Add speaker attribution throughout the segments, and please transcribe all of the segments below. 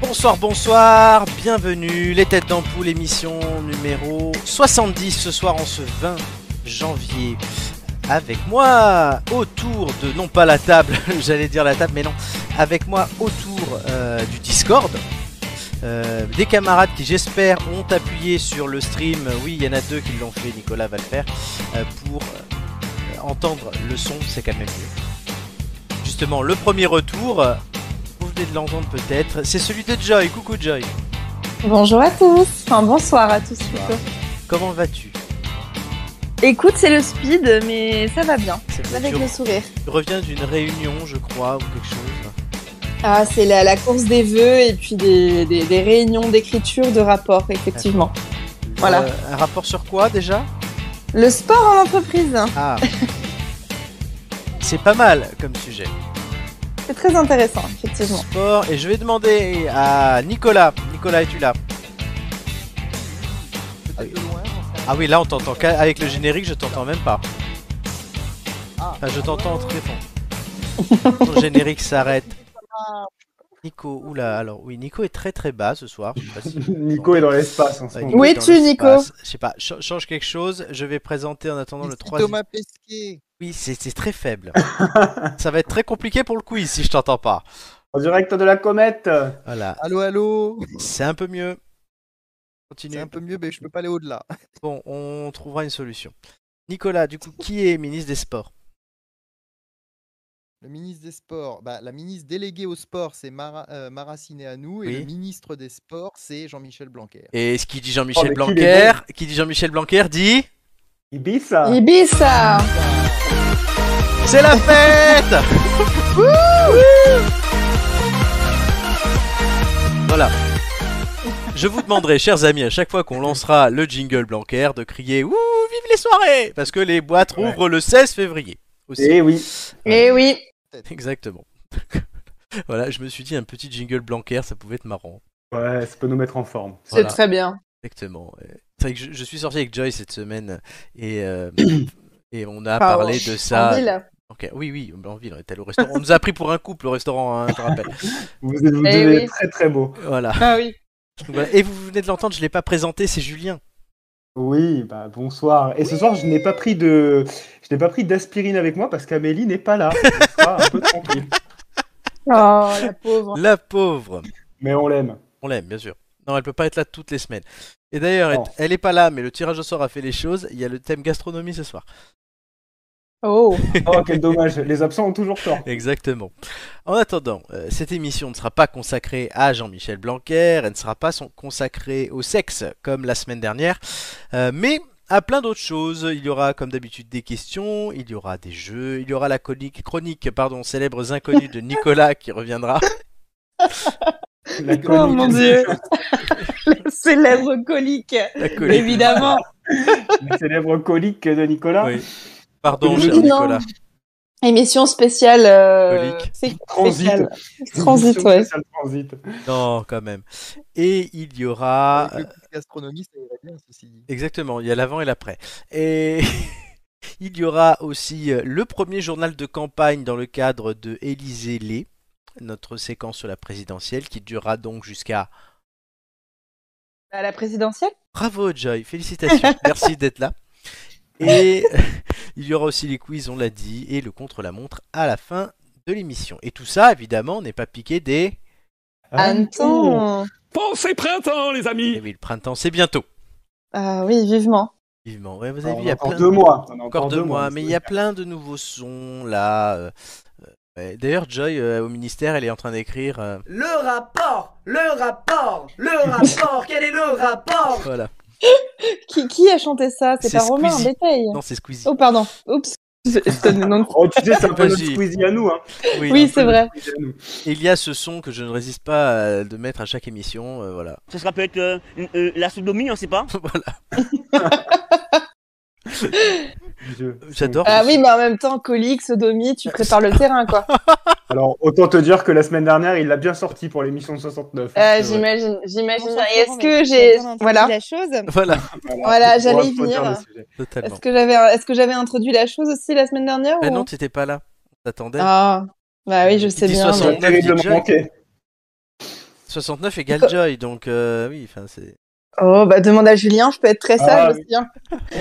Speaker 1: Bonsoir, bonsoir, bienvenue, les têtes d'ampoule, émission numéro 70 ce soir en ce 20 janvier. Avec moi autour de, non pas la table, j'allais dire la table, mais non, avec moi autour euh, du Discord. euh, des camarades qui j'espère ont appuyé sur le stream, oui il y en a deux qui l'ont fait, Nicolas va le faire, euh, pour euh, entendre le son, c'est quand même mieux. Justement, le premier retour, euh, vous venez de l'entendre peut-être, c'est celui de Joy, coucou Joy,
Speaker 2: Bonjour à tous, enfin bonsoir à tous plutôt.
Speaker 1: comment vas-tu
Speaker 2: Écoute, c'est le speed, mais ça va bien.
Speaker 1: C'est bon,
Speaker 2: Avec
Speaker 1: tu
Speaker 2: le sourire.
Speaker 1: Tu reviens d'une réunion, je crois, ou quelque chose.
Speaker 2: Ah, c'est la, la course des vœux et puis des, des- des réunions d'écriture de rapports, effectivement. Voilà.
Speaker 1: Euh, un rapport sur quoi déjà
Speaker 2: Le sport en entreprise, hein,
Speaker 1: Ah. C'est pas mal comme sujet.
Speaker 2: c'est très intéressant, effectivement.
Speaker 1: Sport. Et je vais demander à Nicolas. Nicolas, es-tu là
Speaker 3: Peut-être de loin, j'en sais
Speaker 1: Ah oui, là on t'entend. qu'à- Avec le générique, je t'entends même pas.
Speaker 3: Ah.
Speaker 1: Enfin, je t'entends très fort. Ton générique s'arrête. Nico, oula, alors oui, Nico est très très bas ce soir. Je sais pas si-
Speaker 4: Nico est dans l'espace en ce
Speaker 1: Ouais,
Speaker 4: moment.
Speaker 1: Nico
Speaker 2: Où
Speaker 1: est
Speaker 2: es-tu,
Speaker 1: dans
Speaker 2: Nico
Speaker 1: l'espace. Je sais pas, ch- change quelque chose. Je vais présenter en attendant
Speaker 3: rien.
Speaker 1: le
Speaker 3: Ici
Speaker 1: troisième.
Speaker 3: Thomas Pesquet.
Speaker 1: Oui, c'est c'est très faible. Ça va être très compliqué pour le quiz si je t'entends pas.
Speaker 4: En direct de la comète.
Speaker 1: Voilà,
Speaker 3: Allô, allô.
Speaker 1: c'est un peu mieux.
Speaker 3: C'est
Speaker 1: Continue.
Speaker 3: un peu mieux, mais je peux pas aller au-delà.
Speaker 1: Bon, on trouvera une solution. Nicolas, du coup, qui est ministre des Sports
Speaker 3: Le ministre des Sports, bah, la ministre déléguée au sport, c'est Mara, euh, Mara Sinéanou, et
Speaker 1: Oui.
Speaker 3: le ministre des Sports, c'est Jean-Michel Blanquer.
Speaker 1: Et ce qui dit
Speaker 4: Oh,
Speaker 1: Jean-Michel
Speaker 4: mais qu'il est
Speaker 1: Blanquer, qui dit Jean-Michel Blanquer dit
Speaker 4: Ibis.
Speaker 1: Ah.
Speaker 2: Ibiza
Speaker 1: C'est la fête Voilà. Je vous demanderai, chers amis, à chaque fois qu'on lancera le jingle Blanquer, de crier Ouh, vive les soirées Parce que les boîtes
Speaker 4: Ouais.
Speaker 1: rouvrent le 16 février. Aussi.
Speaker 4: Eh oui.
Speaker 2: Eh oui
Speaker 1: Exactement. voilà, je me suis dit un petit jingle Blanquer, ça pouvait être marrant.
Speaker 4: Ouais, ça peut nous mettre en forme.
Speaker 2: C'est
Speaker 1: Voilà.
Speaker 2: très bien.
Speaker 1: Exactement. Euh, C'est vrai que je, je suis sorti avec Joy cette semaine et, euh, et on a
Speaker 2: Enfin,
Speaker 1: parlé de ça.
Speaker 2: En ville.
Speaker 1: Ok, Oui, oui, en ville, on était allé au restaurant. On nous a pris pour un couple au restaurant, hein, je te rappelle.
Speaker 4: Vous êtes vous
Speaker 2: Eh
Speaker 4: devez
Speaker 2: oui.
Speaker 4: être très très beau.
Speaker 1: Voilà.
Speaker 2: Ah oui.
Speaker 1: Donc voilà. Et vous venez de l'entendre, je ne l'ai pas présenté, c'est Julien.
Speaker 4: Oui, bah bonsoir. Et ce soir, je n'ai pas pris de, je n'ai pas pris d'aspirine avec moi parce qu'Amélie n'est pas là. On sera un peu tranquille.
Speaker 2: Oh, la pauvre.
Speaker 1: La pauvre.
Speaker 4: Mais on l'aime.
Speaker 1: On l'aime, bien sûr. Non, elle peut pas être là toutes les semaines. Et d'ailleurs,
Speaker 4: Non.
Speaker 1: elle- elle est pas là, mais le tirage au sort a fait les choses. Il y a le thème gastronomie ce soir.
Speaker 2: Oh,
Speaker 4: Oh quel dommage. Les absents ont toujours tort.
Speaker 1: Exactement. En attendant, euh, cette émission ne sera pas consacrée à Jean-Michel Blanquer, elle ne sera pas son- consacrée au sexe comme la semaine dernière, euh, mais à plein d'autres choses. Il y aura comme d'habitude des questions, il y aura des jeux, il y aura la chronique, chronique pardon, célèbres inconnus de Nicolas qui reviendra.
Speaker 4: La
Speaker 2: oh
Speaker 4: chronique-
Speaker 2: mon dieu Le célèbre colique
Speaker 1: La chronique-
Speaker 2: Évidemment
Speaker 4: La célèbre colique de Nicolas.
Speaker 1: Oui. Pardon,
Speaker 4: Non.
Speaker 1: cher Nicolas.
Speaker 2: Émission spéciale. euh,
Speaker 1: Colique.
Speaker 2: c'est-
Speaker 4: Transit.
Speaker 2: spéciale. Transit,
Speaker 4: Émission
Speaker 2: ouais.
Speaker 4: spéciale transit.
Speaker 1: Non, quand même. Et il y aura.
Speaker 3: Avec le quiz gastronomie, ça irait bien, ceci dit.
Speaker 1: Exactement, il y a l'avant et l'après. Et il y aura aussi euh, le premier journal de campagne dans le cadre de Élysée Lé, notre séquence sur la présidentielle qui durera donc jusqu'à.
Speaker 2: Bah, À la présidentielle
Speaker 1: Bravo Joy, félicitations, merci d'être là. Et il y aura aussi les quiz, on l'a dit, et le contre-la-montre à la fin de l'émission. Et tout ça, évidemment, n'est pas piqué des.
Speaker 2: Ah,
Speaker 4: Ah,
Speaker 1: Ah
Speaker 2: Anton
Speaker 5: Pensez printemps, les
Speaker 1: Eh
Speaker 5: amis
Speaker 1: oui, le printemps, c'est bientôt.
Speaker 2: Ah oui, vivement.
Speaker 1: Vivement. Ouais, vous avez vu,
Speaker 4: On a
Speaker 1: il y a
Speaker 4: encore
Speaker 1: plein
Speaker 4: deux
Speaker 1: de-
Speaker 4: mois. On a
Speaker 1: encore deux mois, hein, mais il y a plein de nouveaux sons là. euh, euh, ouais. D'ailleurs, Joy euh, au ministère, elle est en train d'écrire. euh,
Speaker 6: Le rapport, le rapport, le rapport, quel est le rapport
Speaker 1: voilà.
Speaker 2: Qui, qui a chanté ça C'est
Speaker 1: C'est
Speaker 2: pas Romain
Speaker 1: Squeezie.
Speaker 2: Bétail.
Speaker 1: Non, c'est Squeezie.
Speaker 2: Oh, pardon. Oups. Je- je te donne le nom de-
Speaker 4: Oh, tu sais, c'est un peu notre
Speaker 1: Vas-y.
Speaker 4: Squeezie à nous. Hein.
Speaker 2: Oui, c'est vrai.
Speaker 4: Squeezie à nous.
Speaker 1: Et il y a ce son que je ne résiste pas euh, de mettre à chaque émission. euh, voilà.
Speaker 7: Ce sera peut-être euh, une- euh, la sodomie, on sait pas.
Speaker 1: voilà.
Speaker 4: Je-
Speaker 1: J'adore.
Speaker 2: Ah oui, mais en même temps, colique, sodomie, tu prépares le terrain, quoi.
Speaker 4: Alors, autant te dire que la semaine dernière, il l'a bien sorti pour l'émission de 69. hein,
Speaker 2: Euh,
Speaker 4: c'est vrai.
Speaker 2: j'imagine, j'imagine.
Speaker 8: Bonsoir,
Speaker 2: Et Est-ce
Speaker 8: Florent,
Speaker 2: que
Speaker 8: merci
Speaker 2: j'ai,
Speaker 8: d'avoir introduit
Speaker 2: voilà.
Speaker 8: la chose.
Speaker 1: Voilà,
Speaker 2: Voilà,
Speaker 4: On
Speaker 2: j'allais
Speaker 4: va
Speaker 2: y
Speaker 4: euh, introduire
Speaker 2: venir.
Speaker 4: le sujet.
Speaker 1: totalement.
Speaker 2: Est-ce que j'avais, est-ce que j'avais introduit la chose aussi la semaine dernière
Speaker 1: Bah
Speaker 2: ou-
Speaker 1: non, t'étais pas là. On t'attendait.
Speaker 2: Ah, bah oui, je
Speaker 1: Il
Speaker 2: sais
Speaker 1: dit
Speaker 2: bien.
Speaker 4: Ça a
Speaker 2: mais-
Speaker 1: 69.
Speaker 4: terriblement
Speaker 1: Jack.
Speaker 4: manqué.
Speaker 1: 69 égale Joy, donc euh, oui, enfin c'est
Speaker 2: Oh, bah demande à Julien, je peux être très
Speaker 4: Ah,
Speaker 2: sage
Speaker 4: oui.
Speaker 2: aussi. hein.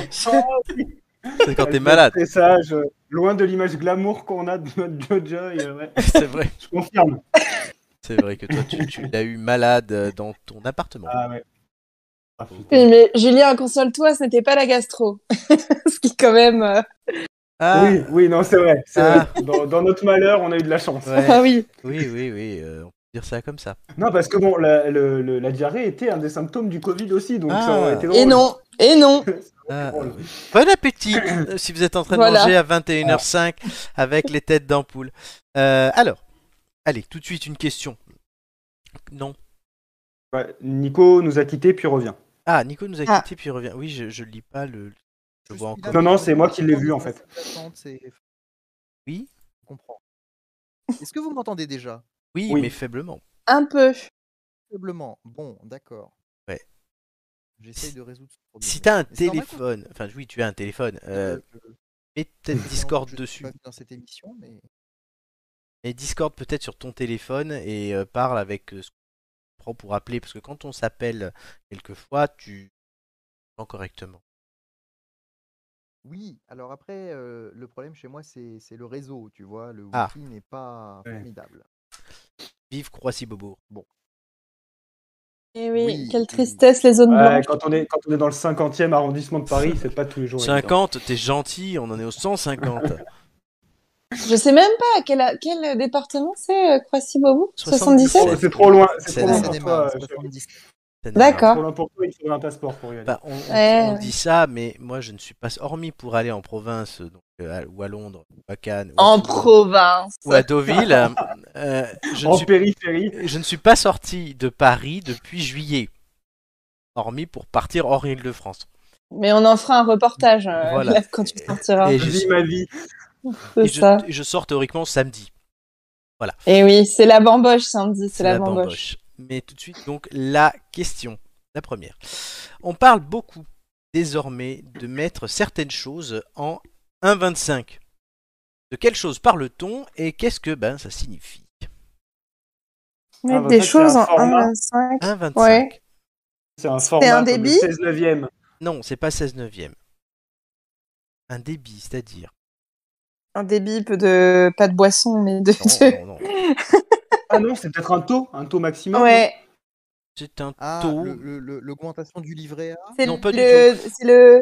Speaker 1: c'est quand t'es
Speaker 4: Ouais,
Speaker 1: malade,
Speaker 4: Très sage, euh, loin de l'image glamour qu'on a de notre Jojo. et, euh, ouais,
Speaker 1: c'est vrai.
Speaker 4: je confirme.
Speaker 1: C'est vrai que toi, tu, tu l'as eu malade euh, dans ton appartement.
Speaker 4: Ah ouais. Ah, putain.
Speaker 2: Oui, mais Julien, console-toi, ce n'était pas la gastro. ce qui quand même. euh,
Speaker 1: Ah,
Speaker 4: Oui, oui, non, c'est vrai. c'est
Speaker 1: Ah.
Speaker 4: vrai. Dans, dans notre malheur, on a eu de la chance.
Speaker 1: ouais.
Speaker 2: Ah oui.
Speaker 1: oui, oui, oui, euh, on peut dire ça comme ça.
Speaker 4: Non, parce que bon, la, le- le- la diarrhée était un des symptômes du Covid aussi, donc ça aurait
Speaker 1: Ah.
Speaker 4: été drôle.
Speaker 2: Et non, et non.
Speaker 1: Ah,
Speaker 4: drôle.
Speaker 1: oui. Bon appétit euh, si vous êtes en train de
Speaker 2: Voilà.
Speaker 1: manger à 21h05 avec les têtes d'ampoule. Euh, alors, allez, tout de suite une question. Non.
Speaker 4: Ouais, Nico nous a quittés, puis revient.
Speaker 1: Ah, Nico nous a
Speaker 2: Ah.
Speaker 1: quitté puis revient. Oui, je, je lis pas le. Je vois encore.
Speaker 4: Non, non, c'est moi qui l'ai vu, en fait.
Speaker 3: L'attente, c'est-
Speaker 1: Oui.
Speaker 3: Je comprends. Est-ce que vous m'entendez déjà
Speaker 1: Oui,
Speaker 4: Oui.
Speaker 1: mais faiblement.
Speaker 2: Un peu.
Speaker 3: Faiblement. Bon, d'accord.
Speaker 1: Ouais.
Speaker 3: J'essaye de résoudre ce problème.
Speaker 1: Si t'as un
Speaker 3: Mais c'est normal qu'on-
Speaker 1: téléphone, enfin oui, tu as un téléphone, euh,
Speaker 3: Euh, je-
Speaker 1: mets peut-être
Speaker 3: je-
Speaker 1: Discord
Speaker 3: je suis
Speaker 1: dessus.
Speaker 3: pas Dans cette émission, mais
Speaker 1: Et Discord peut-être sur ton téléphone et euh, parle avec euh, ce qu'on prend pour appeler. Parce que quand on s'appelle quelquefois, tu entends correctement.
Speaker 3: Oui, alors après, euh, le problème chez moi, c'est c'est le réseau, tu vois. Le
Speaker 1: Ah.
Speaker 3: wifi n'est pas
Speaker 4: Ouais.
Speaker 3: formidable.
Speaker 1: Vive Croissy-Beaubourg.
Speaker 2: Et Eh oui,
Speaker 3: Oui,
Speaker 2: quelle
Speaker 3: oui.
Speaker 2: tristesse les zones
Speaker 4: Ouais,
Speaker 2: blanches.
Speaker 4: quand, on est, quand on est dans le 50e arrondissement de Paris, c'est pas tous les jours. évident.
Speaker 1: 50, t'es gentil, on en est au 150.
Speaker 2: Je sais même pas quel, quel département c'est, euh, Croissy-Beaubourg 77
Speaker 4: Oh, C'est trop loin, c'est
Speaker 1: C'est
Speaker 4: trop
Speaker 1: la
Speaker 4: loin
Speaker 1: Seine-et-Marne,
Speaker 4: pour toi.
Speaker 3: c'est
Speaker 4: euh, Charles.
Speaker 3: 70.
Speaker 1: Ça n'est
Speaker 4: C'est
Speaker 2: D'accord.
Speaker 4: trop loin pour toi, il faudrait un passeport pour y aller.
Speaker 1: pas- on, on-
Speaker 2: Ouais,
Speaker 1: on
Speaker 2: ouais.
Speaker 1: dit ça, mais moi je ne suis pas. Hormis pour aller en province, donc, euh, à- ou à Londres, ou à Cannes, ou à,
Speaker 2: En
Speaker 1: Toulon,
Speaker 2: province.
Speaker 1: ou à Deauville, euh, euh, je, ne
Speaker 4: en
Speaker 1: suis,
Speaker 4: périphérie.
Speaker 1: je ne suis pas sorti de Paris depuis juillet. Hormis pour partir hors Île-de-France.
Speaker 2: Mais on en fera un reportage euh,
Speaker 1: Voilà.
Speaker 2: là, quand tu partiras.
Speaker 1: Et
Speaker 2: Et,
Speaker 4: Je
Speaker 1: je-
Speaker 4: vis ma vie.
Speaker 1: Et je,
Speaker 2: ça.
Speaker 1: et je sors théoriquement samedi.
Speaker 2: Et oui, c'est la bamboche samedi, c'est la, bamboche.
Speaker 1: bamboche. Mais tout de suite, donc, la question, la première. On parle beaucoup désormais de mettre certaines choses en 1,25. De quelle chose parle-t-on et qu'est-ce que ben, ça signifie
Speaker 4: Ah,
Speaker 2: Mettre
Speaker 4: bah,
Speaker 2: des
Speaker 4: ça, c'est
Speaker 2: choses
Speaker 4: un
Speaker 2: en
Speaker 4: format.
Speaker 2: 1,25.
Speaker 1: 1,25
Speaker 2: Ouais.
Speaker 4: C'est un format
Speaker 2: un
Speaker 4: comme le
Speaker 2: débit
Speaker 4: 16 neuvième.
Speaker 1: Non, c'est pas 16 neuvième. Un débit, c'est-à-dire.
Speaker 2: Un débit peu de. Pas de boisson, mais de. de-
Speaker 1: Non, non, non.
Speaker 4: Ah non, c'est peut-être un taux, un taux maximum.
Speaker 2: Ouais,
Speaker 1: C'est un
Speaker 3: Ah,
Speaker 1: taux.
Speaker 3: le- le- le- l'augmentation du livret A
Speaker 2: c'est
Speaker 1: Non,
Speaker 2: le.
Speaker 1: pas du
Speaker 2: C'est le.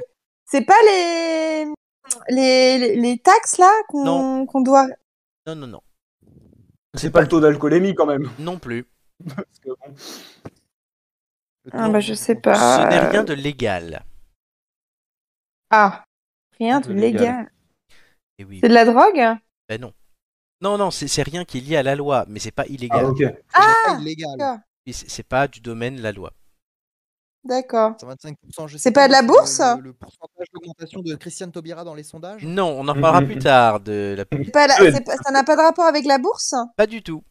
Speaker 2: C'est pas les. Les, les, les taxes là qu'on
Speaker 1: Non.
Speaker 2: qu'on doit.
Speaker 1: Non, non, non.
Speaker 4: C'est pas le taux d'alcoolémie quand même.
Speaker 1: Non plus.
Speaker 4: Parce que bon,
Speaker 3: le
Speaker 2: Ah
Speaker 3: taux
Speaker 2: bah je sais
Speaker 3: d'augmentation.
Speaker 2: pas.
Speaker 1: Ce n'est rien de légal.
Speaker 2: Ah, rien de
Speaker 4: De légal.
Speaker 2: légal.
Speaker 1: Eh oui,
Speaker 2: C'est de la drogue
Speaker 1: ben non. Non, non, c'est c'est rien qui est lié à la loi, mais c'est pas illégal.
Speaker 4: Ah, ok.
Speaker 3: C'est pas illégal.
Speaker 1: Et c'est c'est pas du domaine de la loi.
Speaker 2: D'accord.
Speaker 3: 125%, je sais
Speaker 2: C'est pas de la
Speaker 3: le-
Speaker 2: bourse
Speaker 3: le, le pourcentage d'augmentation de Christiane Taubira dans les sondages
Speaker 2: Mmh.
Speaker 1: Non, on en parlera
Speaker 4: Mhm.
Speaker 1: plus tard de la
Speaker 2: C'est pas la-
Speaker 4: Ouais.
Speaker 2: c'est pas- Ça n'a pas de rapport avec la bourse
Speaker 1: Pas du tout.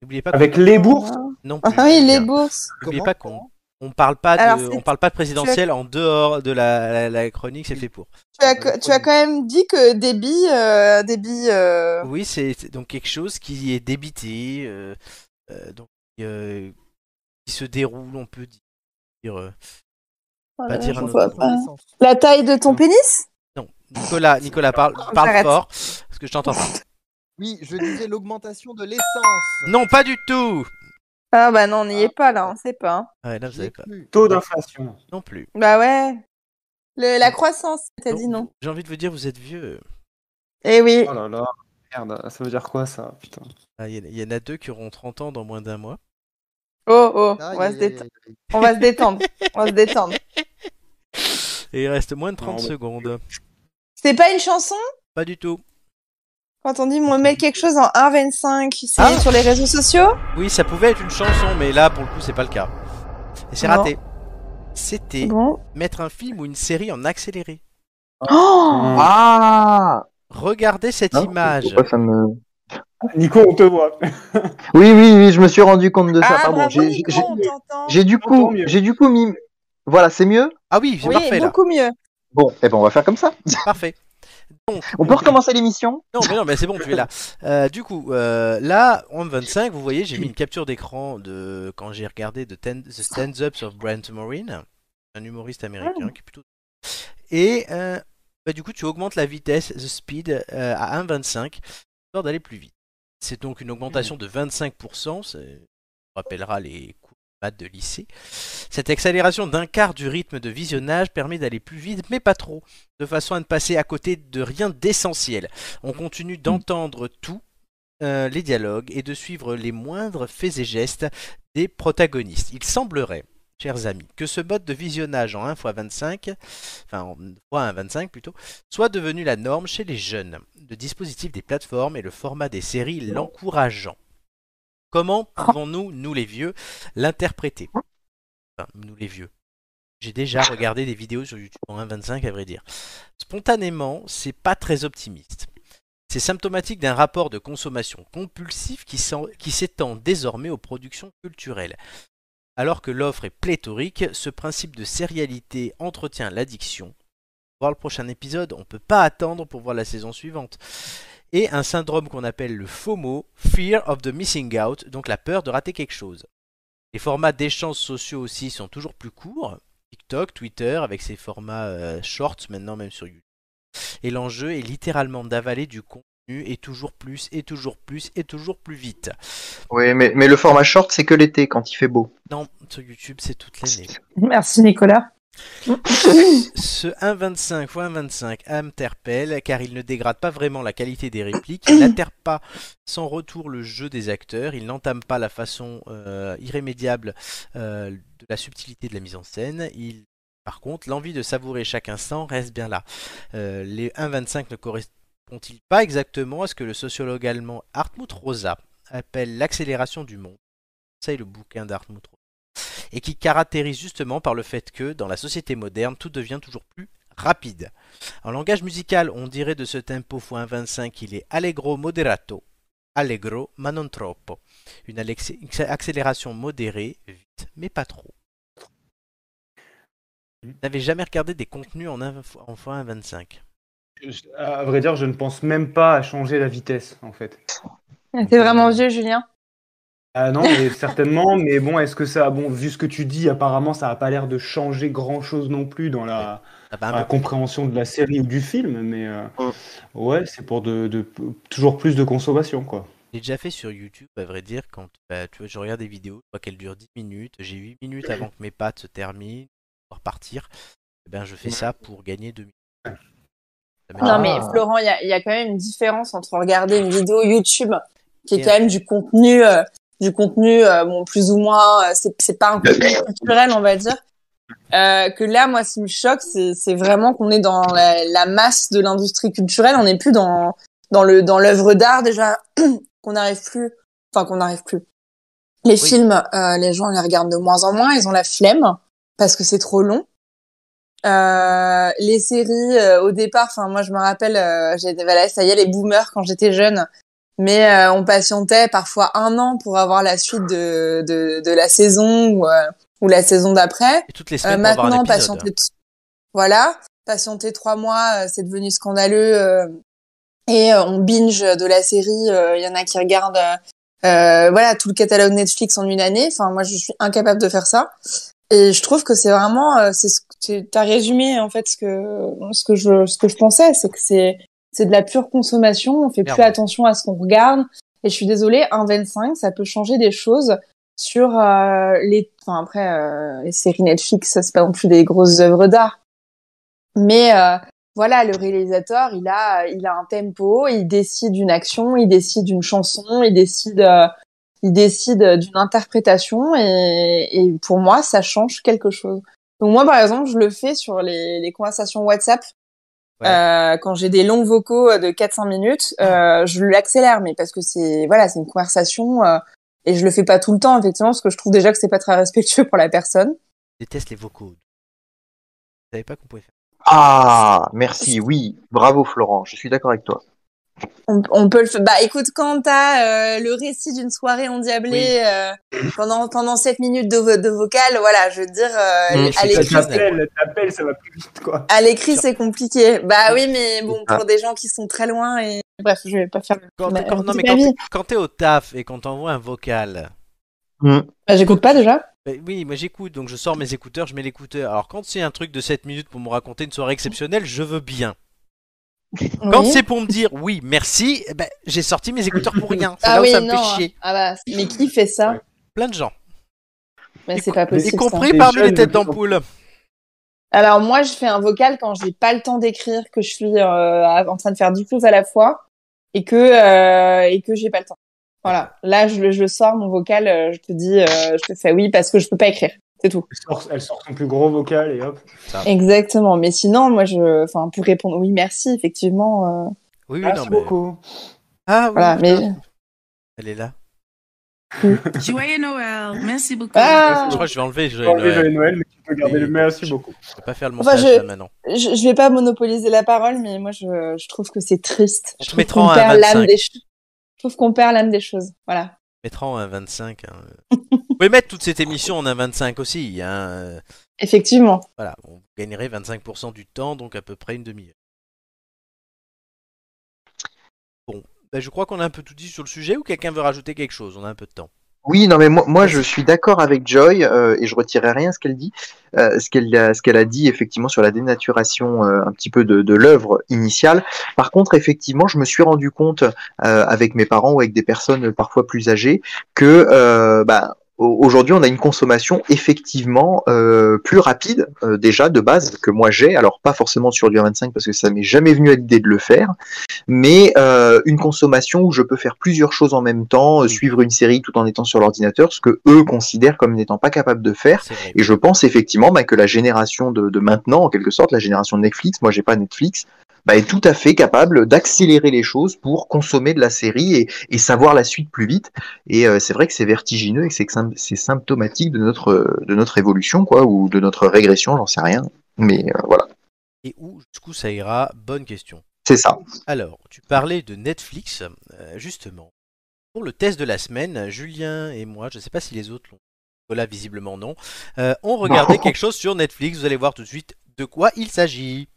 Speaker 1: N'oubliez pas qu'on-
Speaker 4: Avec les bourses,
Speaker 1: non plus.
Speaker 2: Ah oui, les
Speaker 1: Bien.
Speaker 2: bourses.
Speaker 1: N'oubliez
Speaker 3: Comment
Speaker 1: pas qu'on on parle pas
Speaker 2: Alors,
Speaker 1: de,
Speaker 2: c'est-
Speaker 1: on parle pas de présidentiel en dehors de la, la- la chronique, c'est fait pour.
Speaker 3: Ah,
Speaker 2: Tu
Speaker 3: bah,
Speaker 2: as, co- tu as quand même dit que débit, euh, débit, euh,
Speaker 1: Oui, c'est c'est donc quelque chose qui est débité, euh, euh, donc euh, qui se déroule, on peut dire. euh,
Speaker 2: voilà,
Speaker 1: dire un
Speaker 2: je
Speaker 1: autre
Speaker 2: vois
Speaker 1: mot.
Speaker 2: pas.
Speaker 3: Dans le sens.
Speaker 2: La taille de ton pénis
Speaker 1: Non, Nicolas, Nicolas parle, parle
Speaker 2: J'arrête.
Speaker 1: fort, parce que je t'entends pas.
Speaker 3: Oui, je disais l'augmentation de l'essence.
Speaker 1: Non, pas du tout. Ah
Speaker 2: Ah bah non, on n'y est pas là, on sait pas. hein.
Speaker 1: Ouais, là, vous
Speaker 3: J'y ai
Speaker 1: savez pas.
Speaker 3: cru.
Speaker 4: taux d'inflation.
Speaker 1: Non plus.
Speaker 2: Bah ouais. Le- la croissance, t'as dit non.
Speaker 1: J'ai envie de vous dire, vous êtes vieux.
Speaker 2: Eh oui.
Speaker 4: Oh là là, merde, ça veut dire quoi ça Putain.
Speaker 1: Ah, Il y, en a- il y en a deux qui auront 30 ans dans moins d'un mois.
Speaker 2: Oh oh,
Speaker 3: Ah,
Speaker 2: on
Speaker 3: il
Speaker 2: va,
Speaker 3: y
Speaker 2: se
Speaker 3: a-
Speaker 2: détendre. on va se détendre. On va se détendre.
Speaker 1: Et il reste moins de 30
Speaker 4: Non, mais-
Speaker 1: secondes.
Speaker 2: C'est pas une chanson
Speaker 1: Pas du tout.
Speaker 2: quand on dit on met quelque chose en 1,25, c'est
Speaker 1: Ah.
Speaker 2: sur les réseaux sociaux
Speaker 1: Oui, ça pouvait être une chanson, mais là, pour le coup, c'est pas le cas. Et c'est
Speaker 2: Non.
Speaker 1: raté. C'était
Speaker 2: Bon.
Speaker 1: mettre un film ou une série en accéléré.
Speaker 2: Oh
Speaker 4: Hum.
Speaker 9: Ah
Speaker 8: Oh.
Speaker 1: Regardez cette
Speaker 9: Non,
Speaker 1: image.
Speaker 9: pourquoi ça me...
Speaker 4: Nico, on te voit.
Speaker 8: Oui, oui, oui, je me suis rendu compte de ça.
Speaker 2: Ah,
Speaker 8: Pardon,
Speaker 2: bravo,
Speaker 8: j'ai-
Speaker 2: Nico,
Speaker 8: j'ai-
Speaker 2: on t'entend.
Speaker 8: j'ai du
Speaker 4: Tant
Speaker 8: coup,
Speaker 4: mieux.
Speaker 8: j'ai du coup mis. Voilà, c'est mieux.
Speaker 1: Ah oui, c'est
Speaker 10: Oui,
Speaker 1: parfait là.
Speaker 10: beaucoup mieux.
Speaker 8: Bon, eh ben on va faire comme ça.
Speaker 1: Parfait. Donc,
Speaker 8: On peut recommencer l'émission
Speaker 1: non, mais non, mais c'est bon, tu es là. Euh, du coup, euh, là, en 25, vous voyez, j'ai mis une capture d'écran de quand j'ai regardé The, Ten- The Stands-Ups of Brent Morin, un humoriste américain qui est plutôt. Et euh, bah, du coup, tu augmentes la vitesse, the speed, euh, à 1,25, histoire d'aller plus vite. C'est donc une augmentation de 25%, ça rappellera les cours de maths de lycée. Cette accélération d'un quart du rythme de visionnage permet d'aller plus vite, mais pas trop, de façon à ne passer à côté de rien d'essentiel. On continue d'entendre tout, euh, les dialogues, et de suivre les moindres faits et gestes des protagonistes. Il semblerait, chers amis, que ce mode de visionnage en 1 x 25, enfin en 3 1 25 plutôt, soit devenu la norme chez les jeunes, le dispositif des plateformes et le format des séries l'encourageant. Comment pouvons-nous, nous les vieux, l'interpréter Enfin, nous les vieux. J'ai déjà regardé des vidéos sur YouTube en 1.25 à vrai dire. Spontanément, c'est pas très optimiste. C'est symptomatique d'un rapport de consommation compulsif qui s'en- qui s'étend désormais aux productions culturelles. Alors que l'offre est pléthorique, ce principe de sérialité entretient l'addiction. Voir le prochain épisode, on ne peut pas attendre pour voir la saison suivante. Et un syndrome qu'on appelle le FOMO, Fear of the Missing Out, donc la peur de rater quelque chose. Les formats d'échanges sociaux aussi sont toujours plus courts. TikTok, Twitter, avec ses formats euh, shorts maintenant même sur YouTube. Et l'enjeu est littéralement d'avaler du contenu et toujours plus et toujours plus et toujours plus vite.
Speaker 8: Oui, mais, mais le format short, c'est que l'été quand il fait beau.
Speaker 1: Non, sur YouTube c'est toute l'année.
Speaker 10: Merci Nicolas.
Speaker 1: Ce 1,25 x 1,25 interpelle car il ne dégrade pas vraiment la qualité des répliques, il n'altère pas sans retour le jeu des acteurs, il n'entame pas la façon euh, irrémédiable euh, de la subtilité de la mise en scène, il par contre, l'envie de savourer chaque instant reste bien là. Euh, les 1,25 ne correspondent-ils pas exactement à ce que le sociologue allemand Hartmut Rosa appelle l'accélération du monde C'est le bouquin d'Hartmut Rosa et qui caractérise justement par le fait que, dans la société moderne, tout devient toujours plus rapide. En langage musical, on dirait de ce tempo x 1,25 qu'il est allegro moderato, allegro ma non troppo, une alex- accélération modérée, vite, mais pas trop. Vous n'avez jamais regardé des contenus en 1 x 1,25
Speaker 4: Je- À vrai dire, je ne pense même pas à changer la vitesse, en fait.
Speaker 10: T'es vraiment vieux, Julien.
Speaker 4: Ah non, mais certainement, mais bon, est-ce que ça, bon, vu ce que tu dis, apparemment, ça n'a pas l'air de changer grand-chose non plus dans la,
Speaker 1: Ça va Ah bah, un
Speaker 4: dans la
Speaker 1: peu.
Speaker 4: compréhension de la série ou du film, mais euh,
Speaker 8: Mm.
Speaker 4: ouais, c'est pour de, de- toujours plus de consommation, quoi.
Speaker 1: J'ai déjà fait sur YouTube, à vrai dire, quand bah, tu vois, je regarde des vidéos, je vois qu'elles durent 10 minutes, j'ai 8 minutes avant que mes pattes se terminent, pour partir. Eh ben, je fais ça pour gagner 2 minutes. Ça m'énerve.
Speaker 10: Non, mais Florent, il y a, il y a quand même une différence entre regarder une vidéo YouTube, qui est
Speaker 1: Et-
Speaker 10: quand même du contenu, euh, du contenu, euh, bon, plus ou moins, euh, c'est, c'est pas un contenu culturel, on va dire. Euh, que là, moi, ce qui me choque, c'est, c'est vraiment qu'on est dans la, la masse de l'industrie culturelle. On n'est plus dans, dans le, dans l'œuvre d'art déjà, qu'on n'arrive plus, enfin, qu'on n'arrive plus. Les films, euh, les gens les regardent de moins en moins. Ils ont la flemme parce que c'est trop long. Euh, les séries euh, au départ, enfin moi je me rappelle, euh, j'étais voilà, ça y est les boomers quand j'étais jeune, mais euh, on patientait parfois un an pour avoir la suite de de, de la saison ou euh, ou la saison d'après.
Speaker 1: Et toutes les
Speaker 10: Euh,
Speaker 1: semaines, pour avoir un
Speaker 10: maintenant
Speaker 1: épisode.
Speaker 10: patienter, t- voilà, patienter trois mois, euh, c'est devenu scandaleux euh, et euh, on binge de la série. euh, Il y en a qui regardent euh, euh, voilà tout le catalogue Netflix en une année. Enfin moi je suis incapable de faire ça. Et je trouve que c'est vraiment, euh, c'est ce que tu as résumé en fait ce que ce que je ce que je pensais, c'est que c'est c'est de la pure consommation. On fait plus
Speaker 1: Clairement.
Speaker 10: attention à ce qu'on regarde. Et je suis désolée, 1,25, ça peut changer des choses sur euh, les. Enfin après, euh, les séries Netflix, ça c'est pas non plus des grosses œuvres d'art. Mais euh, voilà, le réalisateur, il a il a un tempo, il décide d'une action, il décide d'une chanson, il décide. euh, il décide d'une interprétation et, et pour moi ça change quelque chose. Donc moi par exemple je le fais sur les, les conversations WhatsApp.
Speaker 1: Ouais.
Speaker 10: Euh, quand j'ai des longs vocaux de 4-5 minutes, euh, je l'accélère mais parce que c'est voilà c'est une conversation euh, et je le fais pas tout le temps effectivement parce que je trouve déjà que c'est pas très respectueux pour la personne.
Speaker 1: Je déteste les vocaux. Vous savez pas qu'on pouvait faire.
Speaker 8: Ah, merci, oui, bravo Florent, je suis d'accord avec toi.
Speaker 2: On, on peut le faire. Bah écoute, quand t'as euh, le récit d'une soirée endiablée euh, pendant pendant 7 minutes de, vo- de vocal, voilà, je veux dire, euh,
Speaker 9: Mm,
Speaker 2: à
Speaker 9: c'est
Speaker 2: l'écrit,
Speaker 9: pas
Speaker 2: c'est-
Speaker 4: T'appelles, t'appelles, ça va plus vite, quoi.
Speaker 2: à l'écrit, c'est compliqué. Bah oui, mais bon,
Speaker 8: Ah.
Speaker 2: pour des gens qui sont très loin et bref, je vais pas faire.
Speaker 1: Quand,
Speaker 2: Bah,
Speaker 1: quand- non,
Speaker 2: c'est
Speaker 1: mais
Speaker 2: ma
Speaker 1: quand,
Speaker 2: vie.
Speaker 1: quand t'es au taf et qu'on t'envoie un vocal,
Speaker 2: Bah j'écoute pas déjà.
Speaker 1: Ben oui, moi j'écoute, donc je sors mes écouteurs, je mets l'écouteur. Alors quand c'est un truc de 7 minutes pour me raconter une soirée exceptionnelle, je veux bien. Quand c'est pour me dire oui, merci, eh ben, j'ai sorti mes écouteurs pour rien. C'est
Speaker 2: ah
Speaker 1: là où
Speaker 2: oui,
Speaker 1: ça me
Speaker 2: non.
Speaker 1: fait chier.
Speaker 2: Ah bah, mais qui fait ça
Speaker 4: Ouais.
Speaker 1: Plein de gens,
Speaker 2: Mais c'est pas
Speaker 1: y
Speaker 2: possible. ça.
Speaker 1: compris
Speaker 4: Les
Speaker 1: parmi les
Speaker 4: jeunes,
Speaker 1: têtes
Speaker 4: de plus en
Speaker 1: d'ampoule.
Speaker 2: Alors moi, je fais un vocal quand j'ai pas le temps d'écrire, que je suis euh, à- en train de faire dix choses à la fois et que euh, et que j'ai pas le temps. Voilà. Là, je le je sors mon vocal. euh, je te dis, euh, je te fais oui parce que je peux pas écrire. C'est tout.
Speaker 4: Elle sort, elle sort son plus gros vocal et hop.
Speaker 2: Exactement. Mais sinon, moi, je, enfin, pour répondre oui, merci, effectivement. euh,
Speaker 1: Oui, oui, non,
Speaker 4: Merci
Speaker 1: mais-
Speaker 4: beaucoup.
Speaker 1: Ah oui,
Speaker 2: voilà. Mais
Speaker 1: elle est là.
Speaker 10: Joyeux Noël, merci beaucoup.
Speaker 2: ah,
Speaker 1: Je crois que je vais enlever, je,
Speaker 4: Je vais enlever
Speaker 1: Noël.
Speaker 4: Joyeux Noël, mais tu peux garder
Speaker 1: Et-
Speaker 4: le merci beaucoup.
Speaker 1: Je vais pas faire le
Speaker 2: Enfin,
Speaker 1: montage
Speaker 2: je-
Speaker 1: là maintenant.
Speaker 2: je, je vais pas monopoliser la parole, mais moi, je, je trouve que c'est triste.
Speaker 1: On
Speaker 2: Je
Speaker 1: te
Speaker 2: trouve
Speaker 1: mettra
Speaker 2: qu'on
Speaker 1: un
Speaker 2: perd l'âme
Speaker 1: 25.
Speaker 2: des choses. Je trouve qu'on perd l'âme des choses. Voilà.
Speaker 1: Mettra en 1,25. hein. Vous pouvez mettre toute cette émission en 1,25 aussi. hein.
Speaker 2: Effectivement.
Speaker 1: Voilà, on gagnerait 25% du temps, donc à peu près une demi-heure. Bon, ben, je crois qu'on a un peu tout dit sur le sujet ou quelqu'un veut rajouter quelque chose, on a un peu de temps.
Speaker 8: Oui, non, mais moi, moi je suis d'accord avec Joy euh, et je retirerai rien à ce qu'elle dit, euh, ce qu'elle a, ce qu'elle a dit effectivement sur la dénaturation euh, un petit peu de, de l'œuvre initiale. Par contre, effectivement, je me suis rendu compte euh, avec mes parents ou avec des personnes parfois plus âgées que euh, bah, au- aujourd'hui, on a une consommation effectivement euh, plus rapide euh, déjà de base que moi j'ai. Alors pas forcément sur du 25 parce que ça m'est jamais venu à l'idée de le faire mais euh, une consommation où je peux faire plusieurs choses en même temps, euh, suivre une série tout en étant sur l'ordinateur, ce que eux considèrent comme n'étant pas capable de faire.
Speaker 1: C'est vrai.
Speaker 8: Et je pense effectivement bah, que la génération de, de maintenant, en quelque sorte, la génération de Netflix, moi j'ai pas Netflix, bah, est tout à fait capable d'accélérer les choses pour consommer de la série et, et savoir la suite plus vite. Et euh, c'est vrai que c'est vertigineux et que c'est que sym- c'est symptomatique de notre, euh, de notre évolution, quoi, ou de notre régression, j'en sais rien. Mais euh, voilà,
Speaker 1: Et où, jusqu'où ça ira Bonne question.
Speaker 8: c'est ça.
Speaker 1: Alors, tu parlais de Netflix, euh, justement. Pour le test de la semaine, Julien et moi, je ne sais pas si les autres l'ont. Voilà, visiblement non. euh, on regardait quelque chose sur Netflix. Vous allez voir tout de suite de quoi il s'agit.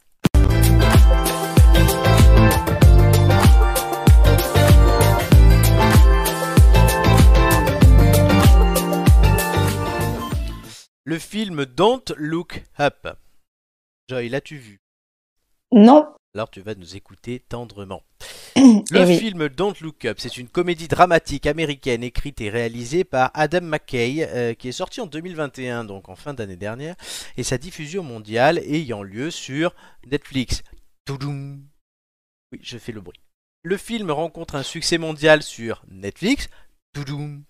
Speaker 1: Le film Don't Look Up. Joy, l'as-tu vu
Speaker 2: Non.
Speaker 1: alors tu vas nous écouter tendrement.
Speaker 2: Eh
Speaker 1: Le
Speaker 2: oui.
Speaker 1: film Don't Look Up, c'est une comédie dramatique américaine écrite et réalisée par Adam McKay, euh, qui est sorti en 2021, donc en fin d'année dernière, et sa diffusion mondiale ayant lieu sur Netflix. Toudoum. Oui, je fais le bruit. Le film rencontre un succès mondial sur Netflix. Toudoum.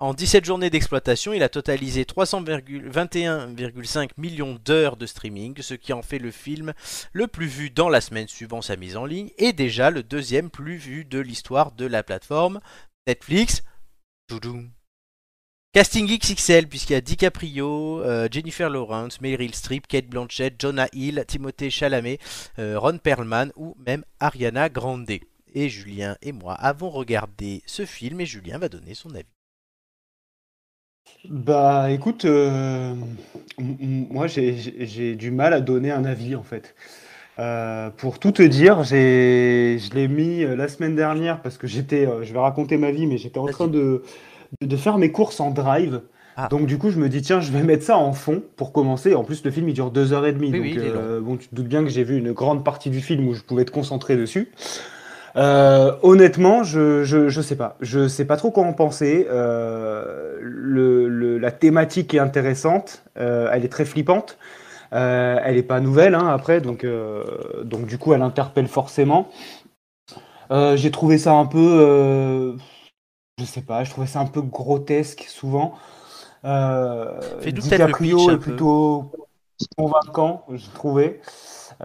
Speaker 1: En 17 journées d'exploitation, il a totalisé 321,5 millions d'heures de streaming, ce qui en fait le film le plus vu dans la semaine suivant sa mise en ligne et déjà le deuxième plus vu de l'histoire de la plateforme Netflix. Toudoum. Casting XXL puisqu'il y a DiCaprio, euh, Jennifer Lawrence, Meryl Streep, Kate Blanchett, Jonah Hill, Timothée Chalamet, euh, Ron Perlman ou même Ariana Grande. Et Julien et moi avons regardé ce film et Julien va donner son avis.
Speaker 4: Bah écoute, euh, m- m- moi j'ai- j'ai j'ai du mal à donner un avis en fait. Euh, pour tout te dire, j'ai, je l'ai mis euh, la semaine dernière parce que j'étais, euh, je vais raconter ma vie, mais j'étais en
Speaker 1: Vas-y.
Speaker 4: train de, de, de faire mes courses en drive.
Speaker 1: Ah.
Speaker 4: Donc du coup, je me dis tiens, je vais mettre ça en fond pour commencer. En plus, le film il dure deux heures et demie,
Speaker 1: Oui,
Speaker 4: donc
Speaker 1: oui, il est
Speaker 4: euh, bon, tu te doutes bien que j'ai vu une grande partie du film où je pouvais te concentrer dessus. Euh, honnêtement, je, je, je sais pas. Je sais pas trop quoi en penser. Euh, le, le- la thématique est intéressante. Euh, elle est très flippante. Euh, elle est pas nouvelle hein, après, donc, euh, donc du coup, elle interpelle forcément. Euh, J'ai trouvé ça un peu. euh, je sais pas, je trouvais ça un peu grotesque souvent. Euh,
Speaker 1: Fais-nous peut-être le pitch
Speaker 4: DiCaprio
Speaker 1: un
Speaker 4: est
Speaker 1: peu.
Speaker 4: plutôt convaincant, j'ai trouvé.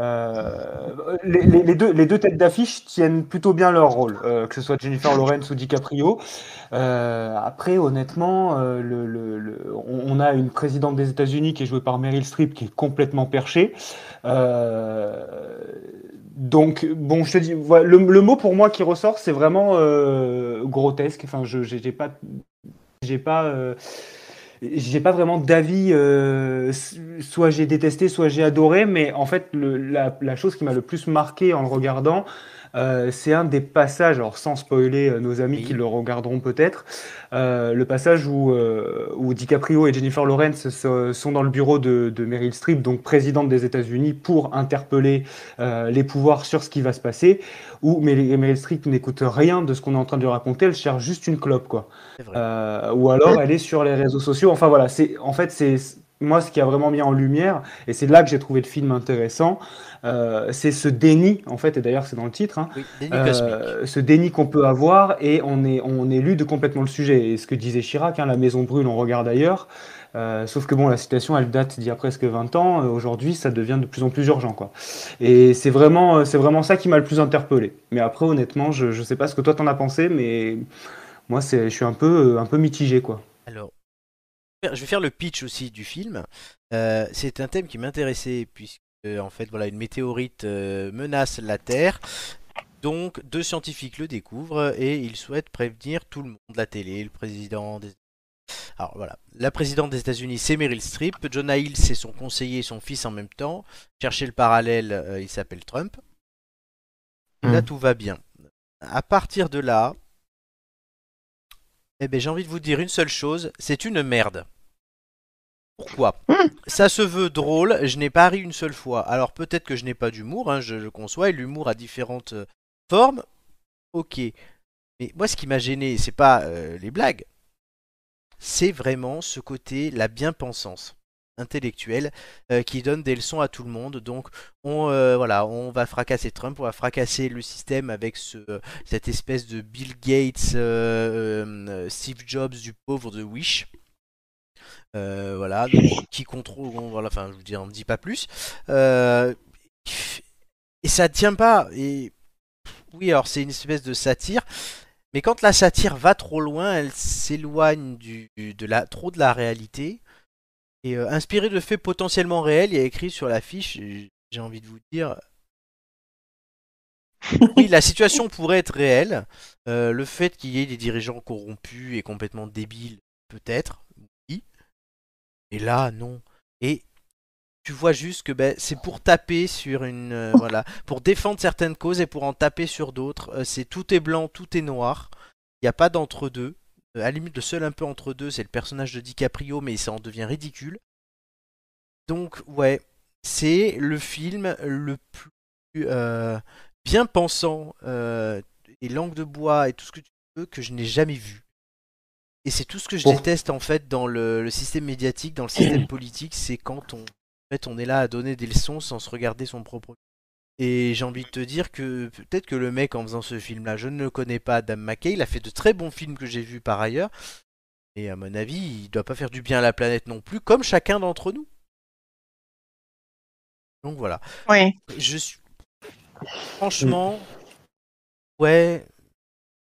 Speaker 4: Euh, les, les- les deux, les deux têtes d'affiche tiennent plutôt bien leur rôle, euh, que ce soit Jennifer Lawrence ou DiCaprio. Euh, après, honnêtement, euh, le- le- le- on, on a une présidente des États-Unis qui est jouée par Meryl Streep qui est complètement perchée. Euh, Donc, bon, je te dis, voilà, le, le mot pour moi qui ressort, c'est vraiment euh, grotesque. Enfin, je j'ai j'ai pas, j'ai pas, euh, j'ai pas vraiment d'avis. euh, s- soit j'ai détesté, soit j'ai adoré. Mais en fait, le- la, la chose qui m'a le plus marqué en le regardant, euh, c'est un des passages. Alors, sans spoiler euh, nos amis qui le regarderont peut-être, euh, le passage où, euh, où DiCaprio et Jennifer Lawrence se- sont dans le bureau de, de Meryl Streep, donc présidente des États-Unis, pour interpeller euh, les pouvoirs sur ce qui va se passer, où Meryl Meryl Streep n'écoute rien de ce qu'on est en train de lui raconter, elle cherche juste une clope, quoi.
Speaker 1: C'est vrai.
Speaker 4: Euh, ou alors elle est sur les réseaux sociaux. Enfin voilà, c'est en fait c'est moi ce qui a vraiment mis en lumière, et c'est là que j'ai trouvé le film intéressant, euh, c'est ce déni en fait, et d'ailleurs c'est dans le titre, hein,
Speaker 1: Oui, déni cosmique.
Speaker 4: euh, ce déni qu'on peut avoir et on est on élude complètement le sujet. Et ce que disait Chirac, hein, la maison brûle, on regarde ailleurs. Euh, sauf que bon, la situation, elle date d'il y a presque 20 ans. Euh, Aujourd'hui, ça devient de plus en plus urgent, quoi. Et c'est vraiment, euh, c'est vraiment ça qui m'a le plus interpellé. Mais après, honnêtement, je, je sais pas ce que toi t'en as pensé, mais moi, c'est, je suis un peu, euh, un peu mitigé, quoi.
Speaker 1: Alors, je vais faire le pitch aussi du film. Euh, c'est un thème qui m'intéressait puisque euh, en fait voilà une météorite euh, menace la Terre. Donc deux scientifiques le découvrent et ils souhaitent prévenir tout le monde, la télé, le président des alors voilà, la présidente des États-Unis, c'est Meryl Streep. Jonah Hill, c'est son conseiller et son fils en même temps. Cherchez le parallèle, euh, il s'appelle Trump. Là,
Speaker 4: Mm.
Speaker 1: tout va bien. À partir de là, eh ben, j'ai envie de vous dire une seule chose c'est une merde. Pourquoi Ça se veut drôle, je n'ai pas ri une seule fois. Alors peut-être que je n'ai pas d'humour, hein, je le conçois, et l'humour a différentes euh, formes. Ok. Mais moi, ce qui m'a gêné, c'est pas euh, les blagues c'est vraiment ce côté la bien-pensance intellectuelle euh, qui donne des leçons à tout le monde. Donc on euh, voilà, on va fracasser Trump, on va fracasser le système avec ce- cette espèce de Bill Gates, euh, euh, Steve Jobs du pauvre de Wish. Euh, voilà, donc, qui contrôle, bon, voilà, enfin, je vous dis, on ne dit pas plus. Euh, et ça tient pas. Et oui, alors c'est une espèce de satire, mais quand la satire va trop loin, elle s'éloigne du, du- de la, trop de la réalité. Et euh, inspirée de faits potentiellement réels, il y a écrit sur l'affiche, j- j'ai envie de vous dire, oui, la situation pourrait être réelle. Euh, le fait qu'il y ait des dirigeants corrompus et complètement débiles, peut-être, oui. Et là, non. Et tu vois juste que ben, c'est pour taper sur une... euh, voilà, pour défendre certaines causes et pour en taper sur d'autres. Euh, c'est tout est blanc, tout est noir. Il n'y a pas d'entre-deux. Euh, à la limite, le seul un peu entre-deux, c'est le personnage de DiCaprio, mais ça en devient ridicule. Donc, ouais, c'est le film le plus euh, bien pensant euh, et langue de bois et tout ce que tu veux que je n'ai jamais vu. Et c'est tout ce que je
Speaker 4: Pour-
Speaker 1: déteste en fait dans le, le système médiatique, dans le système politique, c'est quand on, en fait, on est là à donner des leçons sans se regarder son propre. Et j'ai envie de te dire que peut-être que le mec en faisant ce film-là, je ne le connais pas, Adam McKay, il a fait de très bons films que j'ai vus par ailleurs, et à mon avis, il doit pas faire du bien à la planète non plus, comme chacun d'entre nous. Donc voilà.
Speaker 2: Oui.
Speaker 1: Je suis. Franchement, ouais.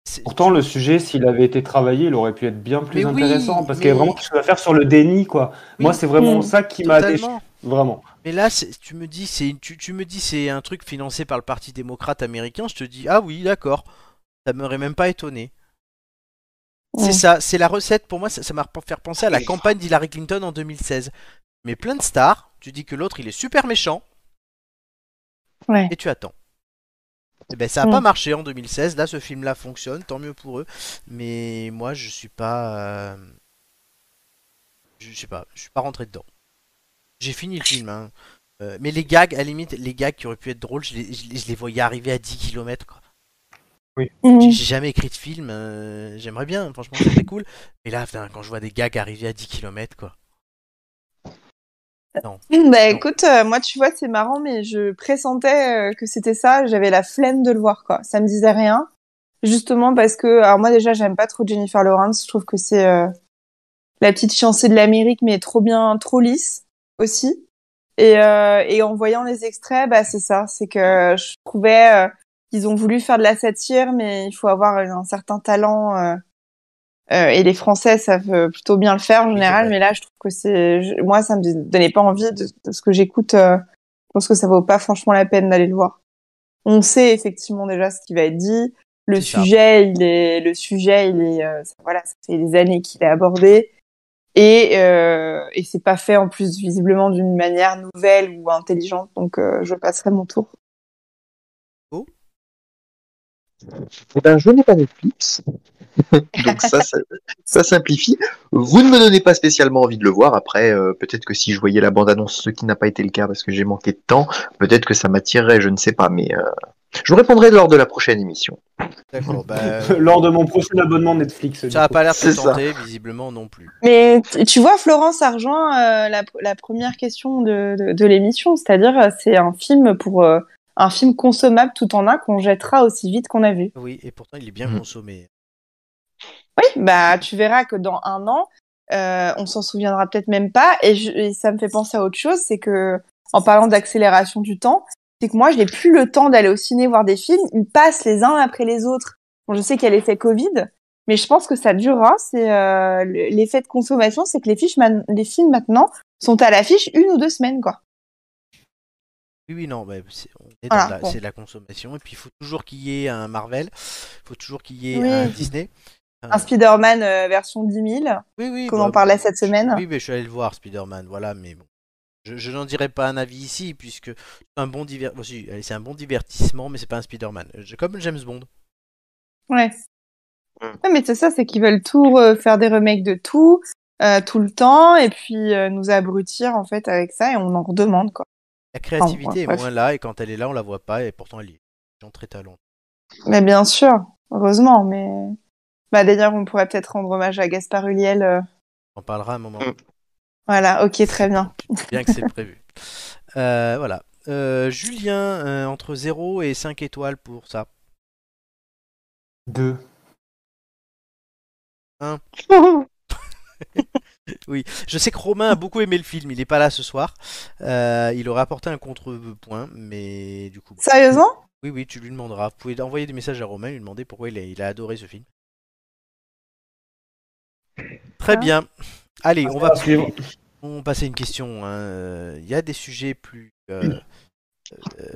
Speaker 1: c'est-
Speaker 4: Pourtant, le sujet, s'il avait été travaillé, il aurait pu être bien plus
Speaker 1: Mais oui,
Speaker 4: intéressant, parce
Speaker 1: mais-
Speaker 4: qu'il y a vraiment quelque chose à faire sur le déni, quoi. Moi, c'est vraiment
Speaker 2: Mm.
Speaker 4: ça qui m'a déçu,
Speaker 1: totalement.
Speaker 4: vraiment.
Speaker 1: Mais là, c'est- tu me dis, c'est une- tu, tu me dis, c'est un truc financé par le Parti démocrate américain. Je te dis, ah oui, d'accord. Ça m'aurait même pas étonné. C'est
Speaker 2: Ouais.
Speaker 1: ça, c'est la recette. Pour moi, ça ça m'a fait penser à la campagne d'Hillary Clinton en 2016. Mais plein de stars. Tu dis que l'autre, il est super méchant.
Speaker 2: Ouais.
Speaker 1: Et tu attends. Eh ben, ça n'a
Speaker 2: Mm.
Speaker 1: pas marché en 2016. Là, ce film-là fonctionne, tant mieux pour eux. Mais moi, je suis pas. euh, Je je sais pas, je suis pas rentré dedans. J'ai fini le film. hein. Euh, mais les gags, à la limite, les gags qui auraient pu être drôles, je les, je les- je les voyais arriver à 10 km. Quoi.
Speaker 2: Mm.
Speaker 1: J'ai j'ai jamais écrit de film. euh, J'aimerais bien, franchement, c'est très cool. Mais là, putain, quand je vois des gags arriver à 10 km, quoi.
Speaker 2: Bah écoute, euh, moi tu vois, c'est marrant, mais je pressentais euh, que c'était ça. J'avais la flemme de le voir, quoi. Ça me disait rien. Justement parce que, alors moi déjà, j'aime pas trop Jennifer Lawrence. Je trouve que c'est euh, la petite fiancée de l'Amérique, mais trop bien, trop lisse aussi. Et, euh, et en voyant les extraits, bah c'est ça. C'est que je trouvais euh, qu'ils ont voulu faire de la satire, mais il faut avoir un certain talent. euh, euh, et les Français savent euh, plutôt bien le faire en
Speaker 1: c'est
Speaker 2: général,
Speaker 1: vrai.
Speaker 2: mais là, je trouve que c'est, je- moi, ça me donnait pas envie de, de ce que j'écoute. euh, je pense que ça vaut pas franchement la peine d'aller le voir. on sait effectivement déjà ce qui va être dit. Le
Speaker 1: C'est ça.
Speaker 2: sujet, il est, le sujet, il est, euh, ça- voilà, ça fait des années qu'il est abordé. Et, euh, et c'est pas fait en plus visiblement d'une manière nouvelle ou intelligente, donc euh, je passerai mon tour.
Speaker 8: Eh ben, je n'ai pas Netflix. Donc ça, ça, ça simplifie. Vous ne me donnez pas spécialement envie de le voir. Après, euh, peut-être que si je voyais la bande-annonce, ce qui n'a pas été le cas parce que j'ai manqué de temps, peut-être que ça m'attirerait, je ne sais pas. Mais euh, je vous répondrai lors de la prochaine émission.
Speaker 1: D'accord, bah,
Speaker 4: Lors de mon prochain abonnement Netflix. euh, du
Speaker 1: ça a
Speaker 4: coup.
Speaker 1: pas l'air de
Speaker 8: C'est ça.
Speaker 1: tenter, visiblement non plus.
Speaker 2: Mais t- tu vois, Florence ça rejoint euh, la, pr- la première question de, de, de l'émission, c'est-à-dire euh, c'est un film pour euh, un film consommable tout en un qu'on jettera aussi vite qu'on a vu.
Speaker 1: Oui, et pourtant il est bien
Speaker 2: Mm.
Speaker 8: Mhm.
Speaker 1: consommé.
Speaker 2: Oui, bah tu verras que dans un an, euh, on s'en souviendra peut-être même pas. Et, je- et ça me fait penser à autre chose, c'est que en parlant d'accélération du temps, c'est que moi je n'ai plus le temps d'aller au ciné voir des films. Ils passent les uns après les autres. Bon, je sais qu'il y a l'effet Covid, mais je pense que ça durera. C'est euh, le- l'effet de consommation, c'est que les, fiches man- les films maintenant sont à l'affiche une ou deux semaines, quoi.
Speaker 1: Oui, oui, non, bah, c'est on est
Speaker 2: Voilà,
Speaker 1: dans de la,
Speaker 2: bon.
Speaker 1: c'est de la consommation. Et puis il faut toujours qu'il y ait un Marvel, il faut toujours qu'il y ait
Speaker 2: Oui.
Speaker 1: un Disney.
Speaker 2: Un Spider-Man euh, version 10 000.
Speaker 1: Oui, oui,
Speaker 2: comme on parlait cette semaine.
Speaker 1: Oui, mais je suis allé le voir, Spider-Man, voilà, mais bon. Je, je n'en dirai pas un avis ici, puisque c'est un bon, diver... bon, si, allez, c'est un bon divertissement, mais c'est pas un Spider-Man. Je- Comme James Bond.
Speaker 2: Ouais.
Speaker 8: Mm.
Speaker 2: Ouais, mais c'est ça, c'est qu'ils veulent tout euh, faire des remakes de tout, euh, tout le temps, et puis euh, nous abrutir en fait avec ça, et on en redemande quoi.
Speaker 1: La créativité
Speaker 2: ouais,
Speaker 1: est
Speaker 2: bref.
Speaker 1: moins là, et quand elle est là, on la voit pas, et pourtant elle y est. Des gens très talentueux.
Speaker 2: Mais bien sûr, heureusement, mais bah d'ailleurs on pourrait peut-être rendre hommage à Gaspard Ulliel. euh,
Speaker 1: On en parlera un moment,
Speaker 8: Mm.
Speaker 2: Voilà, ok, très bien.
Speaker 1: bien que c'est prévu. Euh, voilà. Euh, Julien, euh, entre 0 et 5 étoiles pour ça.
Speaker 4: Deux.
Speaker 1: Je sais que Romain a beaucoup aimé le film, il n'est pas là ce soir. Euh, il aurait apporté un contrepoint, mais du coup. bon.
Speaker 2: Sérieusement
Speaker 1: Oui, oui, tu lui demanderas. Vous pouvez envoyer des messages à Romain, lui demander pourquoi il a, il a adoré ce film. Très
Speaker 2: Ah.
Speaker 1: bien.
Speaker 4: Ah,
Speaker 1: Allez, on va
Speaker 4: Suivant.
Speaker 1: on va passer à une question. hein. Euh, Il y a des sujets plus. euh, euh,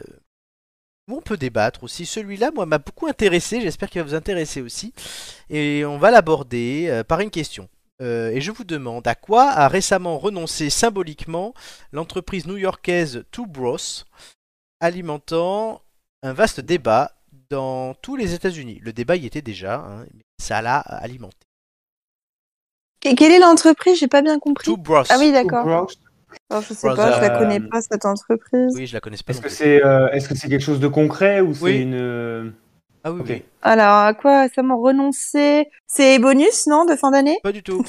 Speaker 1: où on peut débattre aussi. Celui-là, moi, m'a beaucoup intéressé. J'espère qu'il va vous intéresser aussi. Et on va l'aborder euh, par une question. Euh, et je vous demande à quoi a récemment renoncé symboliquement l'entreprise new-yorkaise Two Bros, alimentant un vaste débat dans tous les États-Unis. Le débat y était déjà, hein, mais ça l'a alimenté.
Speaker 2: Et quelle est l'entreprise J'ai pas bien compris.
Speaker 1: Two Bros.
Speaker 2: Ah oui, d'accord. Oh, je sais pas, je la
Speaker 4: Euh,
Speaker 2: connais pas cette entreprise.
Speaker 1: Oui, je la connaissais pas.
Speaker 4: Est-ce
Speaker 1: non
Speaker 4: que
Speaker 1: plus.
Speaker 4: c'est euh, est-ce que c'est quelque chose de concret ou c'est
Speaker 1: Oui.
Speaker 4: une euh,
Speaker 1: Ah oui,
Speaker 4: Ok.
Speaker 1: oui.
Speaker 2: Alors à quoi ça m'a renoncé C'est bonus non de fin d'année
Speaker 1: Pas du tout.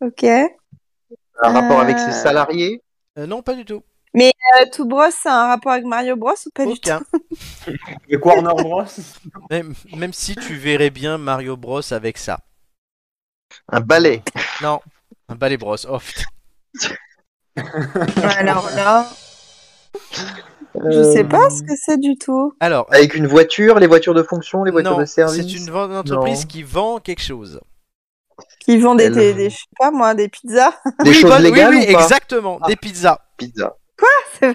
Speaker 2: Ok. Euh,
Speaker 8: Un rapport
Speaker 2: Euh,
Speaker 8: avec ses salariés
Speaker 1: Euh, non, pas du tout.
Speaker 2: Tout Bros, c'est un rapport avec Mario Bros ou pas du tout
Speaker 1: Aucun.
Speaker 4: avec Warner Bros
Speaker 1: Même, même si tu verrais bien Mario Bros avec ça.
Speaker 8: Un balai
Speaker 1: Non, un balai Bros. Oh putain.
Speaker 2: Alors là, je sais
Speaker 8: Euh,
Speaker 2: pas ce que c'est du tout.
Speaker 1: Alors, euh,
Speaker 8: Avec une voiture, les voitures de fonction, les voitures
Speaker 1: non,
Speaker 8: de service
Speaker 1: c'est une vente- une entreprise
Speaker 8: Non.
Speaker 1: qui vend quelque chose.
Speaker 2: Ils vendent des,
Speaker 8: Elle-
Speaker 2: des- des- je sais pas moi, des pizzas.
Speaker 8: Des
Speaker 1: oui,
Speaker 8: choses
Speaker 1: bonne- oui,
Speaker 8: légales
Speaker 1: oui,
Speaker 8: ou pas Ah.
Speaker 1: exactement, des pizzas.
Speaker 8: Pizza.
Speaker 4: C'est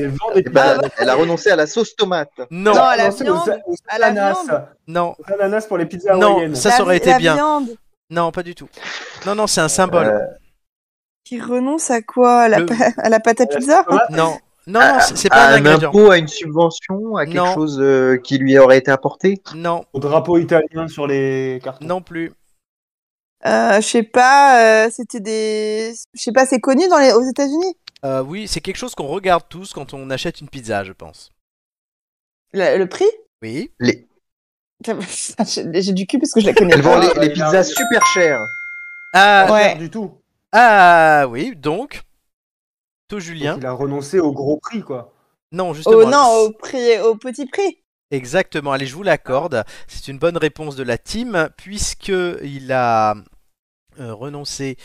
Speaker 4: le genre des
Speaker 8: Eh ben,
Speaker 1: bah.
Speaker 2: Ah
Speaker 8: Elle a renoncé à la sauce tomate.
Speaker 1: Non,
Speaker 2: Non, à
Speaker 8: Ah.
Speaker 2: Oh, la
Speaker 4: Non, c'est aux-
Speaker 2: viande,
Speaker 4: aux
Speaker 2: à la
Speaker 4: ananas.
Speaker 2: viande.
Speaker 1: non,
Speaker 4: Aux ananas pour les pizzas
Speaker 1: Ah, Non,
Speaker 4: hawaïennes.
Speaker 1: ça-
Speaker 2: La-
Speaker 1: aurait été
Speaker 2: la
Speaker 1: bien.
Speaker 2: viande
Speaker 1: non, pas du tout. Non, non, c'est un symbole.
Speaker 8: Euh.
Speaker 2: qui renonce à quoi à la,
Speaker 1: Le-
Speaker 2: pa- à la pâte à pizza
Speaker 4: Tomate,
Speaker 1: Non, non, non, c'est c'est pas un
Speaker 8: à Ah, un
Speaker 1: ingrédient.
Speaker 8: impôt, à une subvention, à quelque
Speaker 1: Non.
Speaker 8: chose euh, qui lui aurait été apporté.
Speaker 1: Non,
Speaker 4: Au drapeau italien sur les cartons.
Speaker 1: non plus.
Speaker 2: Euh, Je sais pas, euh, c'était des, je sais pas, c'est connu dans les aux États-Unis.
Speaker 1: Euh, oui, c'est quelque chose qu'on regarde tous quand on achète une pizza, je pense.
Speaker 2: Le, le prix
Speaker 1: Oui.
Speaker 8: Les...
Speaker 2: J'ai j'ai du cul parce que je la connais
Speaker 8: Elles vendent
Speaker 2: pas.
Speaker 8: les,
Speaker 4: bah,
Speaker 8: les
Speaker 4: il a-
Speaker 8: pizzas super chères.
Speaker 1: Ah,
Speaker 4: Pas
Speaker 2: Ouais.
Speaker 4: cher du tout.
Speaker 1: ah, oui, donc. Tout Julien.
Speaker 4: Il a renoncé au gros prix quoi.
Speaker 1: Non, justement.
Speaker 2: Au, Oh, non, au prix, au petit prix.
Speaker 1: Exactement, allez, je vous l'accorde. C'est une bonne réponse de la team, puisque il a euh, renoncé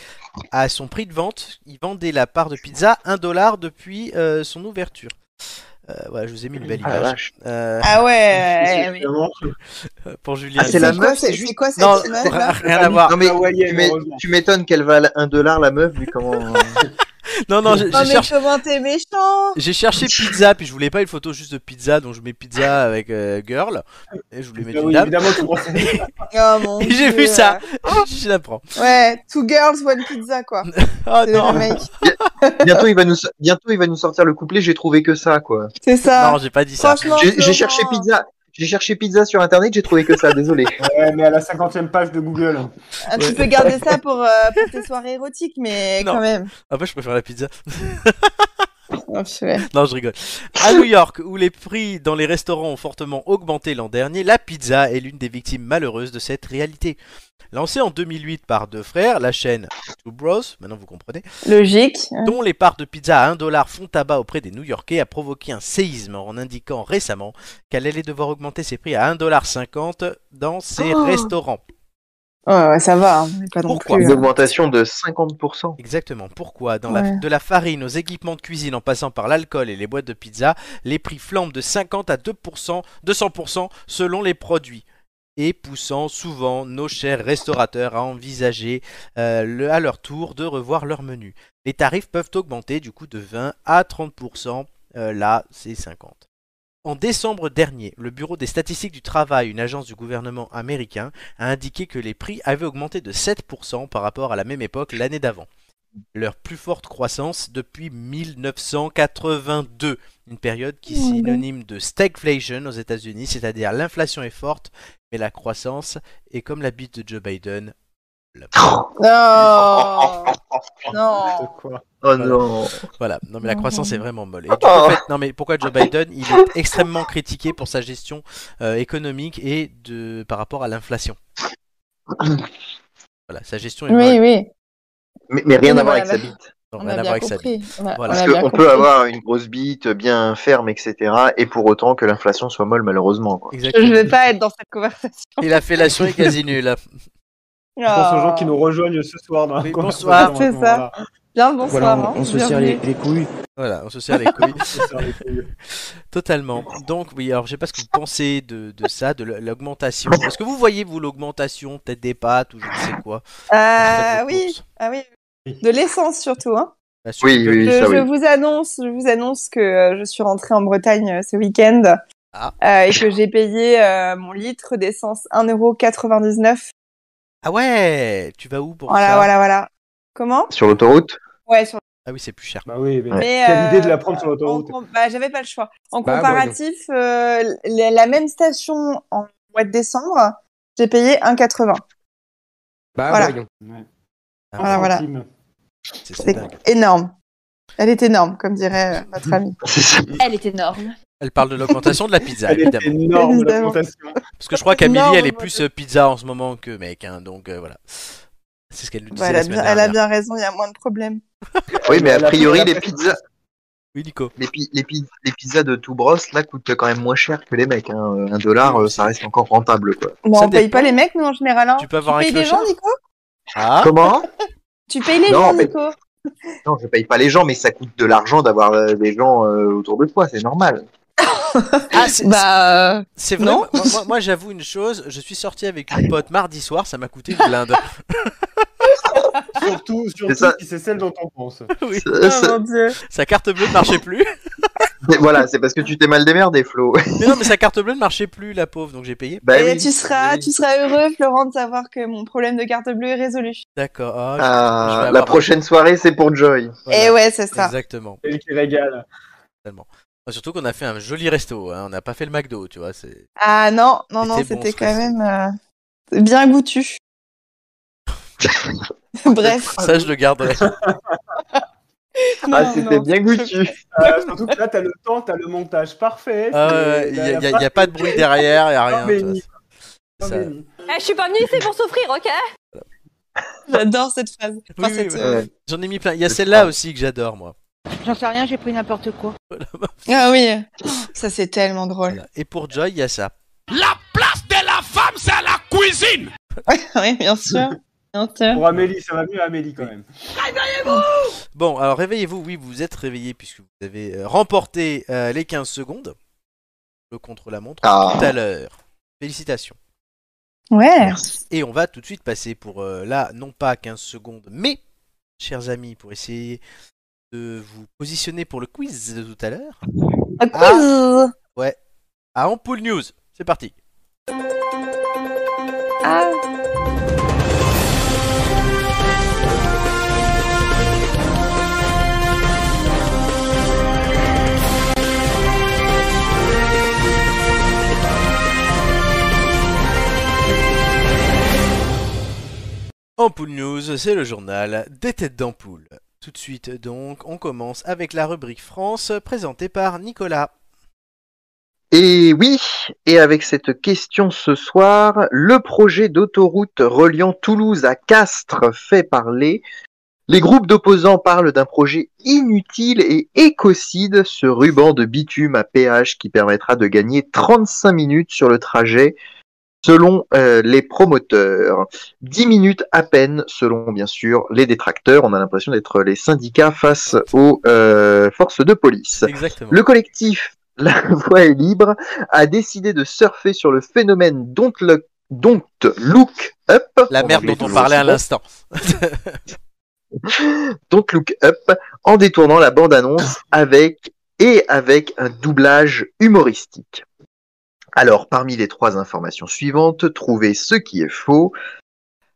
Speaker 1: à son prix de vente. Il vendait la part de pizza 1 dollar depuis euh, son ouverture. Euh, voilà, je vous ai mis une belle
Speaker 8: Ah la
Speaker 1: image.
Speaker 8: vache.
Speaker 1: Euh,
Speaker 2: Ah
Speaker 8: Eh,
Speaker 2: ouais. euh, mais-
Speaker 4: Vraiment,
Speaker 1: pour Julien.
Speaker 8: Ah, c'est la
Speaker 2: quoi,
Speaker 8: meuf, c'est
Speaker 2: c'est
Speaker 8: juste.
Speaker 2: c'est quoi cette
Speaker 1: Non,
Speaker 2: image
Speaker 1: rien à voir.
Speaker 8: Non mais
Speaker 4: hawaïenne,
Speaker 8: tu m'é-
Speaker 4: heureusement.
Speaker 8: tu m'étonnes qu'elle vaille un dollar la meuf vu comment.
Speaker 1: Non, non, j'ai
Speaker 2: Oh,
Speaker 1: j'ai
Speaker 2: mais
Speaker 1: cherché-
Speaker 2: comment t'es méchant
Speaker 1: j'ai cherché pizza, puis je voulais pas une photo juste de pizza, donc je mets pizza avec euh, girl, et je voulais mettre
Speaker 4: Ah
Speaker 1: une
Speaker 4: oui,
Speaker 1: dame.
Speaker 4: évidemment, tu penses-
Speaker 2: Oh, mon
Speaker 1: Et j'ai
Speaker 2: Dieu.
Speaker 1: vu ça, je la prends.
Speaker 2: Ouais, two girls, one pizza, quoi.
Speaker 1: Oh
Speaker 2: C'est le
Speaker 1: non,
Speaker 2: mec.
Speaker 8: Bientôt il va nous, bientôt il va nous sortir le couplet. J'ai trouvé que ça, quoi.
Speaker 2: C'est ça.
Speaker 1: non, j'ai pas dit ça.
Speaker 2: Franchement,
Speaker 8: J'ai j'ai
Speaker 2: Florent.
Speaker 8: cherché pizza. J'ai cherché pizza sur internet. J'ai trouvé que ça. Désolé.
Speaker 4: Ouais, euh, mais à la 50e page de Google. hein,
Speaker 2: Ah, tu peux garder ça pour, euh, pour tes soirées érotiques, mais
Speaker 1: Non.
Speaker 2: quand même.
Speaker 1: Après, je préfère la pizza.
Speaker 2: Oh, purée.
Speaker 1: Non, je rigole. À New York, où les prix dans les restaurants ont fortement augmenté l'an dernier, la pizza est l'une des victimes malheureuses de cette réalité. Lancée en 2008 par deux frères, la chaîne Two Bros, maintenant vous comprenez,
Speaker 2: Logique.
Speaker 1: dont les parts de pizza à 1 dollar font tabac auprès des New Yorkais, a provoqué un séisme en indiquant récemment qu'elle allait devoir augmenter ses prix à 1,50$ dans ses
Speaker 2: Oh.
Speaker 1: restaurants.
Speaker 2: Ouais, ouais, ça va. hein. Pas non
Speaker 1: Pourquoi
Speaker 2: plus.
Speaker 8: Une
Speaker 2: hein.
Speaker 8: augmentation de 50%.
Speaker 1: Exactement. Pourquoi Dans la,
Speaker 2: Ouais.
Speaker 1: De la farine aux équipements de cuisine en passant par l'alcool et les boîtes de pizza, les prix flambent de 50 à 2%, 200% selon les produits. Et poussant souvent nos chers restaurateurs à envisager euh, le- à leur tour de revoir leur menu. Les tarifs peuvent augmenter du coup de 20 à 30%, euh, là c'est 50. En décembre dernier, le Bureau des statistiques du travail, une agence du gouvernement américain, a indiqué que les prix avaient augmenté de 7% par rapport à la même époque l'année d'avant leur plus forte croissance depuis 1982, une période qui est
Speaker 2: Mhm.
Speaker 1: synonyme de stagflation aux États-Unis, c'est-à-dire l'inflation est forte, mais la croissance est comme la bite de Joe Biden. Oh.
Speaker 2: Non. Non.
Speaker 4: Quoi.
Speaker 8: Oh non.
Speaker 1: Voilà, non mais la
Speaker 2: Mhm.
Speaker 1: croissance est vraiment molle. Et du coup, en fait, non mais pourquoi Joe Biden Il est extrêmement critiqué pour sa gestion euh, économique et de par rapport à l'inflation. Voilà, sa gestion est
Speaker 2: Oui,
Speaker 1: molle.
Speaker 2: oui.
Speaker 8: Mais, mais rien
Speaker 2: Oui,
Speaker 8: à voir
Speaker 2: voilà,
Speaker 8: avec sa
Speaker 2: bah-
Speaker 8: bite.
Speaker 1: Non,
Speaker 2: On
Speaker 1: rien à
Speaker 2: a
Speaker 1: voir
Speaker 2: bien
Speaker 1: avec sa bite.
Speaker 2: compris. On a-
Speaker 1: Voilà.
Speaker 2: on
Speaker 8: Parce
Speaker 2: a bien
Speaker 8: qu'on peut
Speaker 2: compris.
Speaker 8: avoir une grosse bite bien ferme, etc. Et pour autant que l'inflation soit molle, malheureusement. Quoi.
Speaker 1: Exactement.
Speaker 2: Je vais pas être dans cette conversation.
Speaker 1: Et la fellation est quasi nulle.
Speaker 4: Je pense aux gens qui nous rejoignent ce soir. dans la
Speaker 1: Oui,
Speaker 4: conversation,
Speaker 1: bonsoir.
Speaker 2: C'est ça. Bien le bonsoir. hein. Bienvenue.
Speaker 6: couilles.
Speaker 1: Voilà, on se serre les couilles.
Speaker 4: voilà.
Speaker 1: Totalement. Donc, oui, alors je sais pas ce que vous pensez de, de ça, de l- l'augmentation. Est-ce que vous voyez, vous, l'augmentation, peut-être des pâtes ou je ne sais quoi
Speaker 2: Euh,
Speaker 1: Faites vos
Speaker 2: oui.
Speaker 1: courses.
Speaker 2: Ah oui. De l'essence surtout. Hein.
Speaker 1: Bah, surtout
Speaker 8: Oui,
Speaker 1: que-
Speaker 8: oui,
Speaker 2: Je,
Speaker 8: ça
Speaker 2: je
Speaker 8: oui.
Speaker 2: vous annonce, je vous annonce que euh, je suis rentrée en Bretagne euh, ce week-end
Speaker 1: Ah.
Speaker 2: euh, et que j'ai payé euh, mon litre d'essence 1,99€.
Speaker 1: Ah ouais Tu vas où pour
Speaker 2: Voilà,
Speaker 1: ça
Speaker 2: voilà, voilà. Comment
Speaker 8: Sur l'autoroute
Speaker 2: Ouais, sur
Speaker 1: Ah oui, c'est plus cher.
Speaker 4: Bah oui, mais,
Speaker 2: Mais,
Speaker 4: quelle idée de
Speaker 2: euh,
Speaker 4: la prendre sur
Speaker 2: En
Speaker 4: l'autoroute.
Speaker 2: com- bah, j'avais pas le choix. En
Speaker 6: Bah,
Speaker 2: comparatif, euh, la, la même station en mois de décembre, j'ai payé 1,80.
Speaker 6: Bah
Speaker 2: Voilà.
Speaker 6: voyons.
Speaker 1: Ah
Speaker 2: Voilà,
Speaker 1: ouais,
Speaker 2: voilà.
Speaker 4: Intime.
Speaker 1: C'est c'est
Speaker 2: C'est
Speaker 1: dingue.
Speaker 2: énorme. Elle est énorme, comme dirait euh, notre ami.
Speaker 8: C'est ça.
Speaker 2: Elle est énorme.
Speaker 1: Elle parle de l'augmentation de la pizza,
Speaker 4: Elle est
Speaker 1: évidemment.
Speaker 4: énorme la
Speaker 2: Évidemment.
Speaker 4: plantation.
Speaker 1: Parce que je crois qu'Amélie,
Speaker 2: énorme,
Speaker 1: elle est
Speaker 2: moi,
Speaker 1: plus
Speaker 2: je-
Speaker 1: euh, pizza en ce moment que mec, hein, donc euh, voilà. C'est ce qu'elle nous disait
Speaker 2: elle,
Speaker 1: la
Speaker 2: a
Speaker 1: semaine
Speaker 2: bien, elle a
Speaker 1: dernière.
Speaker 2: bien raison, il y a moins de problèmes.
Speaker 8: Oui, mais a
Speaker 4: Elle a
Speaker 8: priori,
Speaker 4: pris la
Speaker 8: les pizzas,
Speaker 1: Oui, Nico.
Speaker 8: les, pi- les, pi- les pizzas de tout bros, là, coûtent quand même moins cher que les mecs. Hein. Un dollar, euh, ça reste encore rentable. Quoi.
Speaker 2: Bon,
Speaker 1: Ça
Speaker 2: on paye
Speaker 1: dépend.
Speaker 2: pas les mecs, nous, en général. hein.
Speaker 1: Tu peux avoir un
Speaker 2: payes les gens,
Speaker 1: clochard
Speaker 2: Nico
Speaker 1: Ah
Speaker 8: Comment
Speaker 2: Tu payes les
Speaker 8: Non,
Speaker 2: gens,
Speaker 8: mais-
Speaker 2: Nico
Speaker 8: Non, je paye pas les gens, mais ça coûte de l'argent d'avoir euh, des gens euh, autour de toi, c'est normal.
Speaker 1: Ah, c'est
Speaker 2: Bah, euh,
Speaker 1: c'est vrai.
Speaker 2: non.
Speaker 1: Moi, moi- moi, j'avoue une chose, je suis sorti avec une pote mardi soir, ça m'a coûté une blinde.
Speaker 4: Surtout, surtout
Speaker 8: ça.
Speaker 4: si c'est celle dont on pense.
Speaker 1: Oui.
Speaker 8: Ça-
Speaker 2: oh
Speaker 8: ça-
Speaker 2: mon dieu.
Speaker 1: Sa carte bleue ne marchait plus.
Speaker 8: mais voilà, c'est parce que tu t'es mal démerdé, Flo.
Speaker 1: Mais non, mais sa carte bleue ne marchait plus, la pauvre, donc j'ai payé.
Speaker 8: Bah
Speaker 2: Et
Speaker 8: oui.
Speaker 2: Eh, tu, seras,
Speaker 8: Oui.
Speaker 2: tu seras heureux, Florent, de savoir que mon problème de carte bleue est résolu.
Speaker 1: D'accord. Ah, je-
Speaker 8: Ah,
Speaker 1: je vais avoir
Speaker 8: la
Speaker 1: un-
Speaker 8: prochaine soirée, c'est pour Joy.
Speaker 1: voilà.
Speaker 2: Et Eh ouais, c'est ça.
Speaker 1: Exactement.
Speaker 4: Elle qui régale.
Speaker 1: Ah, Surtout qu'on a fait un joli resto, hein, on n'a pas fait le McDo, tu vois. C'est...
Speaker 2: Ah non, non, non,
Speaker 1: C'était bon,
Speaker 2: c'était
Speaker 1: ce
Speaker 2: quand
Speaker 1: resto.
Speaker 2: même euh, bien goûtu. Bref.
Speaker 1: Ça, je le garderai.
Speaker 8: Ah,
Speaker 2: non,
Speaker 8: c'était
Speaker 2: non.
Speaker 8: bien goûtu.
Speaker 4: Euh, surtout que là, t'as le temps, t'as le montage parfait.
Speaker 1: Ah ouais, Il n'y a, il y a- il y a pas de bruit derrière, il n'y a rien. tu vois, c'est- ça-
Speaker 9: je suis pas venue ici pour souffrir, ok
Speaker 2: J'adore cette phrase. Enfin,
Speaker 1: Oui, oui,
Speaker 2: cette,
Speaker 1: oui.
Speaker 2: euh,
Speaker 1: J'en ai mis plein. Il y a celle-là aussi que j'adore, moi.
Speaker 9: J'en sais rien, j'ai pris n'importe quoi.
Speaker 2: Ah oui, Oh, ça c'est tellement drôle.
Speaker 1: Voilà. Et pour Joy, il y a ça.
Speaker 5: La place de la femme, c'est la cuisine.
Speaker 2: oui, bien sûr. Bien sûr.
Speaker 4: Pour Amélie, ça va mieux Amélie quand même.
Speaker 1: Bon, alors réveillez-vous. Oui, vous vous êtes réveillé puisque vous avez euh, remporté euh, les 15 secondes. Le contre-la-montre
Speaker 8: Ah.
Speaker 1: tout à l'heure. Félicitations.
Speaker 2: Ouais.
Speaker 1: Et on va tout de suite passer pour euh, là, non pas 15 secondes, mais, chers amis, pour essayer de vous positionner pour le quiz de tout à l'heure.
Speaker 8: Ah.
Speaker 2: Un quiz
Speaker 1: Ouais. À Ampoule News, c'est parti.
Speaker 2: Ah.
Speaker 1: Ampoule News, c'est le journal des têtes d'ampoule. Tout de suite donc, on commence avec la rubrique France présentée par Nicolas.
Speaker 8: Et oui, et avec cette question ce soir, le projet d'autoroute reliant Toulouse à Castres fait parler. Les groupes d'opposants parlent d'un projet inutile et écocide, ce ruban de bitume à péage qui permettra de gagner 35 minutes sur le trajet, selon euh, les promoteurs. 10 minutes à peine, selon bien sûr les détracteurs. On a l'impression d'être les syndicats face aux euh, forces de police.
Speaker 1: Exactement.
Speaker 8: Le collectif La Voix est libre a décidé de surfer sur le phénomène Don't Look, Don't Look Up.
Speaker 1: La merde dont on parlait à l'instant.
Speaker 8: Don't Look Up en détournant la bande-annonce avec et avec un doublage humoristique. Alors, parmi les trois informations suivantes, trouvez ce qui est faux.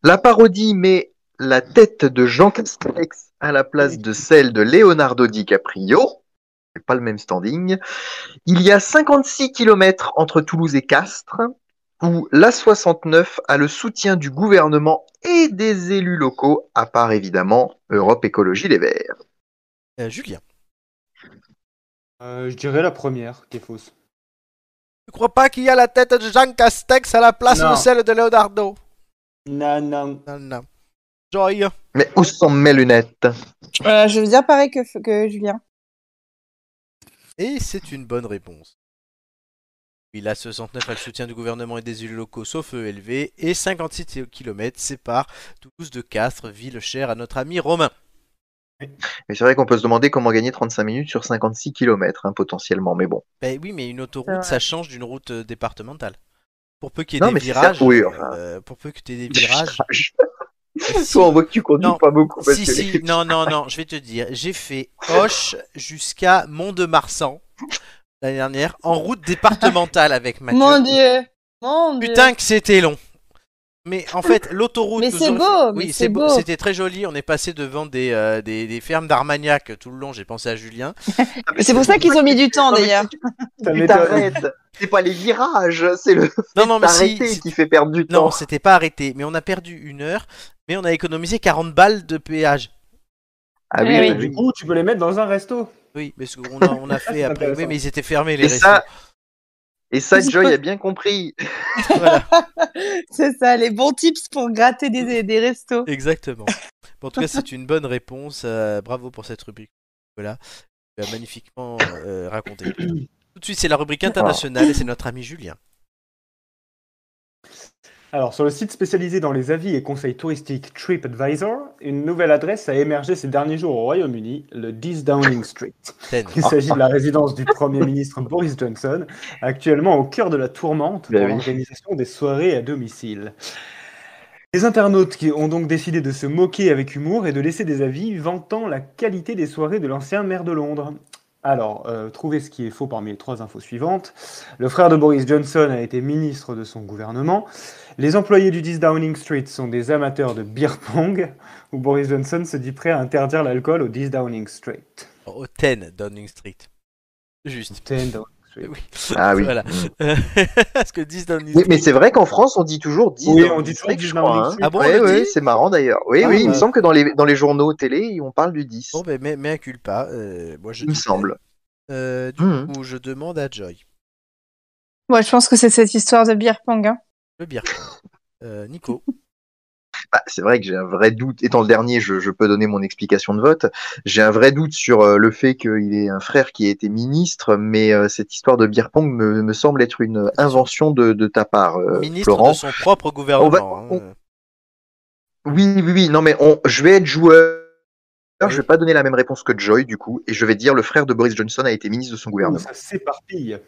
Speaker 8: La parodie met la tête de Jean Castex à la place de celle de Leonardo DiCaprio. C'est pas le même standing. Il y a 56 kilomètres entre Toulouse et Castres, où l'A69 a le soutien du gouvernement et des élus locaux, à part évidemment Europe Écologie Les Verts.
Speaker 1: Euh, Julien,
Speaker 4: Euh, je dirais la première qui est fausse.
Speaker 1: tu crois pas qu'il y a la tête de Jean Castex à la place
Speaker 4: Non.
Speaker 1: de celle de Leonardo
Speaker 4: Non, non.
Speaker 1: Non, non. Joy.
Speaker 8: Mais où sont mes lunettes
Speaker 2: Euh, je veux dire pareil que, que Julien.
Speaker 1: Et c'est une bonne réponse. Il a 69 à le soutien du gouvernement et des élus locaux, sauf ELV, et 56 km séparent Toulouse de Castres, ville chère à notre ami Romain.
Speaker 8: Mais c'est vrai qu'on peut se demander comment gagner 35 minutes sur 56 kilomètres, hein, potentiellement. Mais bon.
Speaker 1: Ben oui, mais une
Speaker 2: C'est
Speaker 1: autoroute,
Speaker 2: vrai.
Speaker 1: ça change d'une route euh, départementale. Pour peu qu'il y ait
Speaker 8: Non,
Speaker 1: des
Speaker 8: mais c'est ça,
Speaker 1: virages,
Speaker 8: oui, enfin.
Speaker 1: euh, pour peu que tu aies des virages. si-
Speaker 8: Toi, on voit que tu conduis
Speaker 1: Non.
Speaker 8: pas beaucoup. parce
Speaker 1: si,
Speaker 8: que-
Speaker 1: si, non, non, non, je vais te dire, j'ai fait Hoche jusqu'à Mont-de-Marsan l'année dernière, en route départementale avec Mathieu.
Speaker 2: Mon dieu Mon dieu
Speaker 1: Putain que c'était long. Mais en fait, l'autoroute.
Speaker 2: Mais
Speaker 1: nous
Speaker 2: c'est
Speaker 1: ont-
Speaker 2: beau, mais
Speaker 1: Oui,
Speaker 2: c'est
Speaker 1: c'est beau.
Speaker 2: beau.
Speaker 1: C'était très joli. On est passé devant des, euh, des, des fermes d'Armagnac tout le long. J'ai pensé à Julien.
Speaker 2: C'est pour ça qu'ils ont mis du temps d'ailleurs.
Speaker 4: Ça
Speaker 8: Tu
Speaker 4: m'étonne.
Speaker 8: t'arrêtes. C'est pas les virages, c'est le
Speaker 1: Non, non, mais si.
Speaker 8: t'arrêter
Speaker 1: si-
Speaker 8: qui fait perdre du
Speaker 1: Non,
Speaker 8: temps.
Speaker 1: c'était pas arrêté. Mais on a perdu une heure. Mais on a économisé 40 balles de péage.
Speaker 8: Ah
Speaker 2: Eh oui.
Speaker 4: Du coup, tu peux les mettre dans un resto.
Speaker 1: Oui, mais ce qu'on a, on a fait après. Oui,
Speaker 4: intéressant.
Speaker 1: mais ils étaient fermés les
Speaker 8: Ah, Et
Speaker 1: restos.
Speaker 8: ça, et ça,
Speaker 2: C'est
Speaker 8: Joy
Speaker 2: pas-
Speaker 8: a bien compris.
Speaker 1: Voilà,
Speaker 2: C'est ça, les bons tips pour gratter des, des, des restos.
Speaker 1: exactement. Bon, en tout cas, c'est une bonne réponse. Euh, bravo pour cette rubrique. Voilà. Tu as magnifiquement euh, raconté. Tout de suite, c'est la rubrique internationale et c'est notre ami Julien.
Speaker 4: Alors, sur le site spécialisé dans les avis et conseils touristiques TripAdvisor, une nouvelle adresse a émergé ces derniers jours au Royaume-Uni, le 10 Downing Street.
Speaker 1: Ten.
Speaker 8: Ah.
Speaker 4: Il s'agit de la résidence du Premier ministre Boris Johnson, actuellement au cœur de la tourmente
Speaker 8: Bah
Speaker 4: pour
Speaker 8: oui.
Speaker 4: l'organisation des soirées à domicile. Les internautes qui ont donc décidé de se moquer avec humour et de laisser des avis vantant la qualité des soirées de l'ancien maire de Londres. Alors, euh, trouvez ce qui est faux parmi les trois infos suivantes. Le frère de Boris Johnson a été ministre de son gouvernement. Les employés du 10 Downing Street sont des amateurs de beer pong, où Boris Johnson se dit prêt à interdire l'alcool au 10 Downing Street.
Speaker 1: au 10 Oh, Downing Street. Juste. Eh
Speaker 4: 10 Downing Street.
Speaker 1: Oui.
Speaker 8: Ah oui.
Speaker 1: Voilà. Parce que 10 Downing
Speaker 8: Oui,
Speaker 1: Street.
Speaker 8: mais c'est vrai qu'en France, on dit toujours 10
Speaker 4: Oui,
Speaker 8: dans
Speaker 4: on
Speaker 8: le
Speaker 4: dit toujours
Speaker 8: district,
Speaker 4: 10
Speaker 8: je
Speaker 4: dans le
Speaker 8: crois. hein.
Speaker 4: district.
Speaker 1: Ah bon, on
Speaker 8: Ouais,
Speaker 1: le
Speaker 8: ouais,
Speaker 1: dit
Speaker 8: c'est marrant d'ailleurs. Oui,
Speaker 4: Ah,
Speaker 8: oui, il me
Speaker 4: bah.
Speaker 8: semble que dans les, dans les journaux télé, on parle du 10.
Speaker 1: Bon, ben, mais, mais inculpa. euh, moi, je
Speaker 8: il me
Speaker 1: dis-
Speaker 8: semble.
Speaker 1: Euh, du
Speaker 8: Mhm.
Speaker 1: coup, je demande à Joy.
Speaker 2: Moi, je pense que c'est cette histoire de beer pong. Hein.
Speaker 1: Le beer. Euh, Nico.
Speaker 8: Bah, c'est vrai que j'ai un vrai doute. Étant le dernier, je, je peux donner mon explication de vote. J'ai un vrai doute sur euh, le fait qu'il ait un frère qui a été ministre, mais euh, cette histoire de beer pong me, me semble être une invention de, de ta part, euh,
Speaker 1: ministre
Speaker 8: Florent. Oh, bah,
Speaker 1: de son propre gouvernement.
Speaker 8: On va-
Speaker 1: hein.
Speaker 8: on- Oui, oui, oui, non, mais on, je vais être joueur. Je vais pas donner la même réponse que Joy, du coup, et je vais dire le frère de Boris Johnson a été ministre de son gouvernement.
Speaker 4: Ça s'éparpille.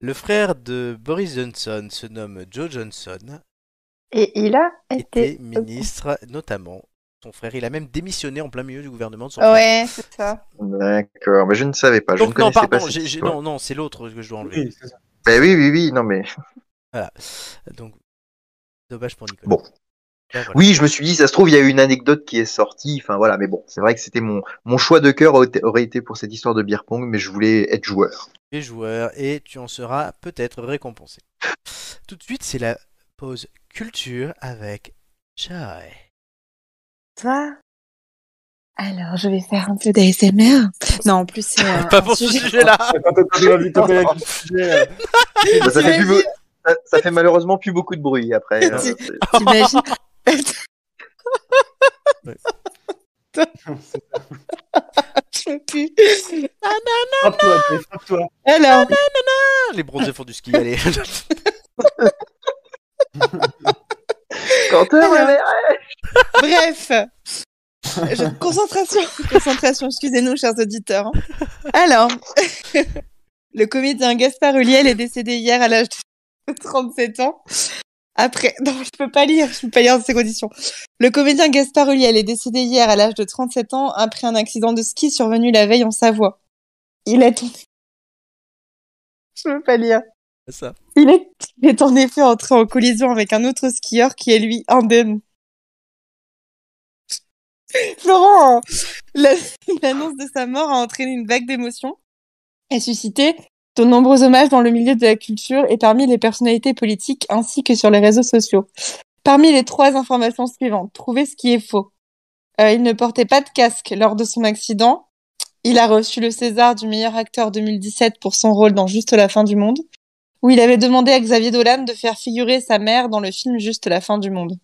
Speaker 1: Le frère de Boris Johnson se nomme Joe Johnson.
Speaker 9: Et il a
Speaker 1: Était ministre, notamment, Son frère, il a même démissionné en plein milieu du gouvernement de son frère.
Speaker 2: Ouais, c'est ça.
Speaker 8: D'accord, mais je ne savais pas. Ah, Je ne
Speaker 1: Donc non,
Speaker 8: connaissais pas
Speaker 1: pardon,
Speaker 8: cette
Speaker 1: j'ai- j'ai-
Speaker 8: histoire.
Speaker 1: non, non, c'est l'autre que je dois enlever.
Speaker 8: Ben oui, oui, oui, non mais.
Speaker 1: Voilà. Donc, dommage pour Nicolas.
Speaker 8: Bon.
Speaker 1: Ben, voilà.
Speaker 8: Oui, je me suis dit, ça se trouve, il y a eu une anecdote qui est sortie. Enfin voilà, mais bon, c'est vrai que c'était mon mon choix de cœur aurait- aurait été pour cette histoire de beer pong, mais je voulais être joueur.
Speaker 1: les joueurs et tu en seras peut-être récompensé. Tout de suite, c'est la pause culture avec Joy.
Speaker 2: Toi Alors, je vais faire un peu d'ASMR. Non, en plus, c'est. euh,
Speaker 1: Pas
Speaker 2: un
Speaker 1: pour ce
Speaker 2: sujet-
Speaker 1: sujet-là.
Speaker 8: Bah, ça, fait plus
Speaker 2: T'imagines-
Speaker 8: beau- ça- ça fait malheureusement plus beaucoup de bruit après. hein. C'est-
Speaker 2: T'imagines Je peux plus.
Speaker 4: Frappe-toi, Jay, frappe-toi.
Speaker 2: Alors,
Speaker 1: Ah, les bronzés font du ski, allez.
Speaker 8: Quentin, ouais, ouais.
Speaker 2: bref. Je- Concentration, concentration, excusez-nous, chers auditeurs. Alors, le comédien Gaspard Ulliel est décédé hier à l'âge de 37 ans. Après, non, je peux pas lire, je peux pas lire dans ces conditions. Le comédien Gaspard Ulliel est décédé hier à l'âge de 37 ans après un accident de ski survenu la veille en Savoie. Il est tombé. Je peux pas lire.
Speaker 1: Ça.
Speaker 2: Il est, il est en effet entré en collision avec un autre skieur qui est lui indemne. Florent, la- l'annonce de sa mort a entraîné une vague d'émotions et suscité de nombreux hommages dans le milieu de la culture et parmi les personnalités politiques ainsi que sur les réseaux sociaux. Parmi les trois informations suivantes, trouvez ce qui est faux. Euh, il ne portait pas de casque lors de son accident. Il a reçu le César du meilleur acteur 2017 pour son rôle dans Juste la fin du monde où il avait demandé à Xavier Dolan de faire figurer sa mère dans le film Juste la fin du monde.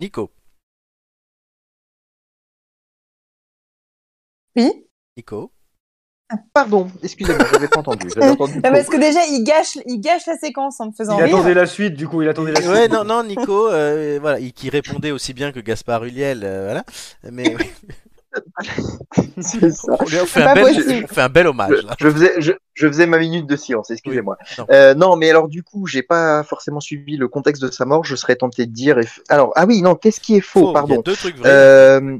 Speaker 1: Nico,
Speaker 2: Oui
Speaker 1: Nico.
Speaker 8: Pardon, excusez-moi, je n'avais pas entendu. J'avais entendu
Speaker 1: Ah,
Speaker 2: parce que déjà, il gâche, il gâche la séquence en me faisant
Speaker 4: Il
Speaker 2: rire.
Speaker 4: attendait la suite, du coup, il attendait la suite.
Speaker 1: Ouais, non, non, Nico, euh, voilà, il- qui répondait aussi bien que Gaspard Ulliel, euh, voilà. Mais oui,
Speaker 8: c'est ça.
Speaker 1: on lui a fait
Speaker 2: pas
Speaker 1: un bel,
Speaker 2: possible.
Speaker 1: on fait un bel hommage.
Speaker 8: Je,
Speaker 1: Ah, là.
Speaker 8: je faisais, je, je faisais ma minute de silence, excusez-moi.
Speaker 1: Oui, non.
Speaker 8: Euh, non. mais alors du coup, j'ai pas forcément suivi le contexte de sa mort. Je serais tenté de dire. eff- Alors, ah oui, non, qu'est-ce qui est faux,
Speaker 1: Faux, Il y a
Speaker 8: pardon.
Speaker 1: deux trucs vrais.
Speaker 8: Euh,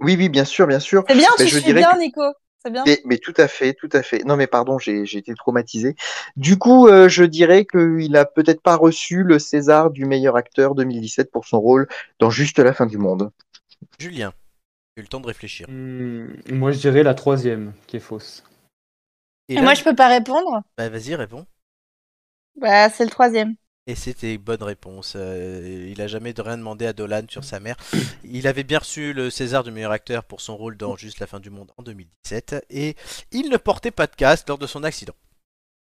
Speaker 8: oui, oui, bien sûr, bien sûr.
Speaker 2: C'est bien,
Speaker 8: Mais
Speaker 2: tu
Speaker 8: je
Speaker 2: suis
Speaker 8: dirais
Speaker 2: bien,
Speaker 8: que-
Speaker 2: Nico. C'est bien.
Speaker 8: Mais, mais tout à fait, tout à fait. Non, mais pardon, j'ai j'ai été traumatisé. Du coup, euh, je dirais qu'il a peut-être pas reçu le César du meilleur acteur 2017 pour son rôle dans Juste la fin du monde.
Speaker 1: Julien, tu as eu le temps de réfléchir.
Speaker 4: Hmm, moi, je dirais la troisième, qui est fausse.
Speaker 1: Et
Speaker 2: Et
Speaker 1: là,
Speaker 2: moi, je peux pas répondre.
Speaker 1: bah, vas-y, réponds.
Speaker 2: Bah, c'est le troisième.
Speaker 1: Et c'était une bonne réponse. Euh, il a jamais de rien demandé à Dolan sur sa mère. Il avait bien reçu le César du meilleur acteur pour son rôle dans Juste la fin du monde en 2017. Et il ne portait pas de casque lors de son accident.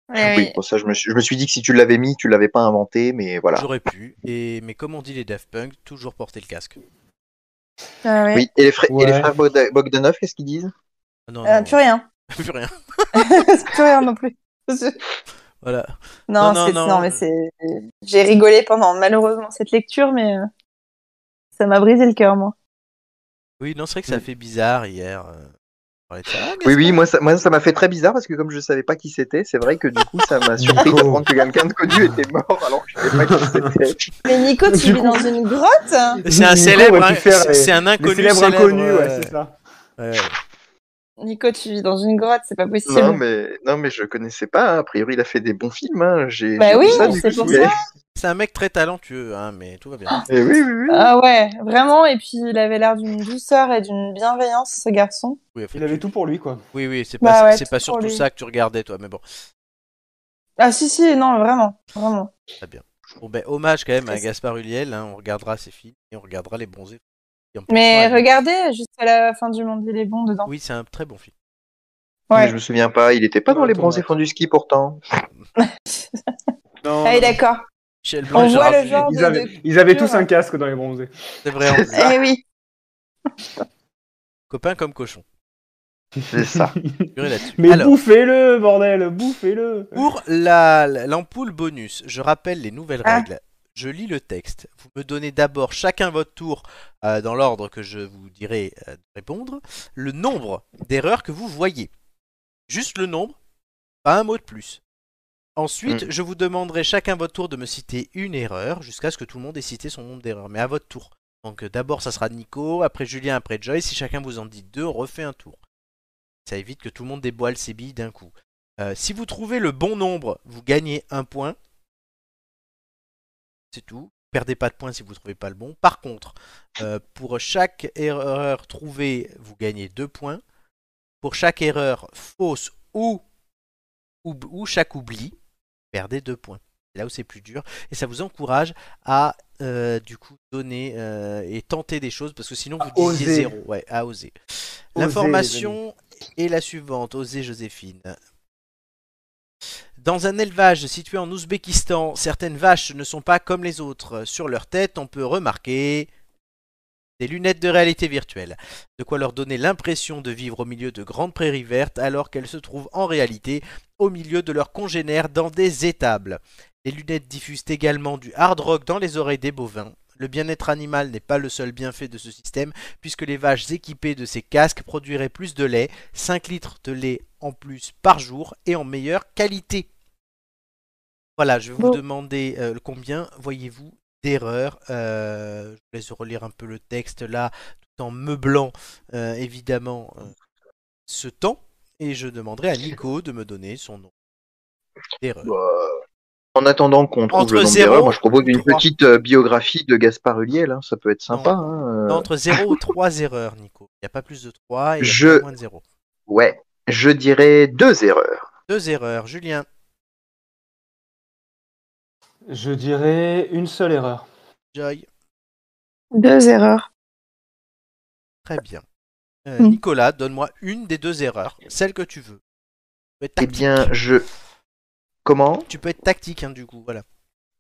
Speaker 2: Ouais,
Speaker 8: Eh Oui, pour ça, je me, suis, je me suis dit que si tu l'avais mis, tu l'avais pas inventé, mais voilà.
Speaker 1: J'aurais pu. Et... Mais comme on dit les Daft Punk, toujours porter le casque.
Speaker 2: Ah ouais.
Speaker 8: Oui, et les, frères- et les
Speaker 4: Ouais.
Speaker 8: frères Bogda- Bogdanov, qu'est-ce qu'ils disent
Speaker 1: Non,
Speaker 2: Euh,
Speaker 1: non,
Speaker 2: plus rien.
Speaker 1: plus rien.
Speaker 2: plus rien non plus.
Speaker 1: Voilà. Non,
Speaker 2: Non,
Speaker 1: non,
Speaker 2: c'est-
Speaker 1: non.
Speaker 2: non, mais c'est. J'ai rigolé pendant malheureusement cette lecture, mais euh, ça m'a brisé le cœur, moi.
Speaker 1: Oui, non, c'est vrai que ça
Speaker 4: Mm.
Speaker 1: fait bizarre hier. euh, on parlait de ça. Ah,
Speaker 8: Oui,
Speaker 1: Gaspard,
Speaker 8: oui, moi ça, moi ça m'a fait très bizarre parce que comme je savais pas qui c'était, c'est vrai que du coup ça m'a surpris d'apprendre que quelqu'un de connu était mort alors que je savais pas qui c'était.
Speaker 2: Mais Nico, tu
Speaker 4: Du
Speaker 2: vis
Speaker 4: coup-
Speaker 2: dans une grotte
Speaker 1: Ah. C'est un
Speaker 4: Nico
Speaker 1: célèbre.
Speaker 4: aurait pu
Speaker 1: hein,
Speaker 4: faire
Speaker 1: c'est-
Speaker 4: les-
Speaker 1: C'est un inconnu.
Speaker 4: Les célèbres
Speaker 1: célèbre,
Speaker 4: inconnus, ouais,
Speaker 1: ouais.
Speaker 4: c'est ça.
Speaker 1: Ouais, ouais.
Speaker 2: Nico, tu vis dans une grotte, c'est pas possible.
Speaker 8: Non mais, non mais je connaissais pas, hein. a priori il a fait des bons films, hein. j'ai
Speaker 2: Bah
Speaker 8: j'ai
Speaker 2: oui,
Speaker 8: vu ça, du
Speaker 2: c'est
Speaker 8: coup,
Speaker 2: pour
Speaker 8: je voulais-
Speaker 1: C'est un mec très talentueux, hein, mais tout va bien.
Speaker 8: Eh oui, oui, oui.
Speaker 2: Ah ouais, vraiment. Et puis il avait l'air d'une douceur et d'une bienveillance, ce garçon.
Speaker 1: Oui, enfin,
Speaker 4: Il avait
Speaker 1: tu-
Speaker 4: tout pour lui, quoi.
Speaker 1: oui, oui, c'est
Speaker 2: Bah
Speaker 1: pas,
Speaker 2: ouais,
Speaker 1: c'est
Speaker 2: tout
Speaker 1: pas
Speaker 2: pour
Speaker 1: surtout
Speaker 2: lui.
Speaker 1: ça que tu regardais, toi, mais bon.
Speaker 2: Ah si si, non, vraiment, vraiment.
Speaker 1: Bon ben, hommage quand même à
Speaker 2: Très-
Speaker 1: Gaspard Ulliel, hein, on regardera ses films et on regardera les bronzés. Et on
Speaker 2: Mais
Speaker 1: pensera à lui.
Speaker 2: regardez, juste à la fin du monde, il est bon dedans.
Speaker 1: Oui, c'est un très bon film.
Speaker 8: Mais
Speaker 2: Ouais.
Speaker 8: je me souviens pas, il était pas dans les
Speaker 4: Attends,
Speaker 8: bronzés
Speaker 4: attends.
Speaker 8: fonds du ski pourtant.
Speaker 4: Non,
Speaker 2: Ah,
Speaker 4: non,
Speaker 2: d'accord.
Speaker 1: Michel
Speaker 2: On
Speaker 1: Blanc,
Speaker 2: voit
Speaker 1: Gérard
Speaker 2: le
Speaker 1: Jugnot,
Speaker 2: genre
Speaker 4: ils
Speaker 2: de-
Speaker 4: avaient,
Speaker 2: de
Speaker 4: ils avaient
Speaker 2: culture.
Speaker 4: tous un casque dans les bronzés.
Speaker 1: c'est vrai, on est
Speaker 2: Eh oui.
Speaker 1: copains comme cochons.
Speaker 8: C'est ça.
Speaker 1: Durez là-dessus.
Speaker 4: Mais
Speaker 1: Alors,
Speaker 4: bouffez-le, bordel, bouffez-le.
Speaker 1: pour la l'ampoule bonus, je rappelle les nouvelles
Speaker 2: Ah.
Speaker 1: règles. Je lis le texte. Vous me donnez d'abord chacun votre tour euh, dans l'ordre que je vous dirai euh, de répondre. Le nombre d'erreurs que vous voyez. Juste le nombre, pas un mot de plus. Ensuite, je vous demanderai chacun votre tour de me citer une erreur jusqu'à ce que tout le monde ait cité son nombre d'erreurs, mais à votre tour. Donc euh, d'abord, ça sera Nico, après Julien, après Joy. Si chacun vous en dit deux, on refait un tour. Ça évite que tout le monde déboile ses billes d'un coup. Euh, si vous trouvez le bon nombre, vous gagnez un point. C'est tout. Perdez pas de points si vous trouvez pas le bon. Par contre, euh, pour chaque erreur trouvée, vous gagnez deux points. Pour chaque erreur fausse ou, ou, ou chaque oubli, perdez deux points. C'est là où c'est plus dur. Et ça vous encourage à euh, du coup donner euh, et tenter des choses parce que sinon
Speaker 4: À
Speaker 1: vous disiez
Speaker 4: oser.
Speaker 1: zéro. Ouais, à oser.
Speaker 4: Oser,
Speaker 1: L'information est la suivante. Osez Joséphine. Dans un élevage situé en Ouzbékistan, certaines vaches ne sont pas comme les autres. Sur leur tête, on peut remarquer des lunettes de réalité virtuelle, de quoi leur donner l'impression de vivre au milieu de grandes prairies vertes alors qu'elles se trouvent en réalité au milieu de leurs congénères dans des étables. Les lunettes diffusent également du hard rock dans les oreilles des bovins. Le bien-être animal n'est pas le seul bienfait de ce système, puisque les vaches équipées de ces casques produiraient plus de lait, 5 litres de lait en plus par jour et en meilleure qualité. Voilà, je vais vous
Speaker 2: Bon.
Speaker 1: demander euh, combien voyez-vous d'erreurs. Euh, je vous laisse relire un peu le texte là, tout en meublant euh, évidemment euh, ce temps, et je demanderai à Nico de me donner son nom d'erreur.
Speaker 8: Bah, En attendant qu'on trouve
Speaker 1: Entre
Speaker 8: le nombre
Speaker 1: zéro
Speaker 8: d'erreurs, moi je propose une
Speaker 1: trois.
Speaker 8: petite euh, biographie de Gaspard Ulliel, hein, ça peut être sympa. hein, euh.
Speaker 1: Entre 0 ou 3 erreurs, Nico. Il n'y a pas plus de 3 et il y a
Speaker 8: Je-
Speaker 1: pas moins de 0.
Speaker 8: Ouais, je dirais deux erreurs.
Speaker 1: Deux erreurs, Julien.
Speaker 4: Je dirais une seule erreur.
Speaker 1: Joy,
Speaker 2: Deux erreurs.
Speaker 1: très bien. Euh,
Speaker 2: Mm.
Speaker 1: Nicolas, donne-moi une des deux erreurs, celle que tu veux. Tu peux être
Speaker 8: Eh
Speaker 1: tactique,
Speaker 8: bien, je. Comment
Speaker 1: tu peux être tactique hein, du coup, voilà.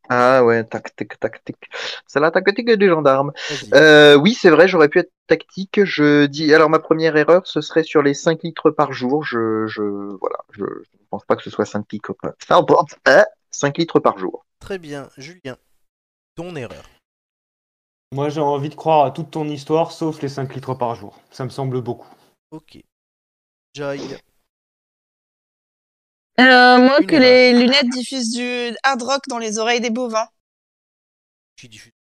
Speaker 8: Ah ouais, tactique, tactique. C'est la tactique du gendarme.
Speaker 1: Vas-y.
Speaker 8: Euh, oui, c'est vrai, j'aurais pu être tactique. Je dis. Alors, ma première erreur, ce serait sur les 5 litres par jour. Je. je... Voilà, je je ne pense pas que ce soit 5 litres. Ça emporte 5 hein, litres par jour.
Speaker 1: Très bien, Julien. Ton erreur.
Speaker 4: Moi, j'ai envie de croire à toute ton histoire, sauf les 5 litres par jour. Ça me semble beaucoup.
Speaker 1: Ok. Joy,
Speaker 2: Euh, moi,
Speaker 1: Une
Speaker 2: que
Speaker 1: erreur.
Speaker 2: les lunettes diffusent du hard rock dans les oreilles des bovins.
Speaker 1: tu diffuses.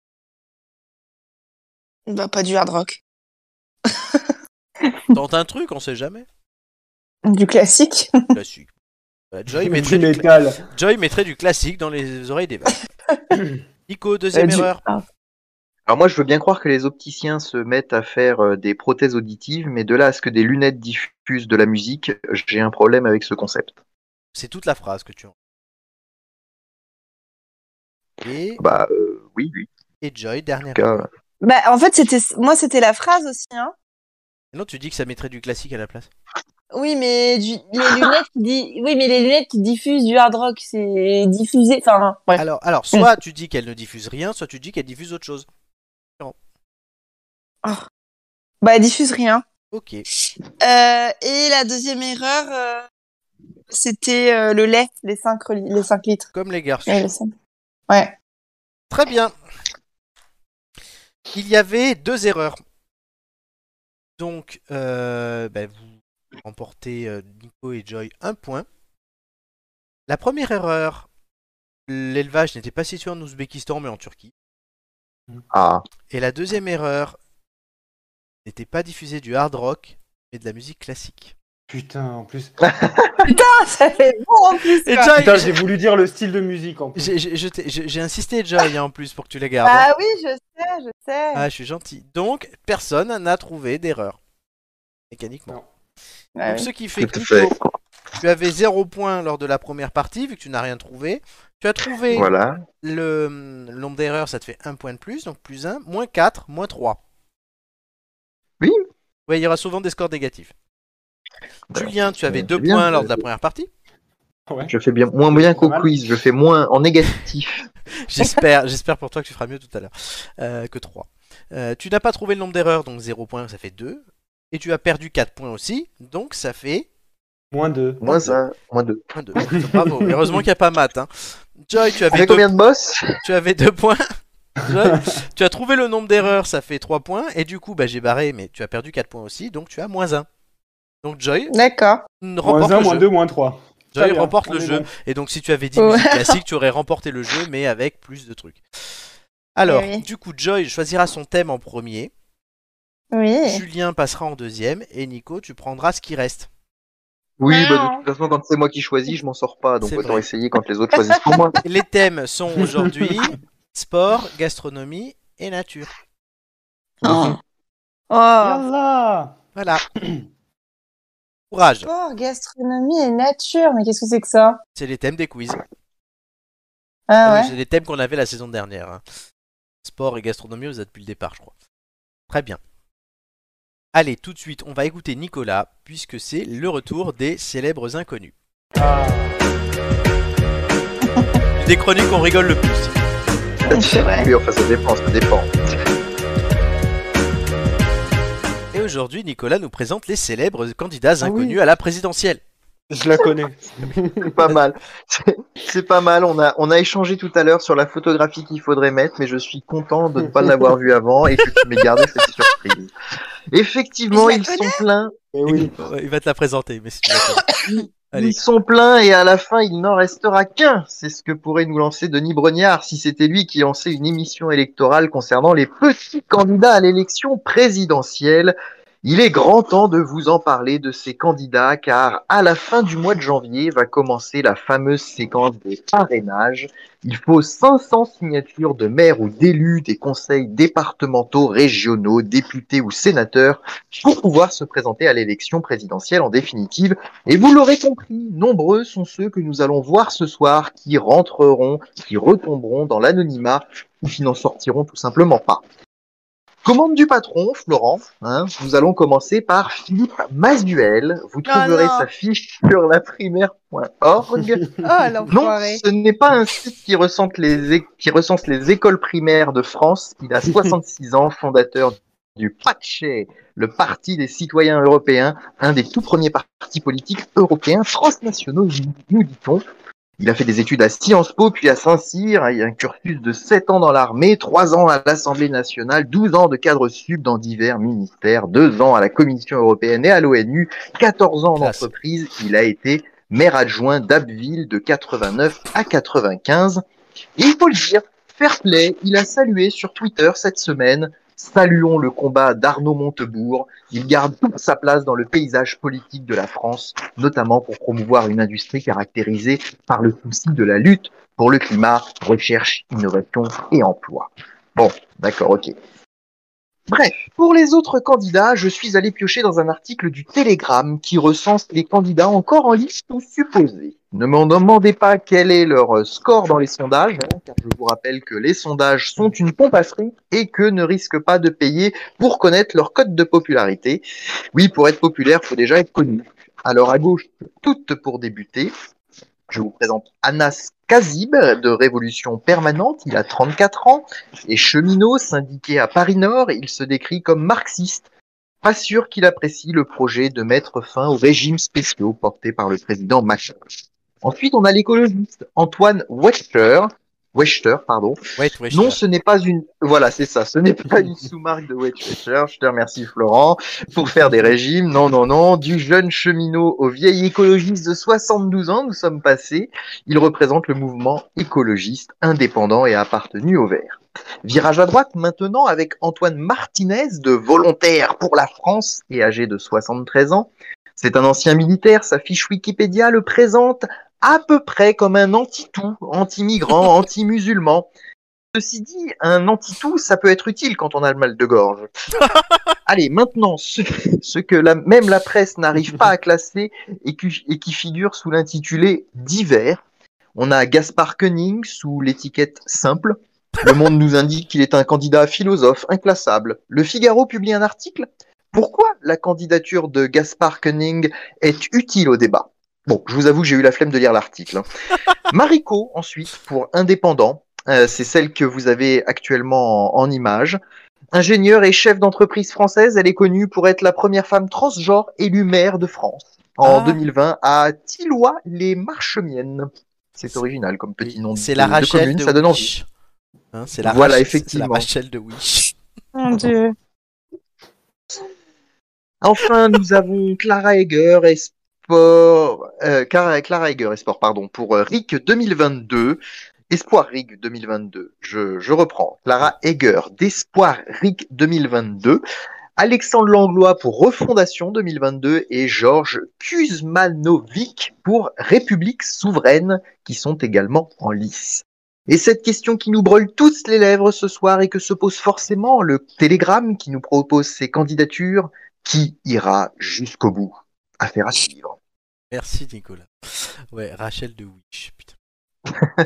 Speaker 2: Bah, pas du hard rock.
Speaker 1: Tente un truc, on sait jamais.
Speaker 2: Du classique.
Speaker 1: Classique. Voilà, Joy,
Speaker 4: Du
Speaker 1: mettrait du cla-
Speaker 4: métal.
Speaker 1: Joy mettrait du classique dans les oreilles des vaches. Nico,
Speaker 2: Euh,
Speaker 1: deuxième
Speaker 8: Eh,
Speaker 2: du-
Speaker 1: erreur.
Speaker 2: Ah.
Speaker 8: Alors, moi, je veux bien croire que les opticiens se mettent à faire euh, des prothèses auditives, mais de là à ce que des lunettes diffusent de la musique, j'ai un problème avec ce concept.
Speaker 1: C'est toute la phrase que tu as. Et,
Speaker 8: Bah, euh, oui, oui.
Speaker 1: et Joy, dernière.
Speaker 8: En tout cas,
Speaker 2: Bah, en fait, c'était moi, c'était la phrase aussi. Hein.
Speaker 1: Non, tu dis que ça mettrait du classique à la place.
Speaker 2: Oui, mais du- les lunettes qui di- oui, mais les lunettes qui diffusent du hard rock, c'est diffusé. Enfin, bref.
Speaker 1: Alors, alors soit tu dis qu'elle ne diffuse rien, soit tu dis qu'elle diffuse autre chose.
Speaker 2: Bah, elles diffusent rien.
Speaker 1: Ok.
Speaker 2: Euh, et la deuxième erreur, euh, c'était euh, le lait, les 5 les cinq litres.
Speaker 1: Comme les garçons.
Speaker 2: Ouais, les cinq.
Speaker 1: Très bien. Il y avait deux erreurs. Donc, euh, bah, vous remportez, euh, Nico et Joy, un point. La première erreur, l'élevage n'était pas situé en Ouzbékistan, mais en Turquie.
Speaker 8: ah,
Speaker 1: Et la deuxième erreur n'était pas diffusée du hard rock, mais de la musique classique.
Speaker 4: Putain, en plus.
Speaker 2: Ah, ça fait bon en plus.
Speaker 1: Et
Speaker 2: quoi.
Speaker 4: Putain, j'ai
Speaker 1: Joy
Speaker 4: voulu dire le style de musique en plus.
Speaker 1: j'ai- j'ai- je t'ai- J'ai j'ai insisté, Joy, hein, en plus, pour que tu la gardes. hein.
Speaker 2: Ah oui, je sais, je sais.
Speaker 1: Ah, je suis gentil. Donc, personne n'a trouvé d'erreur. Mécaniquement.
Speaker 2: Ouais,
Speaker 1: Donc,
Speaker 2: oui.
Speaker 1: ce qui fait que
Speaker 8: tout à fait.
Speaker 1: Nico, tu avais 0 point lors de la première partie, vu que tu n'as rien trouvé. Tu as trouvé
Speaker 8: Voilà.
Speaker 1: le le nombre d'erreurs, ça te fait 1 point de plus, donc plus 1, moins 4, moins 3.
Speaker 8: Oui.
Speaker 1: Ouais, il y aura souvent des scores négatifs.
Speaker 8: Bah,
Speaker 1: Julien, tu avais
Speaker 8: c'est
Speaker 1: 2
Speaker 8: bien,
Speaker 1: points lors
Speaker 8: euh,
Speaker 1: de la première partie.
Speaker 8: Je fais bien moins bien qu'au
Speaker 4: Pas mal.
Speaker 8: quiz, je fais moins en négatif.
Speaker 1: J'espère, j'espère pour toi que tu feras mieux tout à l'heure euh, que 3. tu n'as pas trouvé le nombre d'erreurs, donc 0 points, ça fait 2. Et tu as perdu 4 points aussi, donc ça fait
Speaker 4: Moins deux.
Speaker 8: Moins un, moins deux.
Speaker 1: 1, 2. Bravo, Et heureusement qu'il n'y a pas maths. hein. Joy, tu
Speaker 8: On
Speaker 1: avais, 2,
Speaker 8: fait combien de boss
Speaker 1: tu avais 2 points. Joy, tu as trouvé le nombre d'erreurs, ça fait 3 points. Et du coup, bah, j'ai barré, mais tu as perdu 4 points aussi, donc tu as moins 1. Donc Joy
Speaker 2: D'accord.
Speaker 1: remporte
Speaker 4: Moins un,
Speaker 1: le
Speaker 4: moins
Speaker 1: jeu.
Speaker 4: deux, moins trois.
Speaker 1: Joy
Speaker 4: Très bien,
Speaker 1: remporte
Speaker 4: on
Speaker 1: le
Speaker 4: est
Speaker 1: jeu.
Speaker 4: bon.
Speaker 1: Et donc si tu avais dit
Speaker 2: Ouais.
Speaker 1: musique classique, tu aurais remporté le jeu, mais avec plus de trucs. Alors,
Speaker 2: Eh
Speaker 11: Oui.
Speaker 1: du coup, Joy choisira son thème en premier.
Speaker 2: Eh.
Speaker 11: Oui.
Speaker 1: Julien passera en deuxième. Et Nico, tu prendras ce qui reste.
Speaker 8: Oui,
Speaker 1: Ouais.
Speaker 8: bah, de toute façon, quand c'est moi qui choisis, je m'en sors pas, donc
Speaker 1: C'est
Speaker 8: autant
Speaker 1: vrai.
Speaker 8: essayer quand les autres choisissent pour moi.
Speaker 1: Les thèmes sont aujourd'hui sport, gastronomie et nature.
Speaker 4: Ah.
Speaker 2: Oh,
Speaker 1: Voilà. Courage.
Speaker 2: Sport, gastronomie et nature, mais qu'est-ce que c'est que ça
Speaker 1: C'est les thèmes des quiz.
Speaker 2: Ah
Speaker 1: Euh,
Speaker 2: ouais.
Speaker 1: C'est les thèmes qu'on avait la saison dernière. hein. Sport et gastronomie, vous êtes depuis le départ, je crois. Très bien. Allez, tout de suite, on va écouter Nicolas, puisque c'est le retour des célèbres inconnus.
Speaker 4: Ah.
Speaker 1: Des chroniques, on rigole le plus.
Speaker 8: Oui, enfin, ça dépend, ça dépend.
Speaker 1: Et aujourd'hui, Nicolas nous présente les célèbres
Speaker 8: Ah
Speaker 1: candidats inconnus à la présidentielle. Je la connais.
Speaker 8: C'est pas mal. C'est- C'est pas mal. On a, on a échangé tout à l'heure sur la photographie qu'il faudrait mettre, mais je suis content de ne pas l'avoir vue avant et que tu m'aies gardé cette surprise. Effectivement, ils sont pleins.
Speaker 1: Il va te la présenter, mais si tu veux.
Speaker 8: Ils sont pleins et à la fin, il n'en restera qu'un. C'est ce que pourrait nous lancer Denis Brognard si c'était lui qui lançait une émission électorale concernant les petits candidats à l'élection présidentielle. Il est grand temps de vous en parler de ces candidats car à la fin du mois de janvier va commencer la fameuse séquence des parrainages. Il faut 500 signatures de maires ou d'élus des conseils départementaux, régionaux, députés ou sénateurs pour pouvoir se présenter à l'élection présidentielle en définitive. Et vous l'aurez compris, nombreux sont ceux que nous allons voir ce soir qui rentreront, qui retomberont dans l'anonymat ou qui n'en sortiront tout simplement pas. Commande du patron, Florent. hein, nous allons commencer par Philippe Masduel. Vous
Speaker 5: Ah
Speaker 8: trouverez
Speaker 5: non.
Speaker 8: sa fiche sur laprimaire.org.
Speaker 2: oh,
Speaker 5: Ah,
Speaker 8: non,
Speaker 5: l'enfoiré.
Speaker 8: ce n'est pas un site qui recense les, é- qui recense les écoles primaires de France. Il a 66 ans, fondateur du PACE, le Parti des citoyens européens, un des tout premiers partis politiques européens transnationaux, nous dit-on. Il a fait des études à Sciences Po, puis à Saint-Cyr. hein, Il y a un cursus de 7 ans dans l'armée, 3 ans à l'Assemblée nationale, 12 ans de cadre sub dans divers ministères, 2 ans à la Commission européenne et à l'ONU, 14 ans en entreprise. Il a été maire adjoint d'Abbeville de 89 à 95. Et il faut le dire, Fairplay, il a salué sur Twitter cette semaine Saluons le combat d'Arnaud Montebourg. Il garde toute sa place dans le paysage politique de la France, notamment pour promouvoir une industrie caractérisée par le souci de la lutte pour le climat, recherche, innovation et emploi. Bon, d'accord, ok. Bref, pour les autres candidats, je suis allé piocher dans un article du Télégramme qui recense les candidats encore en liste ou supposés. Ne m'en demandez pas quel est leur euh, score dans les sondages, hein, car je vous rappelle que les sondages sont une pompe à fric et que ne risquent pas de payer pour connaître leur code de popularité. Oui, pour être populaire, faut déjà être connu. Alors à gauche, toutes pour débuter, je vous présente Anas Kazib de Révolution Permanente. Il a 34 ans et cheminot syndiqué à Paris Nord. Il se décrit comme marxiste. Pas sûr qu'il apprécie le projet de mettre fin aux régimes spéciaux portés par le président Macron. Ensuite, on a l'écologiste Antoine Wechter. Wechter, pardon. Non, ce n'est pas une. Voilà, c'est ça. Ce n'est pas une sous-marque de Westchester. Je te remercie, Florent, pour faire des régimes. Non, non, non. Du jeune cheminot au vieil écologiste de 72 ans, nous sommes passés. Il représente le mouvement écologiste indépendant et a appartenu aux Verts. Virage à droite maintenant avec Antoine Martinez de Volontaire pour la France et âgé de 73 ans. C'est un ancien militaire, sa fiche Wikipédia le présente à peu près comme un anti-tout, anti-migrant, anti-musulman. Ceci dit, un anti-tout, ça peut être utile quand on a le mal de gorge. Allez, maintenant, ce, ce que la- même la presse n'arrive pas à classer et, qui- et qui figure sous l'intitulé divers, on a Gaspard Koenig sous l'étiquette simple. Le Monde nous indique qu'il est un candidat philosophe inclassable. Le Figaro publie un article. Pourquoi la candidature de Gaspard Koenig est utile au débat Bon, je vous avoue que j'ai eu la flemme de lire l'article. hein. Marico, ensuite, pour indépendant, euh, c'est celle que vous avez actuellement en, en image. Ingénieure et chef d'entreprise française, elle est connue pour être la première femme transgenre élue maire de France en
Speaker 1: Ah.
Speaker 8: 2020 à Tilloy-les-Marchemiennes. C'est original comme petit nom.
Speaker 1: C'est la Rachel
Speaker 8: commune,
Speaker 1: de
Speaker 8: ça donne envie.
Speaker 1: Wish. Hein, c'est la
Speaker 8: Voilà,
Speaker 1: Rachel-
Speaker 8: effectivement.
Speaker 1: C'est la Rachel de Wish.
Speaker 2: Mon dieu.
Speaker 8: Enfin, nous avons Clara Heger et Sport, euh, Clara, Clara Heger et Sport, pardon, pour euh, RIC 2022. Espoir Rig 2022. Je, je reprends. Clara Heger d'Espoir Rig 2022. Alexandre Langlois pour Refondation 2022 et Georges Kuzmanovic pour République souveraine qui sont également en lice. Et cette question qui nous brûle tous les lèvres ce soir et que se pose forcément le télégramme qui nous propose ses candidatures, qui ira jusqu'au bout Affaire à suivre.
Speaker 1: Merci Nicolas. Ouais, Rachel de Witch. Putain.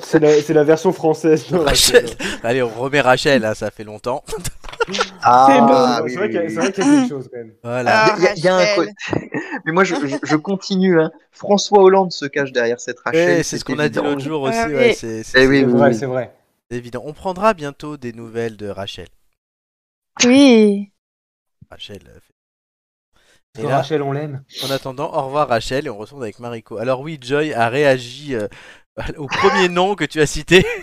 Speaker 4: C'est la, c'est la version française. de
Speaker 1: Rachel. Allez, on remet Rachel, hein, ça fait longtemps.
Speaker 8: Ah, oui,
Speaker 4: c'est vrai
Speaker 8: oui,
Speaker 4: qu'il y a-
Speaker 8: oui.
Speaker 4: c'est vrai qu'il y a quelque chose quand même.
Speaker 1: Voilà.
Speaker 8: Il y a- il y a un
Speaker 2: Rachel.
Speaker 8: côté- Mais moi, je, je- je continue. hein. François Hollande se cache derrière cette Ah, Rachel.
Speaker 1: Eh, c'est ce qu'on a dit
Speaker 8: évident.
Speaker 1: l'autre jour aussi.
Speaker 9: Ah oui.
Speaker 1: ouais, c'est c'est-
Speaker 8: Eh oui,
Speaker 4: C'est
Speaker 8: oui,
Speaker 4: vrai,
Speaker 8: oui.
Speaker 4: c'est vrai.
Speaker 1: c'est évident. On prendra bientôt des nouvelles de Rachel.
Speaker 9: Oui.
Speaker 1: Rachel. euh, fait- Et
Speaker 4: Toi,
Speaker 1: là,
Speaker 4: Rachel, on l'aime.
Speaker 1: en attendant, au revoir Rachel et on retourne avec Mariko. Alors oui, Joy a réagi euh, au premier nom que tu as cité.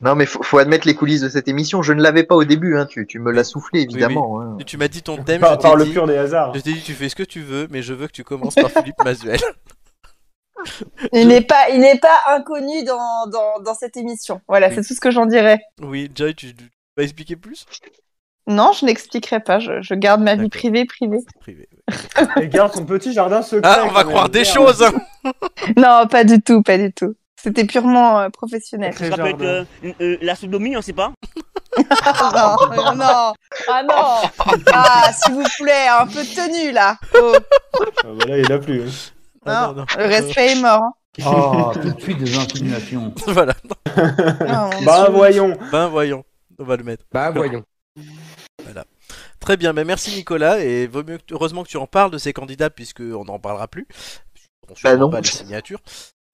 Speaker 8: Non, mais faut, faut admettre les coulisses de cette émission. Je ne l'avais pas au début. hein. Tu, tu me l'as soufflé, évidemment. hein.
Speaker 1: Tu m'as dit ton thème.
Speaker 4: Par,
Speaker 1: je
Speaker 4: par
Speaker 1: t'ai
Speaker 4: le
Speaker 1: dit-
Speaker 4: pur des hasards.
Speaker 1: Je t'ai dit, tu fais ce que tu veux, mais je veux que tu commences par Philippe Mazuel.
Speaker 2: Il n'est pas, il n'est pas inconnu dans, dans, dans cette émission. Voilà, c'est tout ce que j'en dirais.
Speaker 1: Oui, Joy, tu, tu vas expliquer plus
Speaker 2: Non, je n'expliquerai pas. Je, je garde ma vie
Speaker 1: D'accord.
Speaker 2: privée, privée.
Speaker 1: Privé.
Speaker 4: Elle garde son petit jardin secret.
Speaker 1: Ah, on va
Speaker 4: quand même.
Speaker 1: croire des
Speaker 4: Merde.
Speaker 1: choses hein.
Speaker 2: Non, pas du tout, pas du tout. C'était purement euh, professionnel.
Speaker 4: Très
Speaker 7: Ça peut
Speaker 4: jardin.
Speaker 7: être euh, une- euh, la sodomie, on sait pas.
Speaker 2: Ah non, ah non, ah non. Ah, s'il vous plaît, un peu de tenue là. Oh,
Speaker 4: Ah, bah là, il a plus. hein. Ah,
Speaker 1: Ah, non,
Speaker 2: non,
Speaker 1: non.
Speaker 2: Le respect est mort. hein.
Speaker 11: Oh, tout de suite des insinuations.
Speaker 1: Voilà.
Speaker 2: Ah, mon
Speaker 4: Bah
Speaker 2: Dieu.
Speaker 4: voyons.
Speaker 1: Ben voyons, on va le mettre.
Speaker 11: Bah voyons.
Speaker 1: Très bien, mais merci Nicolas et vaut mieux que tu- heureusement que tu en parles de ces candidats puisque on n'en parlera plus. On suivra
Speaker 8: Bah, non.
Speaker 1: pas les signatures.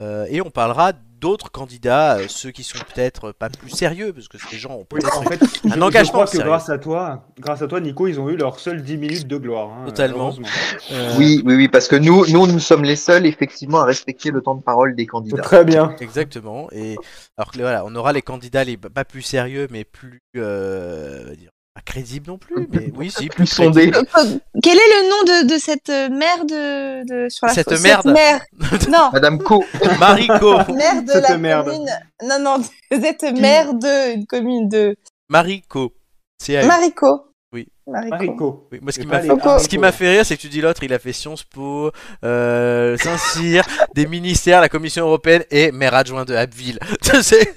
Speaker 1: Euh, et on parlera d'autres candidats, euh, ceux qui sont peut-être pas plus sérieux parce que ces gens ont
Speaker 4: Oui,
Speaker 1: peut-être
Speaker 4: en fait, je, je
Speaker 1: engagement
Speaker 4: crois que
Speaker 1: sérieux.
Speaker 4: grâce à toi, grâce à toi, Nico, ils ont eu leurs seules 10 minutes de gloire. hein,
Speaker 1: Totalement.
Speaker 4: heureusement.
Speaker 1: Euh,
Speaker 8: Oui, oui, oui, parce que nous, nous, nous sommes les seuls, effectivement, à respecter le temps de parole des candidats.
Speaker 4: Très bien.
Speaker 1: Exactement. Et alors que voilà, on aura les candidats les pas plus sérieux, mais plus euh, on va dire, pas crédibles non plus. Mais oui, si plus
Speaker 8: Plus sondés.
Speaker 1: crédibles.
Speaker 2: Quel est le nom de, de cette euh, mère de, de- sur la
Speaker 1: Cette
Speaker 2: photo
Speaker 1: merde.
Speaker 2: Cette mère. Non,
Speaker 8: Madame Co,
Speaker 1: Marico,
Speaker 2: mère de
Speaker 4: Cette
Speaker 2: la
Speaker 4: merde.
Speaker 2: commune. Non, non, de cette mère de une commune de
Speaker 1: Marico, c'est à-
Speaker 2: Marico.
Speaker 1: Oui.
Speaker 2: Marico.
Speaker 4: Marico.
Speaker 1: Oui, moi, ce qui
Speaker 4: Et
Speaker 1: m'a
Speaker 4: pas
Speaker 1: fait,
Speaker 4: les
Speaker 2: ce
Speaker 1: ce qui m'a
Speaker 4: haricots.
Speaker 1: fait rire, c'est que tu dis l'autre, il a fait Sciences Po, euh, Saint-Cyr, des ministères, la Commission européenne et maire adjoint de Abbeville. Tu sais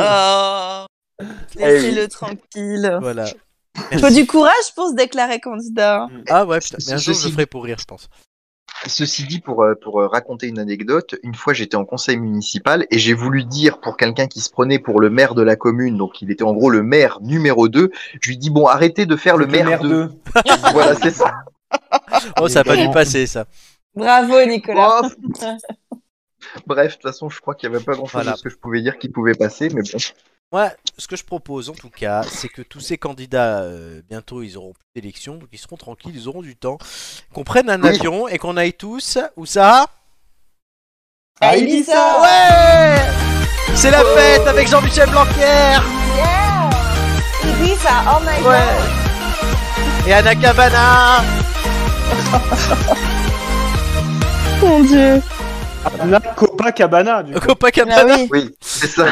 Speaker 7: Euh,
Speaker 2: Oh, laissez-le tranquille.
Speaker 1: voilà.
Speaker 2: Faut du courage pour se déclarer candidat.
Speaker 1: Ah ouais, putain, mais un
Speaker 8: Ce-
Speaker 1: jour je
Speaker 8: ceci
Speaker 1: le ferai pour rire, je pense.
Speaker 8: Ceci dit, pour, euh, pour euh, raconter une anecdote, une fois j'étais en conseil municipal et j'ai voulu dire pour quelqu'un qui se prenait pour le maire de la commune, donc il était en gros le maire numéro 2, je lui dis bon arrêtez de faire le maire,
Speaker 4: maire
Speaker 8: 2.
Speaker 4: de.
Speaker 8: voilà, c'est ça.
Speaker 1: Oh, ça a pas dû
Speaker 4: Évidemment.
Speaker 1: passer, ça.
Speaker 2: Bravo, Nicolas.
Speaker 8: Oh. Bref, de toute façon, je crois qu'il n'y avait pas grand chose
Speaker 1: Voilà.
Speaker 8: de ce que je pouvais dire qui pouvait passer, mais bon.
Speaker 1: Moi, ce que je propose en tout cas, c'est que tous ces candidats, euh, bientôt ils auront plus d'élections, donc ils seront tranquilles, ils auront du temps, qu'on prenne un
Speaker 8: Oui.
Speaker 1: avion et qu'on aille tous, où ça
Speaker 2: À Ibiza.
Speaker 1: Ouais C'est la fête avec Jean-Michel Blanquer
Speaker 2: Yeah. Ibiza, oh my god.
Speaker 1: et Anna Cabana
Speaker 2: Mon Dieu.
Speaker 4: La Ah, Copacabana, du coup.
Speaker 2: Ah
Speaker 1: Copacabana
Speaker 2: oui.
Speaker 8: Ah Oui, c'est ça.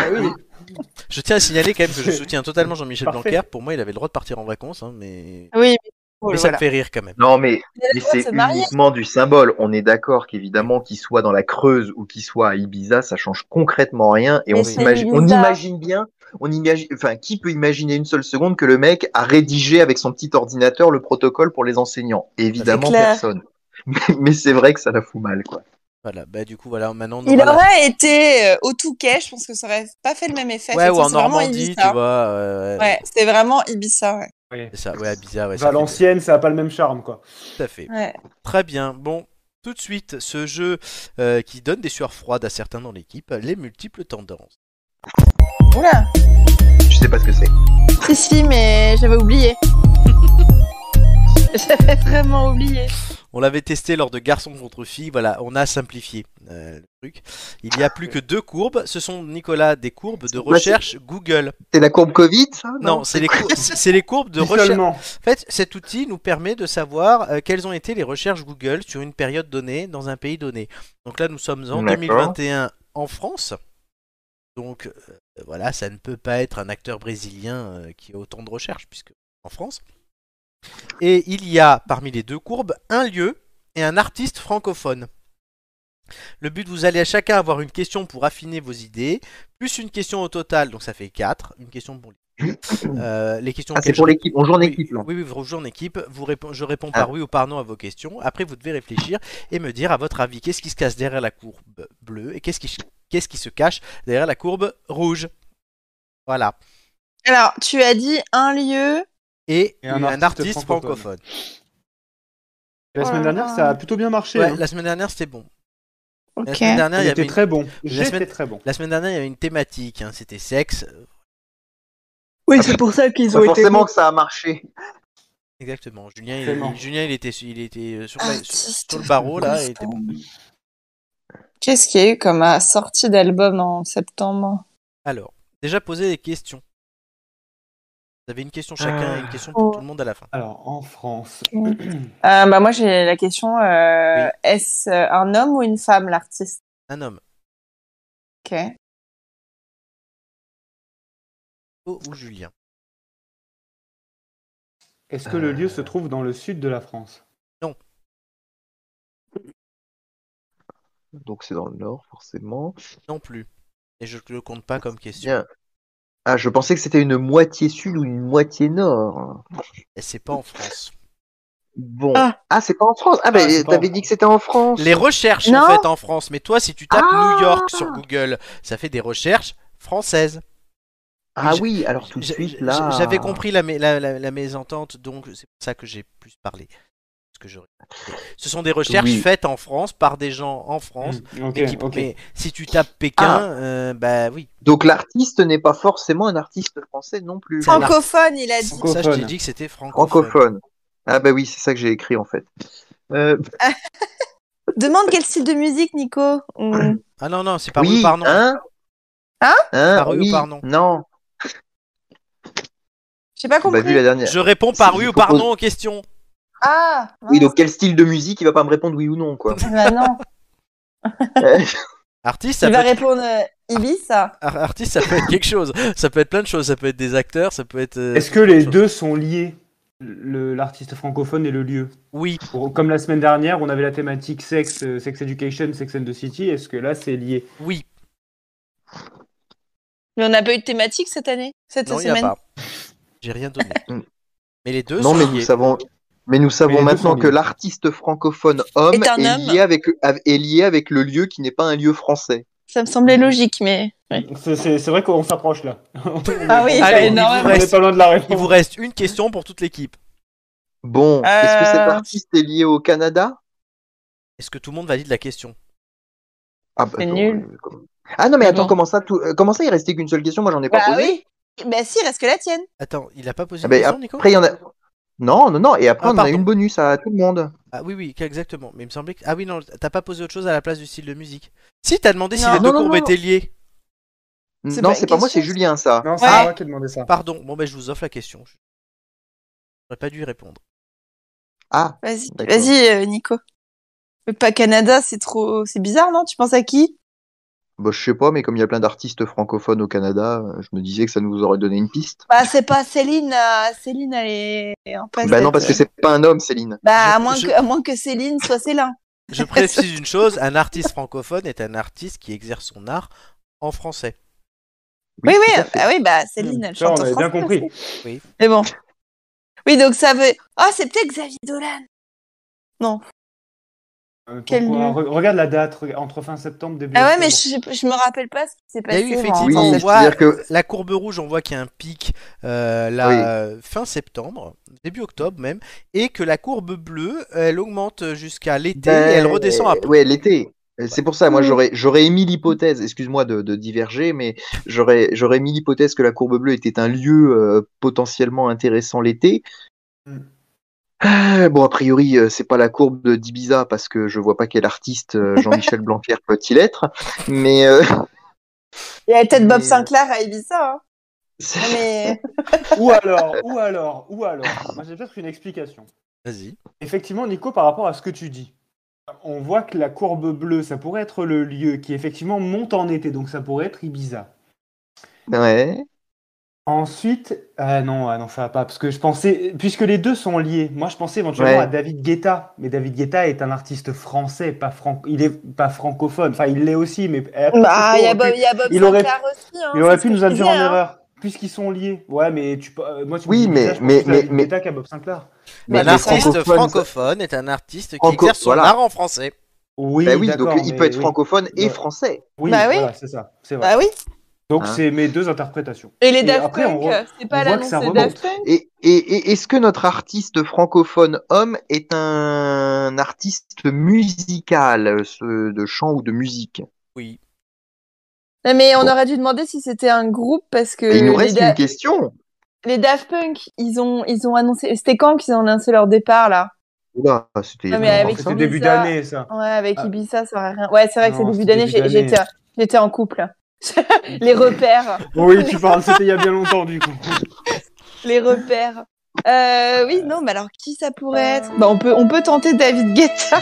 Speaker 1: Je tiens à signaler quand même que je soutiens totalement Jean-Michel
Speaker 4: Parfait.
Speaker 1: Blanquer. Pour moi, il avait le droit de partir en vacances, hein, mais...
Speaker 2: Oui.
Speaker 1: mais ça me fait rire quand même.
Speaker 8: Non, mais, mais
Speaker 2: droit de
Speaker 8: c'est
Speaker 2: se marier.
Speaker 8: uniquement du symbole. On est d'accord qu'évidemment, qu'il soit dans la Creuse ou qu'il soit à Ibiza, ça change concrètement rien. Et
Speaker 2: Mais
Speaker 8: on,
Speaker 2: c'est
Speaker 8: s'imagine- on
Speaker 2: Ibiza.
Speaker 8: imagine bien, on imagine, enfin, qui peut imaginer une seule seconde que le mec a rédigé avec son petit ordinateur le protocole pour les enseignants Évidemment,
Speaker 2: C'est clair.
Speaker 8: personne. Mais, mais c'est vrai que ça la fout mal, quoi.
Speaker 1: Voilà, bah du coup, voilà, maintenant on
Speaker 2: Il
Speaker 1: aura la-
Speaker 2: aurait été euh, au Touquet, je pense que ça aurait pas fait le même effet.
Speaker 1: Ouais,
Speaker 2: C'est-
Speaker 1: ou en
Speaker 2: c'est vraiment
Speaker 1: Normandie,
Speaker 2: Ibiza.
Speaker 1: tu vois. euh,
Speaker 2: Ouais, c'est vraiment Ibiza, ouais.
Speaker 1: C'est ça, ouais, bizarre, ouais. ça fait-
Speaker 4: Valenciennes, ça a pas le même charme, quoi.
Speaker 1: Tout à fait.
Speaker 2: Ouais.
Speaker 1: Très bien. Bon, tout de suite, ce jeu euh, qui donne des sueurs froides à certains dans l'équipe, les multiples tendances.
Speaker 2: Oula.
Speaker 8: Je sais pas ce que c'est.
Speaker 2: Si, si, mais j'avais oublié. j'avais vraiment oublié.
Speaker 1: On l'avait testé lors de Garçons contre Filles, voilà, on a simplifié euh, le truc. Il n'y a plus que deux courbes, ce sont, Nicolas, des courbes de
Speaker 8: Moi, c'est-
Speaker 1: recherche Google.
Speaker 8: C'est la courbe Covid, ça Ah,
Speaker 1: Non, c'est les, cour- c'est les courbes de
Speaker 4: Dis
Speaker 1: recherche.
Speaker 4: seulement.
Speaker 1: En fait, cet outil nous permet de savoir euh, quelles ont été les recherches Google sur une période donnée dans un pays donné. Donc là, nous sommes en
Speaker 8: D'accord.
Speaker 1: 2021 en France. Donc euh, voilà, ça ne peut pas être un acteur brésilien euh, qui a autant de recherches, puisque en France. Et il y a parmi les deux courbes un lieu et un artiste francophone. Le but, vous allez à chacun avoir une question pour affiner vos idées, plus une question au total, donc ça fait 4. Une question pour euh, les questions
Speaker 8: Ah, c'est
Speaker 1: auxquelles
Speaker 8: pour
Speaker 1: je-
Speaker 8: l'équipe, on joue en
Speaker 1: Oui,
Speaker 8: équipe, Ah. là.
Speaker 1: Oui, oui, vous jouez en équipe. Vous répo- Je réponds par oui ou par non à vos questions. Après, vous devez réfléchir et me dire, à votre avis, qu'est-ce qui se cache derrière la courbe bleue et qu'est-ce qui, qu'est-ce qui se cache derrière la courbe rouge. Voilà.
Speaker 2: Alors, tu as dit un lieu.
Speaker 1: Et,
Speaker 4: Et
Speaker 1: un,
Speaker 4: un
Speaker 1: artiste,
Speaker 4: artiste
Speaker 1: francophone.
Speaker 4: francophone.
Speaker 2: Oh
Speaker 4: La semaine dernière, ça a plutôt bien marché.
Speaker 1: Ouais,
Speaker 4: hein.
Speaker 1: La semaine dernière, c'était bon. La
Speaker 4: Ok.
Speaker 1: semaine dernière,
Speaker 4: On
Speaker 1: il y avait
Speaker 4: était
Speaker 1: une-
Speaker 4: très bon.
Speaker 1: La
Speaker 4: J'étais
Speaker 1: semaine-
Speaker 4: très bon.
Speaker 1: La semaine dernière, il y avait une thématique. hein, C'était sexe.
Speaker 2: Oui, c'est pour ça qu'ils
Speaker 8: Pas forcément que ça a marché.
Speaker 1: Exactement. Julien, il,
Speaker 8: Forcément.
Speaker 1: Julien, il était, il était euh, sur,
Speaker 2: Ah,
Speaker 1: la- sur- sur le barreau là. et était bon.
Speaker 2: Qu'est-ce qu'il y a eu comme euh, sortie d'album en septembre
Speaker 1: Alors, déjà poser des questions. Vous avez une question chacun et une question pour tout le monde à la fin.
Speaker 4: Alors, en France.
Speaker 2: Euh, bah moi j'ai la question euh, est-ce euh, un homme ou une femme l'artiste
Speaker 1: Un homme.
Speaker 2: Ok.
Speaker 1: Hugo ou Julien
Speaker 4: Est-ce que
Speaker 1: Euh,
Speaker 4: le lieu se trouve dans le sud de la France
Speaker 8: Donc c'est dans le nord, forcément.
Speaker 1: Non plus. Et je ne le compte pas comme question.
Speaker 8: Bien. Ah, je pensais que c'était une moitié sud ou une moitié nord.
Speaker 1: Et c'est pas en France.
Speaker 8: Bon. Ah, c'est pas en France. Ah, bah,
Speaker 1: c'est pas en
Speaker 8: t'avais dit que c'était en France.
Speaker 1: Les recherches
Speaker 8: Non.
Speaker 1: en fait en France. Mais toi, si tu tapes New York sur Google, ça fait des recherches françaises.
Speaker 8: Ah
Speaker 1: J'ai-
Speaker 8: oui, alors tout de
Speaker 1: j'ai-
Speaker 8: suite,
Speaker 1: j'ai-
Speaker 8: là.
Speaker 1: J'avais compris la, mé- la- la- la mésentente, donc c'est pour ça que j'ai plus parlé. Ce, que j'aurais- ce sont des recherches
Speaker 8: Oui.
Speaker 1: faites en France par des gens en France.
Speaker 4: Mm, ok,
Speaker 1: mais, qui-
Speaker 4: ok.
Speaker 1: mais si tu tapes Pékin,
Speaker 8: Ah.
Speaker 1: euh, bah oui.
Speaker 8: Donc l'artiste n'est pas forcément un artiste français non plus.
Speaker 2: Francophone, il a dit.
Speaker 1: Ça, je t'ai dit que c'était francophone.
Speaker 8: Francophone. Ah, bah oui, c'est ça que j'ai écrit en fait. Euh,
Speaker 2: Demande quel style de musique, Nico. Mm.
Speaker 1: Ah non, non, c'est par
Speaker 8: oui,
Speaker 1: oui ou par non.
Speaker 8: Hein
Speaker 2: Hein
Speaker 1: Par oui ou
Speaker 8: oui,
Speaker 1: par non.
Speaker 8: Non.
Speaker 2: J'ai pas
Speaker 8: Bah,
Speaker 2: compris.
Speaker 8: vu la dernière.
Speaker 1: Je réponds par
Speaker 8: Si,
Speaker 1: oui
Speaker 8: je
Speaker 1: ou par
Speaker 8: propose-
Speaker 1: non aux questions.
Speaker 2: Ah
Speaker 8: Oui, donc quel style de musique Il va pas me répondre oui ou non, quoi.
Speaker 2: Bah non.
Speaker 1: Artiste, ça
Speaker 2: Il
Speaker 1: peut
Speaker 2: va
Speaker 1: être...
Speaker 2: répondre euh, Ibis, ça.
Speaker 1: ar- artiste, ça peut être quelque chose. Ça peut être plein de choses. Ça peut être des acteurs, ça peut être. euh,
Speaker 4: Est-ce que les deux sont liés Le- L'artiste francophone et le lieu
Speaker 1: Oui.
Speaker 4: comme la semaine dernière, on avait la thématique sexe, euh, sex education, sex and the city. Est-ce que là, c'est lié
Speaker 1: Oui.
Speaker 2: Mais on n'a pas eu de thématique cette année, cette
Speaker 1: Non, il n'y a
Speaker 2: semaine.
Speaker 1: pas. J'ai rien donné. mais les deux
Speaker 8: Mm. non,
Speaker 1: sont
Speaker 8: mais nous
Speaker 1: liés.
Speaker 8: savons, mais nous
Speaker 4: les
Speaker 8: savons
Speaker 4: deux
Speaker 8: maintenant
Speaker 4: sont
Speaker 8: que
Speaker 4: liés.
Speaker 8: l'artiste francophone homme
Speaker 2: Est
Speaker 8: est,
Speaker 2: un homme.
Speaker 8: lié avec, av- est lié avec le lieu qui n'est pas un lieu français.
Speaker 2: Ça me semblait logique, mais.
Speaker 4: C'est- C'est c'est vrai qu'on s'approche là.
Speaker 2: Ah
Speaker 1: Allez,
Speaker 2: oui, bah,
Speaker 1: il vous,
Speaker 2: énormément.
Speaker 4: On est
Speaker 1: reste,
Speaker 4: pas loin de la
Speaker 1: il
Speaker 4: réponse.
Speaker 1: vous reste une question pour toute l'équipe.
Speaker 8: Bon, est-ce que cet
Speaker 2: Euh.
Speaker 8: artiste est lié au Canada
Speaker 1: Est-ce que tout le monde valide la question
Speaker 8: ah, bah,
Speaker 2: C'est
Speaker 8: attends,
Speaker 2: nul.
Speaker 8: euh, comment- ah non, mais
Speaker 2: Mais
Speaker 8: attends,
Speaker 2: bon.
Speaker 8: comment ça, tout- euh, comment ça, il restait qu'une seule question Moi, j'en ai pas
Speaker 2: Bah
Speaker 8: posé.
Speaker 2: oui. Bah si, reste que la tienne.
Speaker 1: Attends, il n'a pas posé
Speaker 8: Ah
Speaker 1: une
Speaker 8: bah,
Speaker 1: question, Nico
Speaker 8: après, il y en a. Non, non, non, et après,
Speaker 1: Ah,
Speaker 8: on en a
Speaker 1: pardon.
Speaker 8: une bonus à tout le monde.
Speaker 1: Ah oui, oui, exactement. Mais il me semblait que. Ah oui, non, t'as pas posé autre chose à la place du style de musique. Si, t'as demandé si
Speaker 2: Non.
Speaker 1: les deux
Speaker 8: Non, non,
Speaker 1: courbes
Speaker 8: non.
Speaker 1: étaient liées.
Speaker 2: C'est
Speaker 8: non,
Speaker 2: pas
Speaker 8: c'est
Speaker 2: une
Speaker 8: pas moi,
Speaker 2: question,
Speaker 8: c'est Julien, ça.
Speaker 4: Non, c'est
Speaker 2: Ouais.
Speaker 4: moi qui ai demandé ça.
Speaker 1: Pardon, bon, ben je vous offre la question. Je- J'aurais pas dû y répondre.
Speaker 8: Ah,
Speaker 2: Vas-y,
Speaker 8: D'accord.
Speaker 2: vas-y, euh, Nico. Le pas Canada, c'est trop, c'est bizarre, non Tu penses à qui
Speaker 8: bah, je sais pas, mais comme il y a plein d'artistes francophones au Canada, euh, je me disais que ça nous aurait donné une piste.
Speaker 2: Bah c'est pas Céline. euh, Céline, elle est en passe
Speaker 8: Bah non,
Speaker 2: d'être-
Speaker 8: parce que c'est pas un homme, Céline.
Speaker 2: Bah à
Speaker 1: Je-
Speaker 2: moins
Speaker 1: je-
Speaker 2: que, à moins que Céline soit Céline.
Speaker 1: Je précise une chose un artiste francophone est un artiste qui exerce son art en français.
Speaker 2: Oui, oui,
Speaker 8: tout à
Speaker 2: euh,
Speaker 8: fait.
Speaker 2: bah oui, bah Céline, elle
Speaker 4: Hmm. Ça,
Speaker 2: chante
Speaker 4: on
Speaker 2: en
Speaker 4: avait bien
Speaker 2: français
Speaker 4: compris. Euh,
Speaker 2: aussi.
Speaker 1: Oui.
Speaker 2: Mais bon. Oui, donc ça veut. Ah, c'est peut-être Xavier Dolan.
Speaker 4: Euh,
Speaker 2: Quel
Speaker 4: pourquoi-
Speaker 2: lieu
Speaker 4: Re- Regarde la date, rega- entre fin septembre, début
Speaker 2: Ah ouais, mais
Speaker 4: octobre.
Speaker 2: je, je me rappelle pas ce qui s'est
Speaker 1: Il y a
Speaker 2: passé.
Speaker 1: eu
Speaker 2: moi, en
Speaker 8: Oui,
Speaker 1: effectivement, on
Speaker 2: fait.
Speaker 1: voit
Speaker 8: c'est-à-dire que-
Speaker 1: la courbe rouge, on voit qu'il y a un pic euh, là,
Speaker 8: Oui.
Speaker 1: euh, fin septembre, début octobre même, et que la courbe bleue, elle augmente jusqu'à l'été et elle
Speaker 8: Ben,
Speaker 1: redescend après.
Speaker 8: Ouais, l'été. Euh, C'est pour ça, moi j'aurais j'aurais émis l'hypothèse, excuse-moi de, de diverger, mais j'aurais j'aurais mis l'hypothèse que la courbe bleue était un lieu euh, potentiellement intéressant l'été.
Speaker 4: Mm.
Speaker 8: Ah, Bon, a priori, euh, c'est pas la courbe de d'Ibiza parce que je vois pas quel artiste euh, Jean-Michel Blanquer peut-il être, mais euh,
Speaker 2: Il y avait peut-être Bob
Speaker 8: Mais-
Speaker 2: Sinclair à Ibiza. Hein.
Speaker 8: c'est-
Speaker 2: Non, Mais
Speaker 4: Ou alors, ou alors, ou alors. Moi, j'ai peut-être une explication.
Speaker 1: Vas-y.
Speaker 4: Effectivement, Nico, par rapport à ce que tu dis, on voit que la courbe bleue, ça pourrait être le lieu qui effectivement monte en été, donc ça pourrait être Ibiza.
Speaker 8: Ouais.
Speaker 4: Ensuite, ah non, ah non, ça va pas, parce que je pensais, puisque les deux sont liés, moi je pensais éventuellement
Speaker 8: Ouais.
Speaker 4: à David Guetta, mais David Guetta est un artiste français, pas franc, il est pas francophone, enfin il l'est aussi, mais euh,
Speaker 2: Bah, il y a
Speaker 4: aurait
Speaker 2: Bob,
Speaker 4: pu-
Speaker 2: il y a Bob
Speaker 4: il aurait,
Speaker 2: Sinclair aussi. Hein,
Speaker 4: il aurait
Speaker 2: c'est
Speaker 4: pu
Speaker 2: ce
Speaker 4: nous
Speaker 2: que je
Speaker 4: induire en
Speaker 2: disais, hein.
Speaker 4: erreur, puisqu'ils sont liés. Ouais, mais tu, peux- euh, moi tu me
Speaker 8: Oui,
Speaker 4: dis
Speaker 8: mais-
Speaker 4: Guetta, je pense
Speaker 8: mais-
Speaker 4: plus à David
Speaker 8: mais-
Speaker 4: Guetta qu'à Bob Sinclair.
Speaker 8: Mais
Speaker 1: un
Speaker 8: les
Speaker 1: artiste
Speaker 8: francophones,
Speaker 1: francophone est un artiste qui
Speaker 8: Franco-
Speaker 1: exerce son
Speaker 8: voilà.
Speaker 1: art en français.
Speaker 4: Oui,
Speaker 8: Bah oui,
Speaker 4: d'accord,
Speaker 8: donc il
Speaker 4: mais
Speaker 8: peut être
Speaker 4: oui.
Speaker 8: francophone et
Speaker 4: Ouais.
Speaker 8: français.
Speaker 4: Oui,
Speaker 2: Bah oui.
Speaker 4: voilà, c'est ça, c'est vrai.
Speaker 2: Bah oui.
Speaker 4: Donc
Speaker 8: Hein.
Speaker 4: c'est mes deux interprétations.
Speaker 2: Et les Daft
Speaker 4: après, on
Speaker 2: Punk,
Speaker 4: re-
Speaker 2: c'est
Speaker 4: on
Speaker 2: pas
Speaker 4: voit
Speaker 2: l'annonce
Speaker 4: que ça
Speaker 2: des
Speaker 4: remonte.
Speaker 2: Daft Punk
Speaker 8: Et, et- et est-ce que notre artiste francophone homme est un artiste musical, ce, de chant ou de musique
Speaker 1: Oui.
Speaker 2: Non, mais on
Speaker 8: Bon.
Speaker 2: aurait dû demander si c'était un groupe parce que
Speaker 8: Et Il nous
Speaker 2: Euh, les,
Speaker 8: reste
Speaker 2: Da-
Speaker 8: une question.
Speaker 2: les Daft Punk, ils ont, ils ont annoncé. C'était quand qu'ils ont annoncé leur départ là
Speaker 8: Oula, c'était.
Speaker 2: Non, mais avec
Speaker 4: C'était
Speaker 2: Ibiza.
Speaker 4: début d'année, ça.
Speaker 2: Ouais, avec
Speaker 4: Ah.
Speaker 2: Ibiza, ça aurait rien. Ouais, c'est vrai que c'est
Speaker 4: Non,
Speaker 2: début
Speaker 4: c'était
Speaker 2: d'année.
Speaker 4: début
Speaker 2: j'ai-
Speaker 4: d'année.
Speaker 2: J'étais, j'étais en couple. les repères,
Speaker 4: Oui, tu parles, c'était il y a bien longtemps, du coup.
Speaker 2: les repères. Euh, oui, non, mais alors qui ça pourrait
Speaker 10: Euh.
Speaker 2: être Bah, on peut, on peut tenter David Guetta,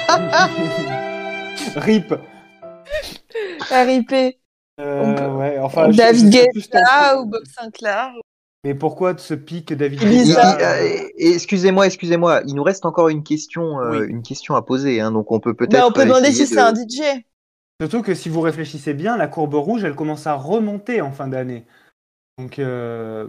Speaker 4: RIP.
Speaker 2: R.I.P. On peut-
Speaker 4: Euh, ouais, enfin, je- je
Speaker 2: David
Speaker 4: sais plus tant-
Speaker 2: Guetta Ah, ou Bob Sinclair.
Speaker 4: Mais pourquoi de ce pic David
Speaker 2: Il-
Speaker 8: Il-
Speaker 4: Guetta
Speaker 8: il-
Speaker 4: euh,
Speaker 8: euh, excusez-moi, excusez-moi. Il nous reste encore une question, euh, une question à poser. hein, donc on peut peut-être.
Speaker 2: Bah, on peut demander si
Speaker 8: essayer
Speaker 2: c'est
Speaker 8: de-
Speaker 2: un DJ.
Speaker 4: Surtout que si vous réfléchissez bien, la courbe rouge, elle commence à remonter en fin d'année. Donc, euh,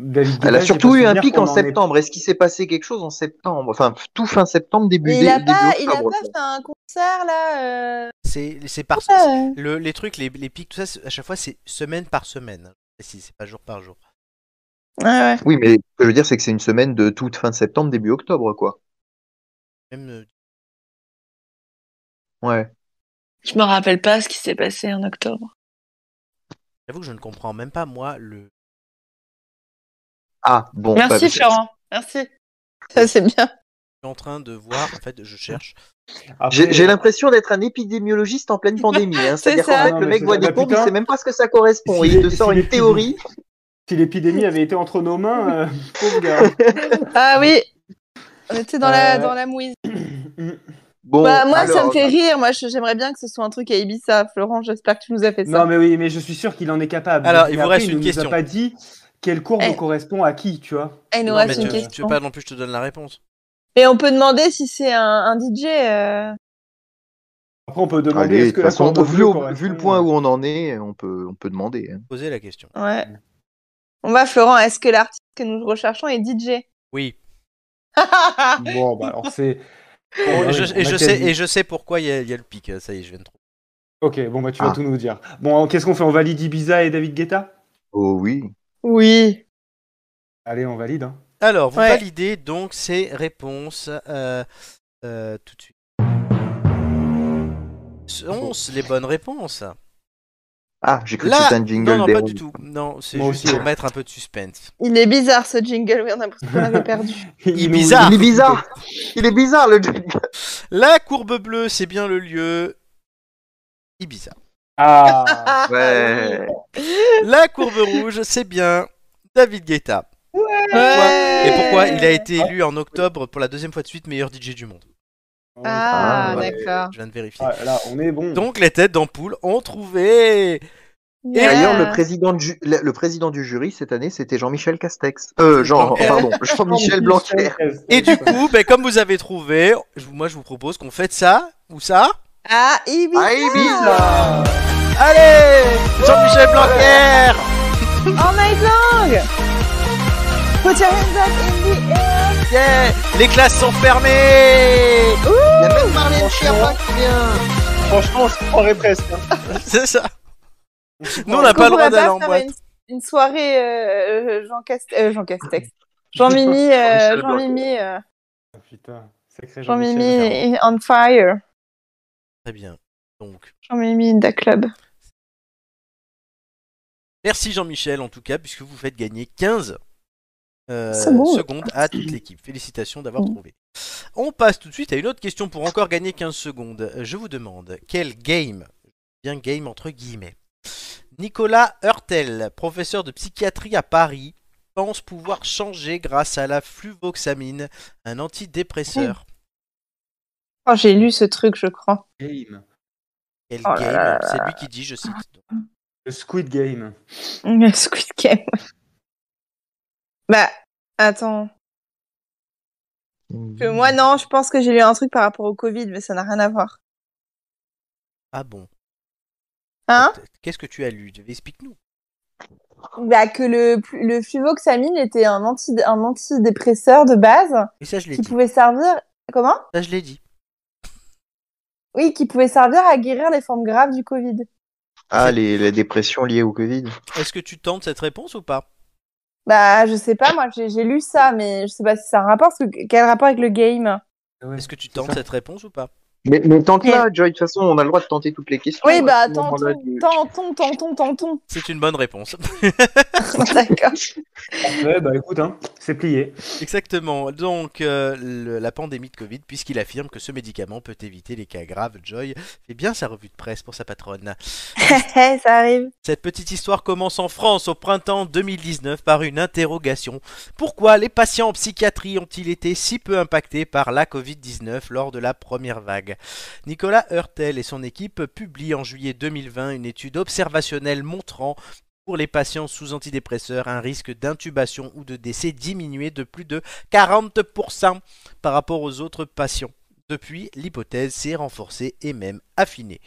Speaker 4: David Guetta,
Speaker 8: Elle a
Speaker 4: j'ai
Speaker 8: surtout
Speaker 4: pas
Speaker 8: eu un
Speaker 4: souvenir
Speaker 8: pic
Speaker 4: qu'on
Speaker 8: en
Speaker 4: en ait-
Speaker 8: septembre. Est-ce qu'il s'est passé quelque chose en septembre Enfin, tout fin septembre, début,
Speaker 2: Mais
Speaker 8: dé-
Speaker 2: il a
Speaker 8: début
Speaker 2: pas, il a
Speaker 8: octobre.
Speaker 2: pas fait un concert là. euh,
Speaker 1: C'est c'est par
Speaker 2: Ouais.
Speaker 1: le- les trucs, les, les pics, tout ça. c'est- À chaque fois, c'est semaine par semaine. Et si c'est pas jour par jour.
Speaker 2: Ouais, ouais.
Speaker 8: Oui, mais ce que je veux dire, c'est que c'est une semaine de toute fin septembre, début octobre, quoi.
Speaker 1: Même euh,
Speaker 8: Ouais.
Speaker 10: Je me rappelle pas ce qui s'est passé en octobre.
Speaker 1: J'avoue que je ne comprends même pas, moi, le.
Speaker 8: Ah bon. bah,
Speaker 10: Merci
Speaker 8: bah,
Speaker 10: Florent. Merci.
Speaker 2: Ça, c'est bien.
Speaker 1: Je suis en train de voir, en fait, je cherche.
Speaker 4: Après,
Speaker 8: J'ai j'ai l'impression d'être un épidémiologiste en pleine pandémie. hein.
Speaker 2: C'est
Speaker 8: C'est-à-dire
Speaker 2: ça.
Speaker 8: qu'en fait,
Speaker 4: Non,
Speaker 8: le
Speaker 4: mais
Speaker 8: mec
Speaker 4: c'est
Speaker 8: voit
Speaker 4: ça.
Speaker 8: des
Speaker 4: Bah,
Speaker 8: courbes, il
Speaker 4: putain.
Speaker 8: sait même pas ce que ça correspond.
Speaker 4: Si
Speaker 8: Il
Speaker 4: les-
Speaker 8: te
Speaker 4: si
Speaker 8: sort
Speaker 4: les
Speaker 8: une théorie.
Speaker 4: si l'épidémie avait été entre nos mains, euh, pauvre gars.
Speaker 2: Ah oui. On était dans la,
Speaker 4: Euh,
Speaker 2: dans la mouise.
Speaker 8: Bon,
Speaker 2: Bah, moi, ça me
Speaker 8: alors,
Speaker 2: fait rire. Moi, je- j'aimerais bien que ce soit un truc à Ibiza. Florent, j'espère que tu nous as fait ça.
Speaker 4: Non, mais oui, mais je suis sûr qu'il en est capable.
Speaker 1: Alors,
Speaker 4: Mais
Speaker 1: il vous
Speaker 4: après,
Speaker 1: reste une
Speaker 4: ne
Speaker 1: question.
Speaker 4: nous a pas dit quelle courbe
Speaker 2: Eh.
Speaker 4: correspond à qui, tu vois.
Speaker 2: Eh, il nous
Speaker 4: Non,
Speaker 2: reste
Speaker 1: Mais
Speaker 2: une
Speaker 1: tu, tu
Speaker 2: question.
Speaker 1: veux pas non plus que je te donne la réponse.
Speaker 2: Et on peut demander si c'est un, un DJ. euh,
Speaker 4: Après, on peut demander
Speaker 8: allez,
Speaker 4: est-ce
Speaker 8: Ah, de
Speaker 4: que
Speaker 8: toute
Speaker 4: la
Speaker 8: façon,
Speaker 4: courbe
Speaker 8: vu,
Speaker 4: bleue
Speaker 8: au-
Speaker 4: correspond-
Speaker 8: vu le point où on en est, on peut, on peut demander. hein.
Speaker 1: Poser la question.
Speaker 2: Ouais. On va, Florent. Est-ce que l'artiste que nous recherchons est DJ
Speaker 1: Oui.
Speaker 4: Bon, bah alors c'est.
Speaker 1: et,
Speaker 4: Bon,
Speaker 1: Oh, je,
Speaker 4: Ah oui,
Speaker 1: et
Speaker 4: on
Speaker 1: je
Speaker 4: a quasi-
Speaker 1: sais, et je sais pourquoi il y, a- il y a le pic. Ça y est, je viens de trouver.
Speaker 4: Ok, bon, bah tu vas
Speaker 8: Ah.
Speaker 4: tout nous dire. Bon, alors, qu'est-ce qu'on fait On valide Ibiza et David Guetta
Speaker 8: Oh oui.
Speaker 2: Oui.
Speaker 4: Allez, on valide. hein.
Speaker 1: Alors, vous
Speaker 2: Ouais.
Speaker 1: validez donc ces réponses euh, euh, tout de suite. Sont-ce les bonnes réponses
Speaker 8: Ah, j'ai cru que
Speaker 1: Là,
Speaker 8: c'était un jingle
Speaker 1: non, non,
Speaker 8: des
Speaker 1: pas
Speaker 8: ronds.
Speaker 1: du tout. Non, c'est
Speaker 4: Moi
Speaker 1: juste
Speaker 4: aussi, hein.
Speaker 1: pour
Speaker 4: ouais.
Speaker 1: mettre un peu de suspense.
Speaker 2: Il est bizarre ce jingle. Oui, on a l'impression qu'on l'avait perdu.
Speaker 1: Il est
Speaker 4: nous-
Speaker 1: bizarre.
Speaker 8: Il est bizarre. Il est bizarre le jingle.
Speaker 1: La courbe bleue, c'est bien le lieu Ibiza.
Speaker 4: Ah
Speaker 8: Ouais.
Speaker 1: La courbe rouge, c'est bien David Guetta.
Speaker 2: Ouais.
Speaker 1: Et pourquoi il a été élu en octobre pour la deuxième fois de suite meilleur DJ du monde
Speaker 2: Ah,
Speaker 8: Ah, ouais.
Speaker 2: d'accord.
Speaker 1: Je viens de vérifier.
Speaker 4: Ah, Là, on est bon.
Speaker 1: Donc les têtes d'ampoule ont trouvé.
Speaker 8: D'ailleurs, le
Speaker 2: Yeah.
Speaker 8: président, de ju- le le président du jury cette année, c'était Jean-Michel Castex. Euh, Jean,
Speaker 1: Blanquer.
Speaker 8: pardon, Jean-Michel Blanquer.
Speaker 1: Et du coup, ben, comme vous avez trouvé, je- moi je vous propose qu'on fête ça ou ça.
Speaker 2: Ah, Ibiza.
Speaker 8: Ah, Ibiza
Speaker 1: Allez, Jean-Michel Blanquer.
Speaker 2: All night long. Put your hands up in the air.
Speaker 1: Yeah les classes sont fermées.
Speaker 8: Il y a même Marlène Schiappa qui vient.
Speaker 4: Franchement, on se croirait presque.
Speaker 1: C'est ça. Nous on
Speaker 2: On
Speaker 1: n'a pas le droit
Speaker 2: pourrait
Speaker 1: d'aller en
Speaker 2: faire
Speaker 1: boîte.
Speaker 2: Une, une soirée euh, euh, Jean, Cast- euh, Jean Castex. Jean-Mimi, euh,
Speaker 8: Jean-Michel
Speaker 2: Jean-Mimi, euh,
Speaker 4: Ah, Putain, sacré Jean-Michel.
Speaker 2: Jean-Mimi est on fire.
Speaker 1: Très bien. Donc
Speaker 2: Jean-Mimi in the club.
Speaker 1: merci Jean-Michel en tout cas puisque vous faites gagner 15 euh,
Speaker 2: C'est bon. Mm.
Speaker 1: secondes à toute l'équipe. Félicitations d'avoir trouvé. On passe tout de suite à une autre question pour encore gagner 15 secondes. Euh, Je vous demande quel game, bien game entre guillemets, Nicolas Hurtel, professeur de psychiatrie à Paris, pense pouvoir changer grâce à la fluvoxamine, un antidépresseur.
Speaker 2: Oh, j'ai lu ce truc, je crois.
Speaker 4: Game.
Speaker 1: Quel
Speaker 2: Oh là
Speaker 1: game
Speaker 2: là là
Speaker 1: C'est
Speaker 2: là.
Speaker 1: lui qui dit, je cite.
Speaker 4: Le Squid Game.
Speaker 2: Le Squid Game. bah, attends. Que moi, non, je pense que j'ai lu un truc par rapport au Covid, mais ça n'a rien à voir.
Speaker 1: Ah bon
Speaker 2: Hein
Speaker 1: Qu'est-ce que tu as lu Explique-nous.
Speaker 2: Bah, que le, le fluvoxamine était un, anti, un antidépresseur de base
Speaker 1: Et ça, je l'ai
Speaker 2: qui
Speaker 1: dit.
Speaker 2: pouvait servir. Comment
Speaker 1: Ça, je l'ai dit.
Speaker 2: Oui, qui pouvait servir à guérir les formes graves du Covid.
Speaker 8: Ah, les, les dépressions liées au Covid.
Speaker 1: Est-ce que tu tentes cette réponse ou pas
Speaker 2: Bah, je sais pas, moi, j'ai j'ai lu ça, mais je sais pas si ça a un rapport. parce que quel rapport avec le game
Speaker 8: Ah
Speaker 1: Est-ce que tu tentes cette réponse ou pas
Speaker 8: Mais, mais tente là, Joy, de toute façon, on a le droit de tenter toutes les questions.
Speaker 2: Oui, bah,
Speaker 8: À ce
Speaker 2: tentons,
Speaker 8: moment-là, tu-
Speaker 2: tentons, tentons, tentons.
Speaker 1: C'est une bonne réponse.
Speaker 4: Ouais, bah écoute, hein, c'est plié.
Speaker 1: Exactement. Donc, euh, le- la pandémie de Covid, puisqu'il affirme que ce médicament peut éviter les cas graves, Joy fait bien sa revue de presse pour sa patronne.
Speaker 2: ça arrive.
Speaker 1: Cette petite histoire commence en France au printemps 2019 par une interrogation. Pourquoi les patients en psychiatrie ont-ils été si peu impactés par la Covid-19 lors de la première vague Nicolas Hurtel et son équipe publient en juillet 2020 une étude observationnelle montrant pour les patients sous antidépresseurs un risque d'intubation ou de décès diminué de plus de 40% par rapport aux autres patients. Depuis, l'hypothèse s'est renforcée et même affinée.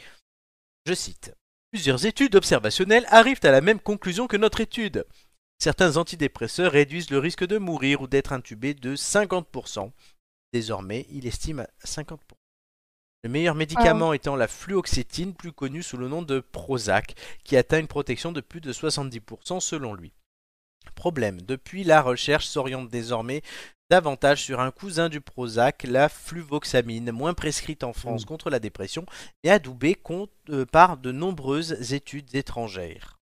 Speaker 1: Je cite. Plusieurs études observationnelles arrivent à la même conclusion que notre étude. Certains antidépresseurs réduisent le risque de mourir ou d'être intubé de 50%. Désormais, il estime à 50%. Le meilleur médicament étant la fluoxétine, plus connue sous le nom de Prozac, qui atteint une protection de plus de 70% selon lui. Problème, depuis la recherche s'oriente désormais davantage sur un cousin du Prozac, la fluvoxamine, moins prescrite en France contre la dépression, mais adoubée con- euh, par de nombreuses études étrangères.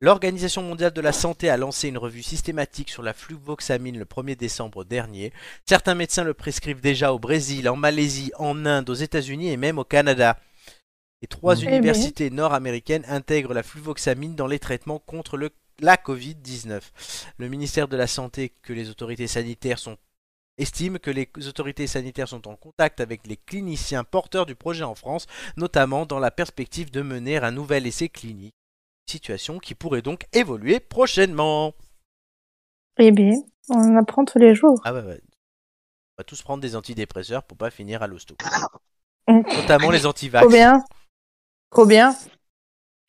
Speaker 1: L'Organisation mondiale de la santé a lancé une revue systématique sur la fluvoxamine le 1er décembre dernier. Certains médecins le prescrivent déjà au Brésil, en Malaisie, en Inde, aux États-Unis et même au Canada. Les trois
Speaker 8: Mhm. Eh ben.
Speaker 1: universités nord-américaines intègrent la fluvoxamine dans les traitements contre le- la Covid-19. Le ministère de la Santé que les autorités sanitaires sont estime que les autorités sanitaires sont en contact avec les cliniciens porteurs du projet en France, notamment dans la perspective de mener un nouvel essai clinique, situation qui pourrait donc évoluer prochainement.
Speaker 2: Eh bien, on en apprend tous les jours.
Speaker 1: Ah ouais, ouais. On va tous prendre des antidépresseurs pour pas finir à l'hosto. Notamment les antivax.
Speaker 2: Trop bien. Trop bien.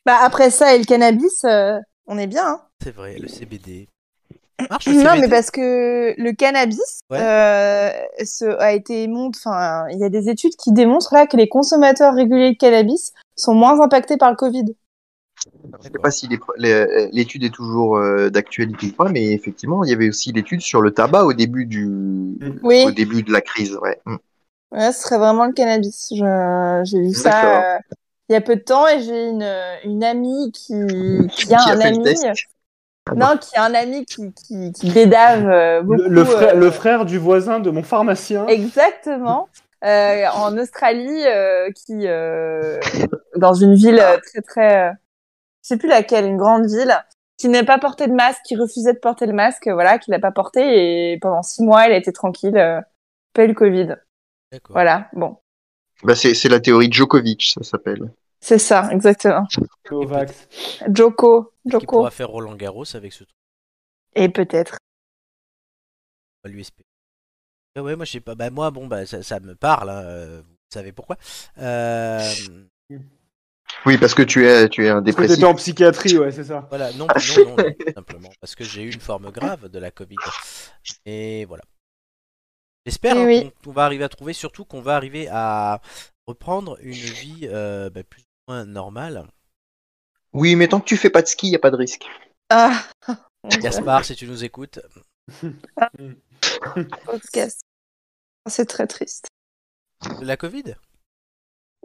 Speaker 2: Bah, après ça et le cannabis, euh, on est bien. hein.
Speaker 1: C'est vrai, le CBD. Marche le
Speaker 2: Non,
Speaker 1: CBD
Speaker 2: mais parce que le cannabis
Speaker 1: Ouais.
Speaker 2: euh, ce- a été montre. Enfin, il y a des études qui démontrent là que les consommateurs réguliers de cannabis sont moins impactés par le Covid.
Speaker 8: Je sais pas si les- les- l'étude est toujours euh, d'actualité ou pas, mais effectivement, il y avait aussi l'étude sur le tabac au début du,
Speaker 2: Oui.
Speaker 8: au début de la crise. Ouais. Mm.
Speaker 2: Ouais, ce serait vraiment le cannabis. Je- J'ai vu
Speaker 8: D'accord.
Speaker 2: ça euh, il y a peu de temps et j'ai une, une amie qui, qui a
Speaker 8: Qui a
Speaker 2: un
Speaker 8: fait le
Speaker 2: ami. euh,
Speaker 8: test
Speaker 2: Non, qui a un ami qui, qui, qui bédave euh, beaucoup.
Speaker 4: Le, le
Speaker 2: euh,
Speaker 4: frère, le frère du voisin de mon pharmacien.
Speaker 2: Exactement. Euh, en Australie, euh, qui euh, dans une ville euh, très très, euh, je sais plus laquelle, une grande ville, qui n'a pas porté de masque, qui refusait de porter le masque, voilà, qui l'a pas porté et pendant six mois, elle a été tranquille, euh, pas eu le Covid. Voilà, bon,
Speaker 8: Bah, c'est c'est la théorie de Djokovic, ça s'appelle.
Speaker 2: c'est ça, exactement.
Speaker 4: Covax.
Speaker 2: Joko,
Speaker 1: qui
Speaker 2: Joko,
Speaker 1: pourra faire Roland Garros avec ce truc.
Speaker 2: et peut-être.
Speaker 1: On va lui espérer. Ah ouais, moi je sais pas. Bah moi, bon, bah ça, ça me parle. hein, euh, Vous savez pourquoi Euh,
Speaker 8: Oui, parce que tu es, tu es un
Speaker 4: Parce que
Speaker 8: dépressif.
Speaker 4: t'étais en psychiatrie, ouais, Ah, c'est ça.
Speaker 1: Voilà, non, non, non, non, tout simplement parce que j'ai eu une forme grave de la Covid. Et voilà. J'espère
Speaker 2: Eh
Speaker 1: hein,
Speaker 2: oui.
Speaker 1: qu'on qu'on va arriver à trouver, surtout qu'on va arriver à reprendre une vie euh, bah, plus ou moins normale.
Speaker 8: Oui, mais tant que tu fais pas de ski, il n'y a pas de risque.
Speaker 2: Ah, mon Dieu,
Speaker 1: Gaspard, si tu nous écoutes,
Speaker 2: podcast. C'est très triste.
Speaker 1: la Covid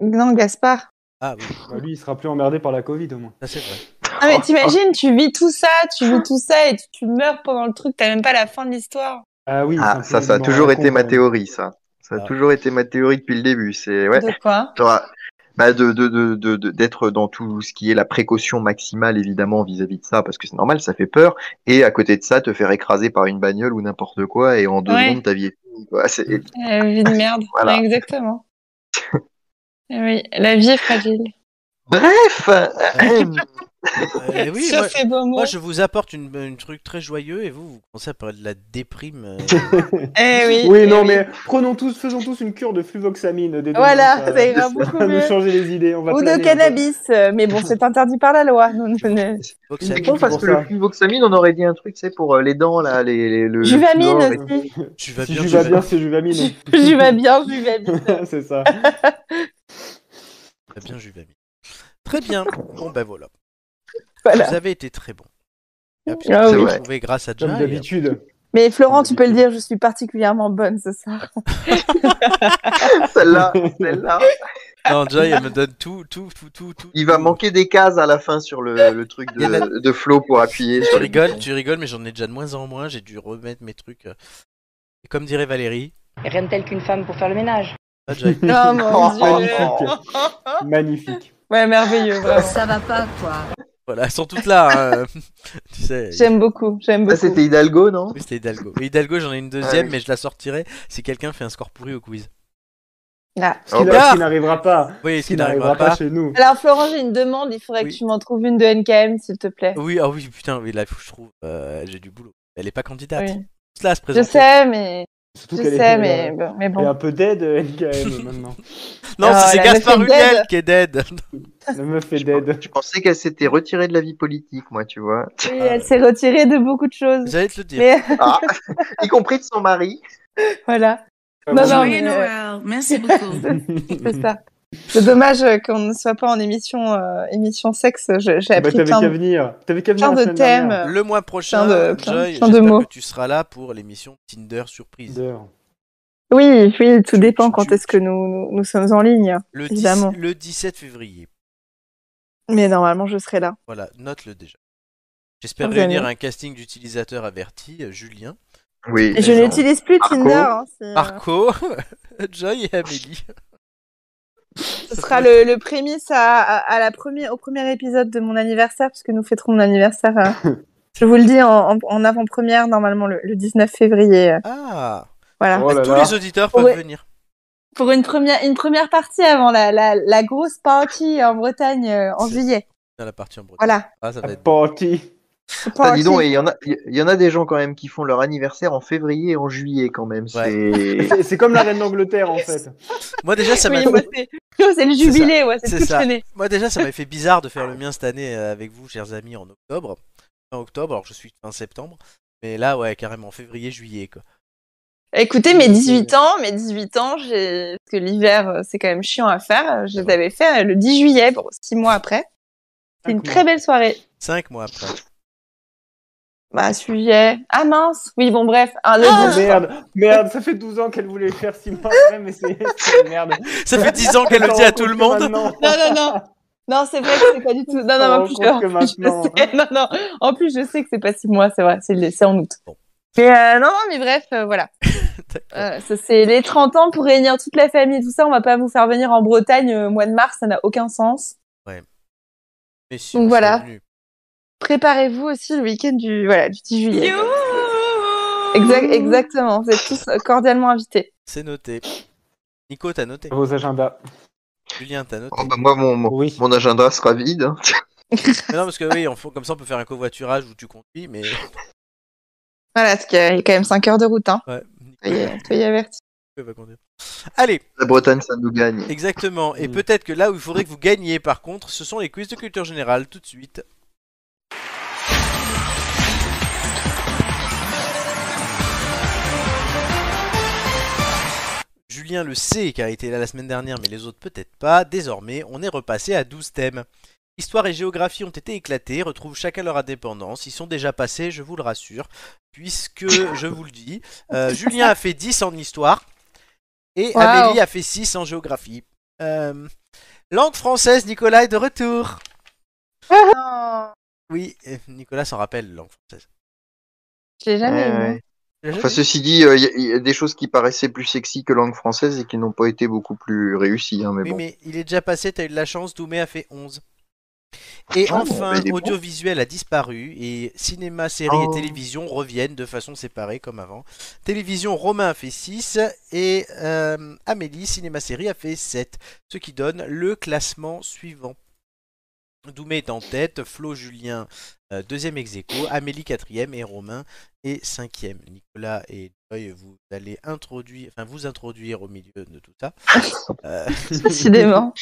Speaker 2: Non, Gaspard.
Speaker 1: Ah oui,
Speaker 4: Bah, lui, il sera plus emmerdé par la Covid au moins.
Speaker 1: ça c'est vrai.
Speaker 2: Ah
Speaker 4: Oh,
Speaker 2: mais t'imagines, tu vis tout ça, tu
Speaker 4: Ah.
Speaker 2: vis tout ça et tu, tu meurs pendant le truc, t'as même pas la fin de l'histoire.
Speaker 4: Ah oui,
Speaker 8: Ah, ça, ça a toujours été ma théorie, ça. Ça
Speaker 4: Ah.
Speaker 8: a toujours été ma théorie depuis le début. C'est ouais.
Speaker 2: De quoi
Speaker 8: T'auras- bah, de, de, de, de- de- d'être dans tout ce qui est la précaution maximale évidemment vis-à-vis de ça parce que c'est normal ça fait peur et à côté de ça te faire écraser par une bagnole ou n'importe quoi et en deux
Speaker 2: Ouais.
Speaker 8: secondes ta vie est finie quoi. C'est-
Speaker 2: Euh,
Speaker 10: La vie de merde.
Speaker 8: Voilà.
Speaker 10: Ouais, exactement. Eh oui, la vie est fragile.
Speaker 8: Bref euh,
Speaker 1: Eh oui,
Speaker 10: Sur
Speaker 1: moi,
Speaker 10: ces beaux mots.
Speaker 1: moi, je vous apporte une, une truc très joyeux et vous vous commencez à parler de la déprime. euh.
Speaker 10: Eh oui.
Speaker 4: Oui,
Speaker 10: eh
Speaker 4: non,
Speaker 10: oui.
Speaker 4: mais prenons tous, faisons tous une cure de fluvoxamine. dès
Speaker 2: Voilà,
Speaker 4: demain,
Speaker 2: ça ira beaucoup
Speaker 4: va nous
Speaker 2: mieux.
Speaker 4: changer les idées. On va
Speaker 2: Ou
Speaker 4: planer un
Speaker 2: de
Speaker 4: peu.
Speaker 2: cannabis, euh, mais bon, c'est interdit par la loi. Nous, nous, nous-
Speaker 8: C'est con parce
Speaker 4: pour
Speaker 8: que
Speaker 4: ça.
Speaker 8: le fluvoxamine, on aurait dit un truc, c'est pour euh, les dents là, les, les- le.
Speaker 2: Juvamine
Speaker 8: le-
Speaker 2: aussi.
Speaker 1: Tu vas
Speaker 4: Si
Speaker 1: bien,
Speaker 4: je
Speaker 1: tu
Speaker 4: vais
Speaker 1: vas
Speaker 4: bien,
Speaker 1: bien.
Speaker 4: c'est Juvamine.
Speaker 2: Je vais bien, je vais bien.
Speaker 4: c'est ça.
Speaker 1: Tu vas Eh bien, Juvamine. Très bien. Bon, ben voilà.
Speaker 2: Voilà.
Speaker 1: Vous avez été très bon. Ah, puisque
Speaker 2: Ah
Speaker 1: vous
Speaker 8: oui.
Speaker 1: avez trouvé grâce à
Speaker 4: Comme
Speaker 1: Jai.
Speaker 4: d'habitude.
Speaker 2: Mais Florent, tu peux le dire, je suis particulièrement bonne ce soir.
Speaker 8: Celle-là, celle-là.
Speaker 1: Non, Jai, elle me donne tout, tout, tout, tout, tout.
Speaker 8: Il va
Speaker 1: tout.
Speaker 8: manquer des cases à la fin sur le, le truc
Speaker 1: Il y a la-
Speaker 8: de, de flow pour appuyer
Speaker 1: Tu
Speaker 8: sur les
Speaker 1: rigoles,
Speaker 8: boutons.
Speaker 1: tu rigoles, mais j'en ai déjà de moins en moins. J'ai dû remettre mes trucs. euh. Et comme dirait Valérie,
Speaker 12: Rien de tel qu'une femme pour faire le ménage.
Speaker 1: ah, Jai.
Speaker 2: Oh mon dieu.
Speaker 4: Magnifique. Magnifique.
Speaker 2: Ouais, merveilleux, vraiment.
Speaker 12: Ça va pas, quoi.
Speaker 1: voilà, elles sont toutes là. hein. tu sais.
Speaker 2: J'aime beaucoup, j'aime
Speaker 8: Ça,
Speaker 2: beaucoup.
Speaker 8: c'était Hidalgo, non
Speaker 1: Oui, c'était Hidalgo. Mais Hidalgo, j'en ai une deuxième,
Speaker 8: Ah oui.
Speaker 1: mais je la sortirai si quelqu'un fait un score pourri au quiz.
Speaker 2: Ah.
Speaker 4: Ce qui
Speaker 8: Oh,
Speaker 4: n'a- ce qui n'arrivera pas.
Speaker 1: Oui,
Speaker 4: Ce qui n'arrivera pas chez nous.
Speaker 2: Alors Florent, j'ai une demande, il faudrait
Speaker 1: Oui.
Speaker 2: que tu m'en trouves une de NKM, s'il te plaît.
Speaker 1: Oui, ah oui, putain, oui, là, il faut que je trouve. euh, J'ai du boulot. Elle est pas candidate.
Speaker 2: Oui.
Speaker 1: Tous là à se
Speaker 2: Je
Speaker 1: présenter.
Speaker 2: sais, mais
Speaker 4: Surtout
Speaker 2: je
Speaker 4: qu'elle est-
Speaker 2: sais,
Speaker 4: elle
Speaker 2: mais
Speaker 4: est-
Speaker 2: bon, mais
Speaker 4: elle est
Speaker 2: bon.
Speaker 4: un peu dead, euh, NKM, maintenant.
Speaker 1: Non,
Speaker 2: Ah,
Speaker 1: c'est
Speaker 2: la
Speaker 1: Gaspard
Speaker 2: meuf est dead.
Speaker 1: Huliel qui est dead.
Speaker 4: La meuf est
Speaker 8: Je
Speaker 4: dead.
Speaker 8: Je pensais qu'elle s'était retirée de la vie politique, moi, tu vois.
Speaker 2: Oui, elle s'est retirée de beaucoup de choses.
Speaker 1: J'allais te le dire.
Speaker 2: Mais
Speaker 8: Ah, y compris de son mari.
Speaker 2: voilà,
Speaker 4: Ah,
Speaker 2: Non,
Speaker 4: Bah,
Speaker 2: non,
Speaker 4: bon.
Speaker 2: mais,
Speaker 10: Joyeux Noël. Merci beaucoup.
Speaker 2: c'est ça. C'est dommage euh, qu'on ne soit pas en émission euh, émission sexe. Je- J'ai
Speaker 4: Ah bah,
Speaker 2: appris
Speaker 4: T'avais
Speaker 2: plein
Speaker 4: qu'à
Speaker 2: de,
Speaker 4: venir. T'avais qu'à venir.
Speaker 2: plein
Speaker 4: la
Speaker 2: de
Speaker 4: semaine
Speaker 2: thèmes.
Speaker 4: dernière.
Speaker 1: Le mois prochain,
Speaker 2: euh, Plein de- plein-
Speaker 1: Joy,
Speaker 2: plein de
Speaker 1: j'espère
Speaker 2: mots.
Speaker 1: que tu seras là pour l'émission Tinder Surprise.
Speaker 4: Heures.
Speaker 2: Oui, oui, tout
Speaker 1: Tu-
Speaker 2: dépend
Speaker 1: tu-
Speaker 2: quand
Speaker 1: tu-
Speaker 2: est-ce que nous, nous nous sommes en ligne.
Speaker 1: Le, 10
Speaker 2: Évidemment.
Speaker 1: le 17 février.
Speaker 2: Mais normalement, je serai là.
Speaker 1: Voilà, note-le déjà. J'espère
Speaker 2: Vous
Speaker 1: réunir
Speaker 2: allez.
Speaker 1: un casting d'utilisateurs avertis, euh, Julien,
Speaker 8: Oui.
Speaker 2: Et je
Speaker 1: Présent.
Speaker 2: n'utilise plus
Speaker 8: Marco.
Speaker 2: Tinder. hein, c'est, euh,
Speaker 1: Marco, Joy et Amélie.
Speaker 2: Ce sera le, le prémisse à, à, à la première, au premier épisode de mon anniversaire, puisque nous fêterons mon anniversaire. euh, je vous le dis en, en- en avant-première, normalement le, le 19 février. euh,
Speaker 1: Ah,
Speaker 2: Voilà.
Speaker 4: Oh là
Speaker 1: tous
Speaker 4: là.
Speaker 1: les auditeurs peuvent
Speaker 2: Ouais.
Speaker 1: venir.
Speaker 2: Pour une première, une première partie avant la, la, la grosse party en Bretagne euh, en
Speaker 1: C'est-
Speaker 2: juillet.
Speaker 1: Dans la partie en Bretagne.
Speaker 2: Voilà.
Speaker 1: Ah, ça va
Speaker 4: La
Speaker 1: être
Speaker 4: party.
Speaker 1: Bah,
Speaker 8: Ah, dis
Speaker 2: Party.
Speaker 8: donc, il y, en a- il y en a des gens quand même qui font leur anniversaire en février et en juillet quand même. C'est
Speaker 4: C'est- C'est comme la reine d'Angleterre en fait.
Speaker 1: Moi déjà ça m'a
Speaker 2: Oui, moi, c'est c'est le jubilé, ouais,
Speaker 1: C'est
Speaker 2: c'est tout
Speaker 1: ça.
Speaker 2: le nez.
Speaker 1: moi déjà ça m'a fait bizarre de faire le mien cette année euh, avec vous chers amis en octobre. Fin octobre, alors je suis fin septembre, mais là ouais carrément février juillet quoi.
Speaker 2: Écoutez, mes 18 ans, mes 18 ans, j'ai parce que l'hiver euh, c'est quand même chiant à faire. euh, Je les avais fait euh, le 10 juillet, bon, six mois après. C'est une
Speaker 4: Cinq
Speaker 2: très
Speaker 4: mois.
Speaker 2: belle soirée.
Speaker 1: Cinq mois après.
Speaker 2: Bah, sujet. Ah mince Oui, bon, bref. Un le
Speaker 4: Oh,
Speaker 2: dix-
Speaker 4: merde, merde, ça fait 12 ans qu'elle voulait le faire 6 mois après, mais c'est c'est merde.
Speaker 1: Ça fait dix ans qu'elle le dit à tout le monde.
Speaker 2: Non, non, non. Non, c'est vrai que c'est pas du tout. Non, non,
Speaker 4: On
Speaker 2: en plus,
Speaker 4: se rend compte
Speaker 2: je,
Speaker 4: que
Speaker 2: en plus, je
Speaker 4: maintenant.
Speaker 2: sais. Non, non. En plus, je sais que c'est pas six mois, c'est vrai, c'est le- c'est en août.
Speaker 1: Bon.
Speaker 2: Mais euh, non, non, mais bref, euh, voilà. Euh, ça, c'est les 30 ans pour réunir toute la famille, tout ça. On va pas vous faire venir en Bretagne euh, au mois de mars, ça n'a aucun sens.
Speaker 1: Mais si,
Speaker 2: Donc
Speaker 1: on
Speaker 2: voilà.
Speaker 1: s'est venu.
Speaker 2: Préparez-vous aussi le week-end du, voilà, du 10 juillet. Exact, exactement, vous êtes tous euh, cordialement invités.
Speaker 1: C'est noté. Nico t'as noté.
Speaker 4: Vos agendas.
Speaker 1: Julien t'as noté.
Speaker 8: Oh, bah, moi mon, mon,
Speaker 4: Oui.
Speaker 8: mon agenda sera vide. hein.
Speaker 1: Mais non parce que oui, on fait- comme ça on peut faire un covoiturage où tu conduis, mais
Speaker 2: Voilà, parce qu'il y a quand même 5 heures de route, hein.
Speaker 1: ouais, Nico
Speaker 2: Soyez, soyez avertis.
Speaker 1: va conduire. Allez,
Speaker 8: La Bretagne, ça nous gagne.
Speaker 1: exactement. Et
Speaker 4: Mm.
Speaker 1: peut-être que là où il faudrait que vous gagniez par contre, ce sont les quiz de culture générale tout de suite. Julien le sait car il était là la semaine dernière, mais les autres peut-être pas. Désormais, on est repassé à 12 thèmes. Histoire et géographie ont été éclatés, retrouvent chacun leur indépendance. Ils sont déjà passés, je vous le rassure, puisque, je vous le dis, euh, Julien a fait 10 en histoire et
Speaker 2: Wow.
Speaker 1: Amélie a fait 6 en géographie. Euh, langue française, Nicolas est de retour. Oui, euh, Nicolas s'en rappelle, langue française.
Speaker 2: Je l'ai jamais
Speaker 8: Ouais,
Speaker 2: eu, moi.
Speaker 8: ouais. Enfin, ceci dit, il y, a- y a des choses qui paraissaient plus sexy que langue française et qui n'ont pas été beaucoup plus réussies. hein, mais
Speaker 1: oui,
Speaker 8: bon.
Speaker 1: mais il est déjà passé, t'as eu de la chance, Doumé a fait 11. Et
Speaker 8: Ah,
Speaker 1: enfin,
Speaker 8: bah, il est bon.
Speaker 1: audiovisuel a disparu et cinéma, série
Speaker 8: Oh.
Speaker 1: et télévision reviennent de façon séparée comme avant. Télévision, Romain a fait 6 et euh, Amélie, cinéma, série a fait 7. Ce qui donne le classement suivant. Doumé est en tête, Flo, Julien, euh, deuxième ex aequo, Amélie, quatrième et Romain est cinquième. Nicolas et Joy, vous allez introduire, enfin, vous introduire au milieu de tout ça. Euh,
Speaker 10: Décidément.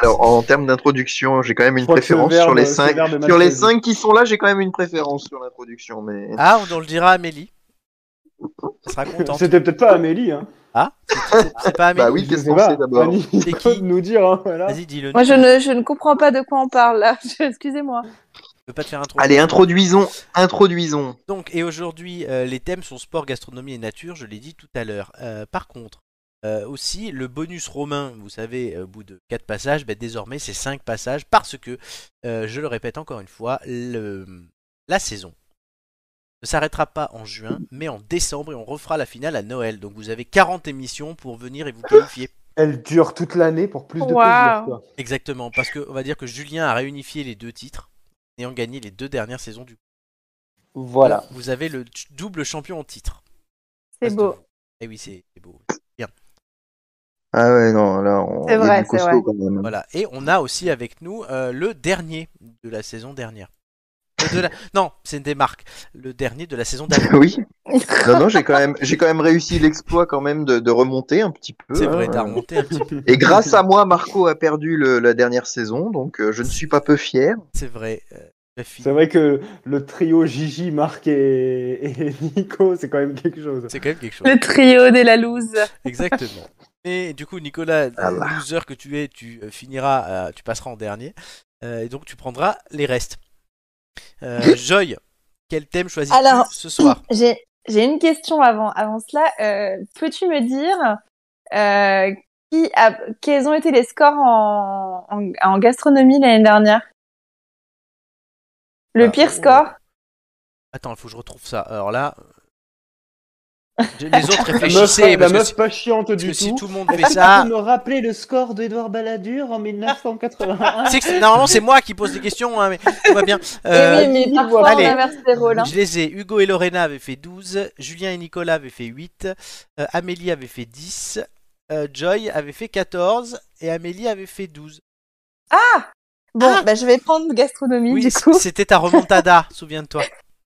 Speaker 8: Alors, en termes d'introduction, j'ai quand même une
Speaker 1: crois que ce
Speaker 8: préférence sur
Speaker 1: verbe-
Speaker 8: les
Speaker 1: ce
Speaker 8: cinq.
Speaker 1: verbe m'a
Speaker 8: Sur les
Speaker 1: choisi.
Speaker 8: cinq qui sont là, j'ai quand même une préférence sur l'introduction, mais.
Speaker 1: Ah, on, on le dira à Amélie. Elle sera contente.
Speaker 4: C'était peut-être pas Amélie. Hein.
Speaker 1: Ah C'est pas Amélie.
Speaker 8: Bah oui, qu'est-ce
Speaker 4: Je sais
Speaker 8: qu'on
Speaker 4: pas.
Speaker 8: sait d'abord
Speaker 4: Annie, il faut nous dire. hein, voilà.
Speaker 1: Vas-y, dis-le.
Speaker 10: Moi, je ne, je ne comprends pas de quoi on parle là. Je- Excusez-moi.
Speaker 1: peux pas te faire intro.
Speaker 8: Allez, introduisons, introduisons.
Speaker 1: Donc, et aujourd'hui, euh, les thèmes sont sport, gastronomie et nature, je l'ai dit tout à l'heure. Euh, par contre, euh, aussi, le bonus romain, vous savez, euh, au bout de 4 passages, ben, désormais c'est 5 passages, parce que, euh, je le répète encore une fois, le, la saison ne s'arrêtera pas en juin, mais en décembre, et on refera la finale à Noël. Donc vous avez 40 émissions pour venir et vous qualifier.
Speaker 4: Elle dure toute l'année pour plus de plaisir.
Speaker 10: Waouh.
Speaker 4: quoi.
Speaker 1: Exactement, parce que on va dire que Julien a réunifié les deux titres, ayant gagné les deux dernières saisons du coup.
Speaker 4: Voilà.
Speaker 1: Vous avez le t- double champion en titre.
Speaker 10: C'est beau.
Speaker 1: Et oui, c'est c'est beau.
Speaker 8: Ah ouais, non, là, on
Speaker 10: C'est
Speaker 8: il y a
Speaker 10: vrai,
Speaker 8: du
Speaker 10: c'est
Speaker 8: costaud
Speaker 10: vrai.
Speaker 8: quand même.
Speaker 1: Voilà. Et on a aussi avec nous euh, le dernier de la saison dernière. Euh, de la- Non, c'est des marques. Le dernier de la saison dernière.
Speaker 8: Oui. Non, non, j'ai quand même, j'ai quand même réussi l'exploit quand même de, de remonter un petit peu.
Speaker 1: C'est vrai,
Speaker 8: hein.
Speaker 1: t'as remonté un petit peu.
Speaker 8: Et grâce à moi, Marco a perdu le- la dernière saison, donc euh, je ne suis pas peu fier.
Speaker 1: C'est vrai. euh, la fille.
Speaker 4: C'est vrai que le trio Gigi, Marc et, et Nico, c'est quand même quelque chose.
Speaker 1: C'est quand même quelque chose.
Speaker 10: Le trio des la loose.
Speaker 1: Exactement. Mais du coup, Nicolas,
Speaker 4: Ah
Speaker 8: Voilà.
Speaker 1: loser que tu es, tu euh, finiras, euh, tu passeras en dernier. Euh, et donc, tu prendras les restes. Euh, Joy, quel thème choisis-tu
Speaker 10: Alors,
Speaker 1: ce soir
Speaker 10: J'ai j'ai une question avant, avant cela. Euh, Peux-tu me dire euh, qui a, quels ont été les scores en, en, en gastronomie l'année dernière Le
Speaker 1: Ah,
Speaker 10: pire
Speaker 1: oh.
Speaker 10: score
Speaker 1: Attends, il faut que je retrouve ça. Alors là. euh, Les autres
Speaker 4: La meuf,
Speaker 1: réfléchissaient.
Speaker 4: la
Speaker 1: parce que
Speaker 4: meuf
Speaker 1: si-
Speaker 4: pas chiante
Speaker 1: parce
Speaker 4: du
Speaker 1: que
Speaker 4: tout.
Speaker 1: si tout le monde
Speaker 4: Est-ce
Speaker 1: fait
Speaker 4: que tu
Speaker 1: ça-
Speaker 4: peux me rappeler le score d'Edouard Balladur en 1981
Speaker 1: C'est que- normalement, c'est moi qui pose les questions, hein, mais tout va bien. Euh,
Speaker 10: Eh oui, mais parfois
Speaker 1: allez.
Speaker 10: on inverse les rôles. hein.
Speaker 1: Je les ai. Hugo et Lorena avaient fait 12. Julien et Nicolas avaient fait 8. euh, Amélie avait fait 10. euh, Joy avait fait 14. Et Amélie avait fait 12.
Speaker 10: Bon, bah, je vais prendre gastronomie
Speaker 1: Ah. Oui,
Speaker 10: du coup.
Speaker 1: c'était ta remontada, souviens-toi.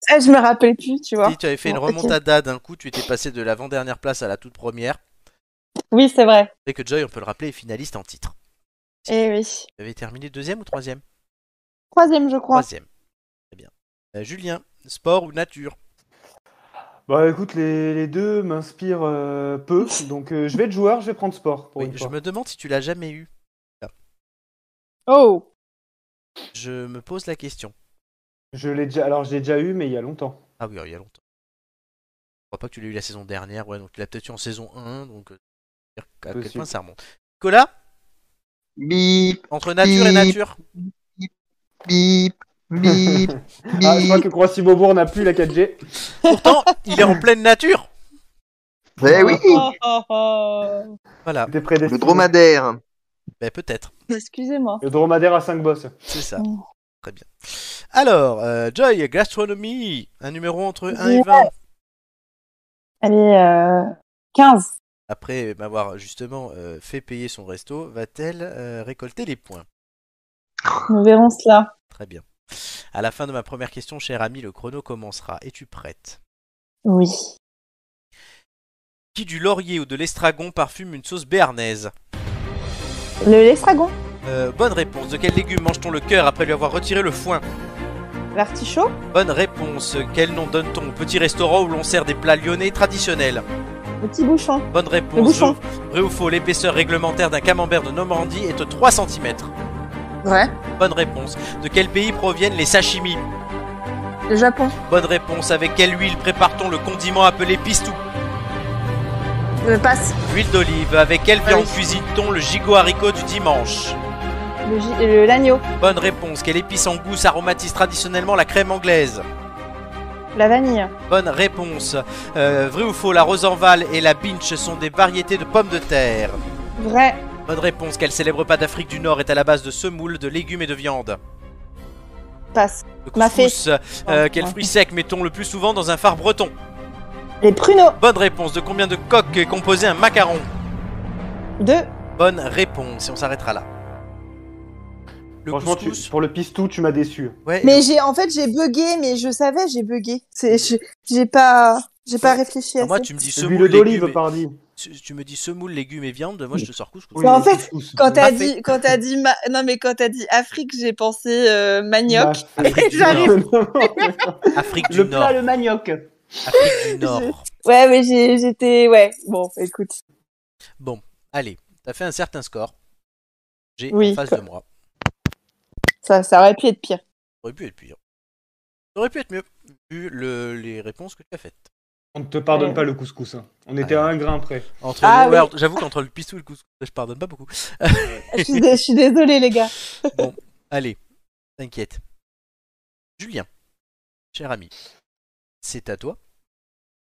Speaker 10: Ah, je me rappelle plus, tu vois.
Speaker 1: Si tu avais fait une
Speaker 10: Bon, ok.
Speaker 1: remontada d'un coup, tu étais passé de l'avant-dernière place à la toute première.
Speaker 10: Oui, c'est vrai.
Speaker 1: Et que Joy, on peut le rappeler, est finaliste en titre.
Speaker 10: Eh oui.
Speaker 1: Tu avais terminé deuxième ou troisième
Speaker 10: Troisième, je crois.
Speaker 1: Troisième. Très bien. Euh, Julien, sport ou nature
Speaker 4: Bah écoute, les, les deux m'inspirent euh, peu, donc euh, je vais être joueur, je vais prendre sport. Pour
Speaker 1: Oui,
Speaker 4: une
Speaker 1: Je
Speaker 4: fois.
Speaker 1: me demande si tu l'as jamais eu.
Speaker 10: Oh.
Speaker 1: Je me pose la question.
Speaker 4: Je l'ai déjà, alors je l'ai déjà eu, mais il y a longtemps.
Speaker 1: Ah oui, il y a longtemps. Je crois pas que tu l'aies eu la saison dernière. Ouais, donc tu l'as peut-être eu en saison 1. Donc, euh, dire à quel
Speaker 4: Possible.
Speaker 1: point ça remonte. Nicolas,
Speaker 8: Bip,
Speaker 1: entre nature et
Speaker 8: Bip.
Speaker 1: nature
Speaker 8: bip, bip,
Speaker 4: Ah, je crois
Speaker 8: bip.
Speaker 4: que Croissy-Beaubourg n'a plus la 4G.
Speaker 1: Pourtant, il est en pleine nature.
Speaker 8: Eh oui,
Speaker 10: Oh,
Speaker 1: Voilà,
Speaker 4: T'es prédestiné.
Speaker 8: le dromadaire.
Speaker 1: ben, peut-être.
Speaker 10: Excusez-moi.
Speaker 4: Le dromadaire à 5 bosses.
Speaker 1: C'est ça.
Speaker 10: Oh.
Speaker 1: Très bien. Alors, euh, Joy, gastronomie, un numéro entre 1 et
Speaker 10: Ouais.
Speaker 1: 20.
Speaker 10: Allez, euh, 15.
Speaker 1: Après m'avoir justement euh, fait payer son resto, va-t-elle euh, récolter les points
Speaker 10: Nous verrons cela.
Speaker 1: Très bien. À la fin de ma première question, cher ami, le chrono commencera. Es-tu prête
Speaker 10: Oui.
Speaker 1: Qui du laurier ou de l'estragon parfume une sauce béarnaise
Speaker 10: Le l'estragon,
Speaker 1: Euh, Bonne réponse. De quel légume mange-t-on le cœur après lui avoir retiré le foin
Speaker 10: l'artichaut,
Speaker 1: Bonne réponse. Quel nom donne-t-on au petit restaurant où l'on sert des plats lyonnais traditionnels
Speaker 10: le petit bouchon,
Speaker 1: Bonne
Speaker 10: Le
Speaker 1: réponse.
Speaker 10: bouchon.
Speaker 1: Vrai ou faux, l'épaisseur réglementaire d'un camembert de Normandie est de 3 cm.
Speaker 2: Vrai.
Speaker 1: Bonne réponse. De quel pays proviennent les sashimi
Speaker 2: Le Japon.
Speaker 1: Bonne réponse. Avec quelle huile prépare-t-on le condiment appelé pistou
Speaker 2: Je passe.
Speaker 1: Huile d'olive. Avec quelle
Speaker 2: Ah
Speaker 1: viande
Speaker 2: oui.
Speaker 1: cuisine-t-on le gigot haricot du dimanche
Speaker 10: le gi- le- l'agneau,
Speaker 1: Bonne réponse. Quelle épice en gousse aromatise traditionnellement la crème anglaise
Speaker 10: la vanille,
Speaker 1: Bonne réponse. Euh, vrai ou faux, la Rosenval et la Binch sont des variétés de pommes de terre
Speaker 10: vrai,
Speaker 1: Bonne réponse. Quel célèbre pas d'Afrique du Nord est à la base de semoule, de légumes et de viande
Speaker 2: Passe.
Speaker 1: Le
Speaker 2: Ma fée.
Speaker 1: couscous, euh, quel fruit sec mettons le plus souvent dans un phare breton
Speaker 2: Les pruneaux.
Speaker 1: Bonne réponse. De combien de coques est composé un macaron
Speaker 2: Deux.
Speaker 1: Bonne réponse. Et on s'arrêtera là. Le
Speaker 4: Franchement, tu- pour le pistou, tu m'as déçu. hein.
Speaker 1: Ouais,
Speaker 2: Mais j'ai en fait j'ai bugué, mais je savais j'ai bugué. C'est je- j'ai pas j'ai pas réfléchi à
Speaker 1: Moi,
Speaker 2: ça.
Speaker 1: tu me dis
Speaker 4: C'est
Speaker 1: semoule,
Speaker 4: l'huile d'olive,
Speaker 1: légumes. et-
Speaker 4: pardi.
Speaker 1: Tu tu me dis semoule, légumes et viande. Moi, je te sors couscous.
Speaker 2: Mais en fait, quand t'as
Speaker 1: Ma fée.
Speaker 2: dit, quand t'as dit, ma- non mais quand t'as dit Afrique, j'ai pensé euh, manioc.
Speaker 1: Ma fée.
Speaker 2: Et J'arrive.
Speaker 1: Afrique du
Speaker 2: Le plat,
Speaker 1: Nord.
Speaker 2: le
Speaker 1: manioc. Afrique du Nord.
Speaker 2: Ouais, mais j'ai- j'étais, ouais. Bon, écoute.
Speaker 1: Bon, allez, t'as fait un certain score. J'ai
Speaker 2: Oui.
Speaker 1: en face de moi.
Speaker 2: Ça, ça aurait pu être pire.
Speaker 1: Ça aurait pu être pire. Ça aurait pu être mieux, vu le- les réponses que tu as faites.
Speaker 4: On ne te pardonne
Speaker 1: Ouais.
Speaker 4: pas le couscous. hein. On était à un grain près.
Speaker 1: Entre le- ouais, alors, J'avoue qu'entre le pistou et le couscous, je pardonne pas beaucoup.
Speaker 2: Je suis, dé- je suis désolée, les gars.
Speaker 1: Bon, allez, t'inquiète. Julien, cher ami, c'est à toi.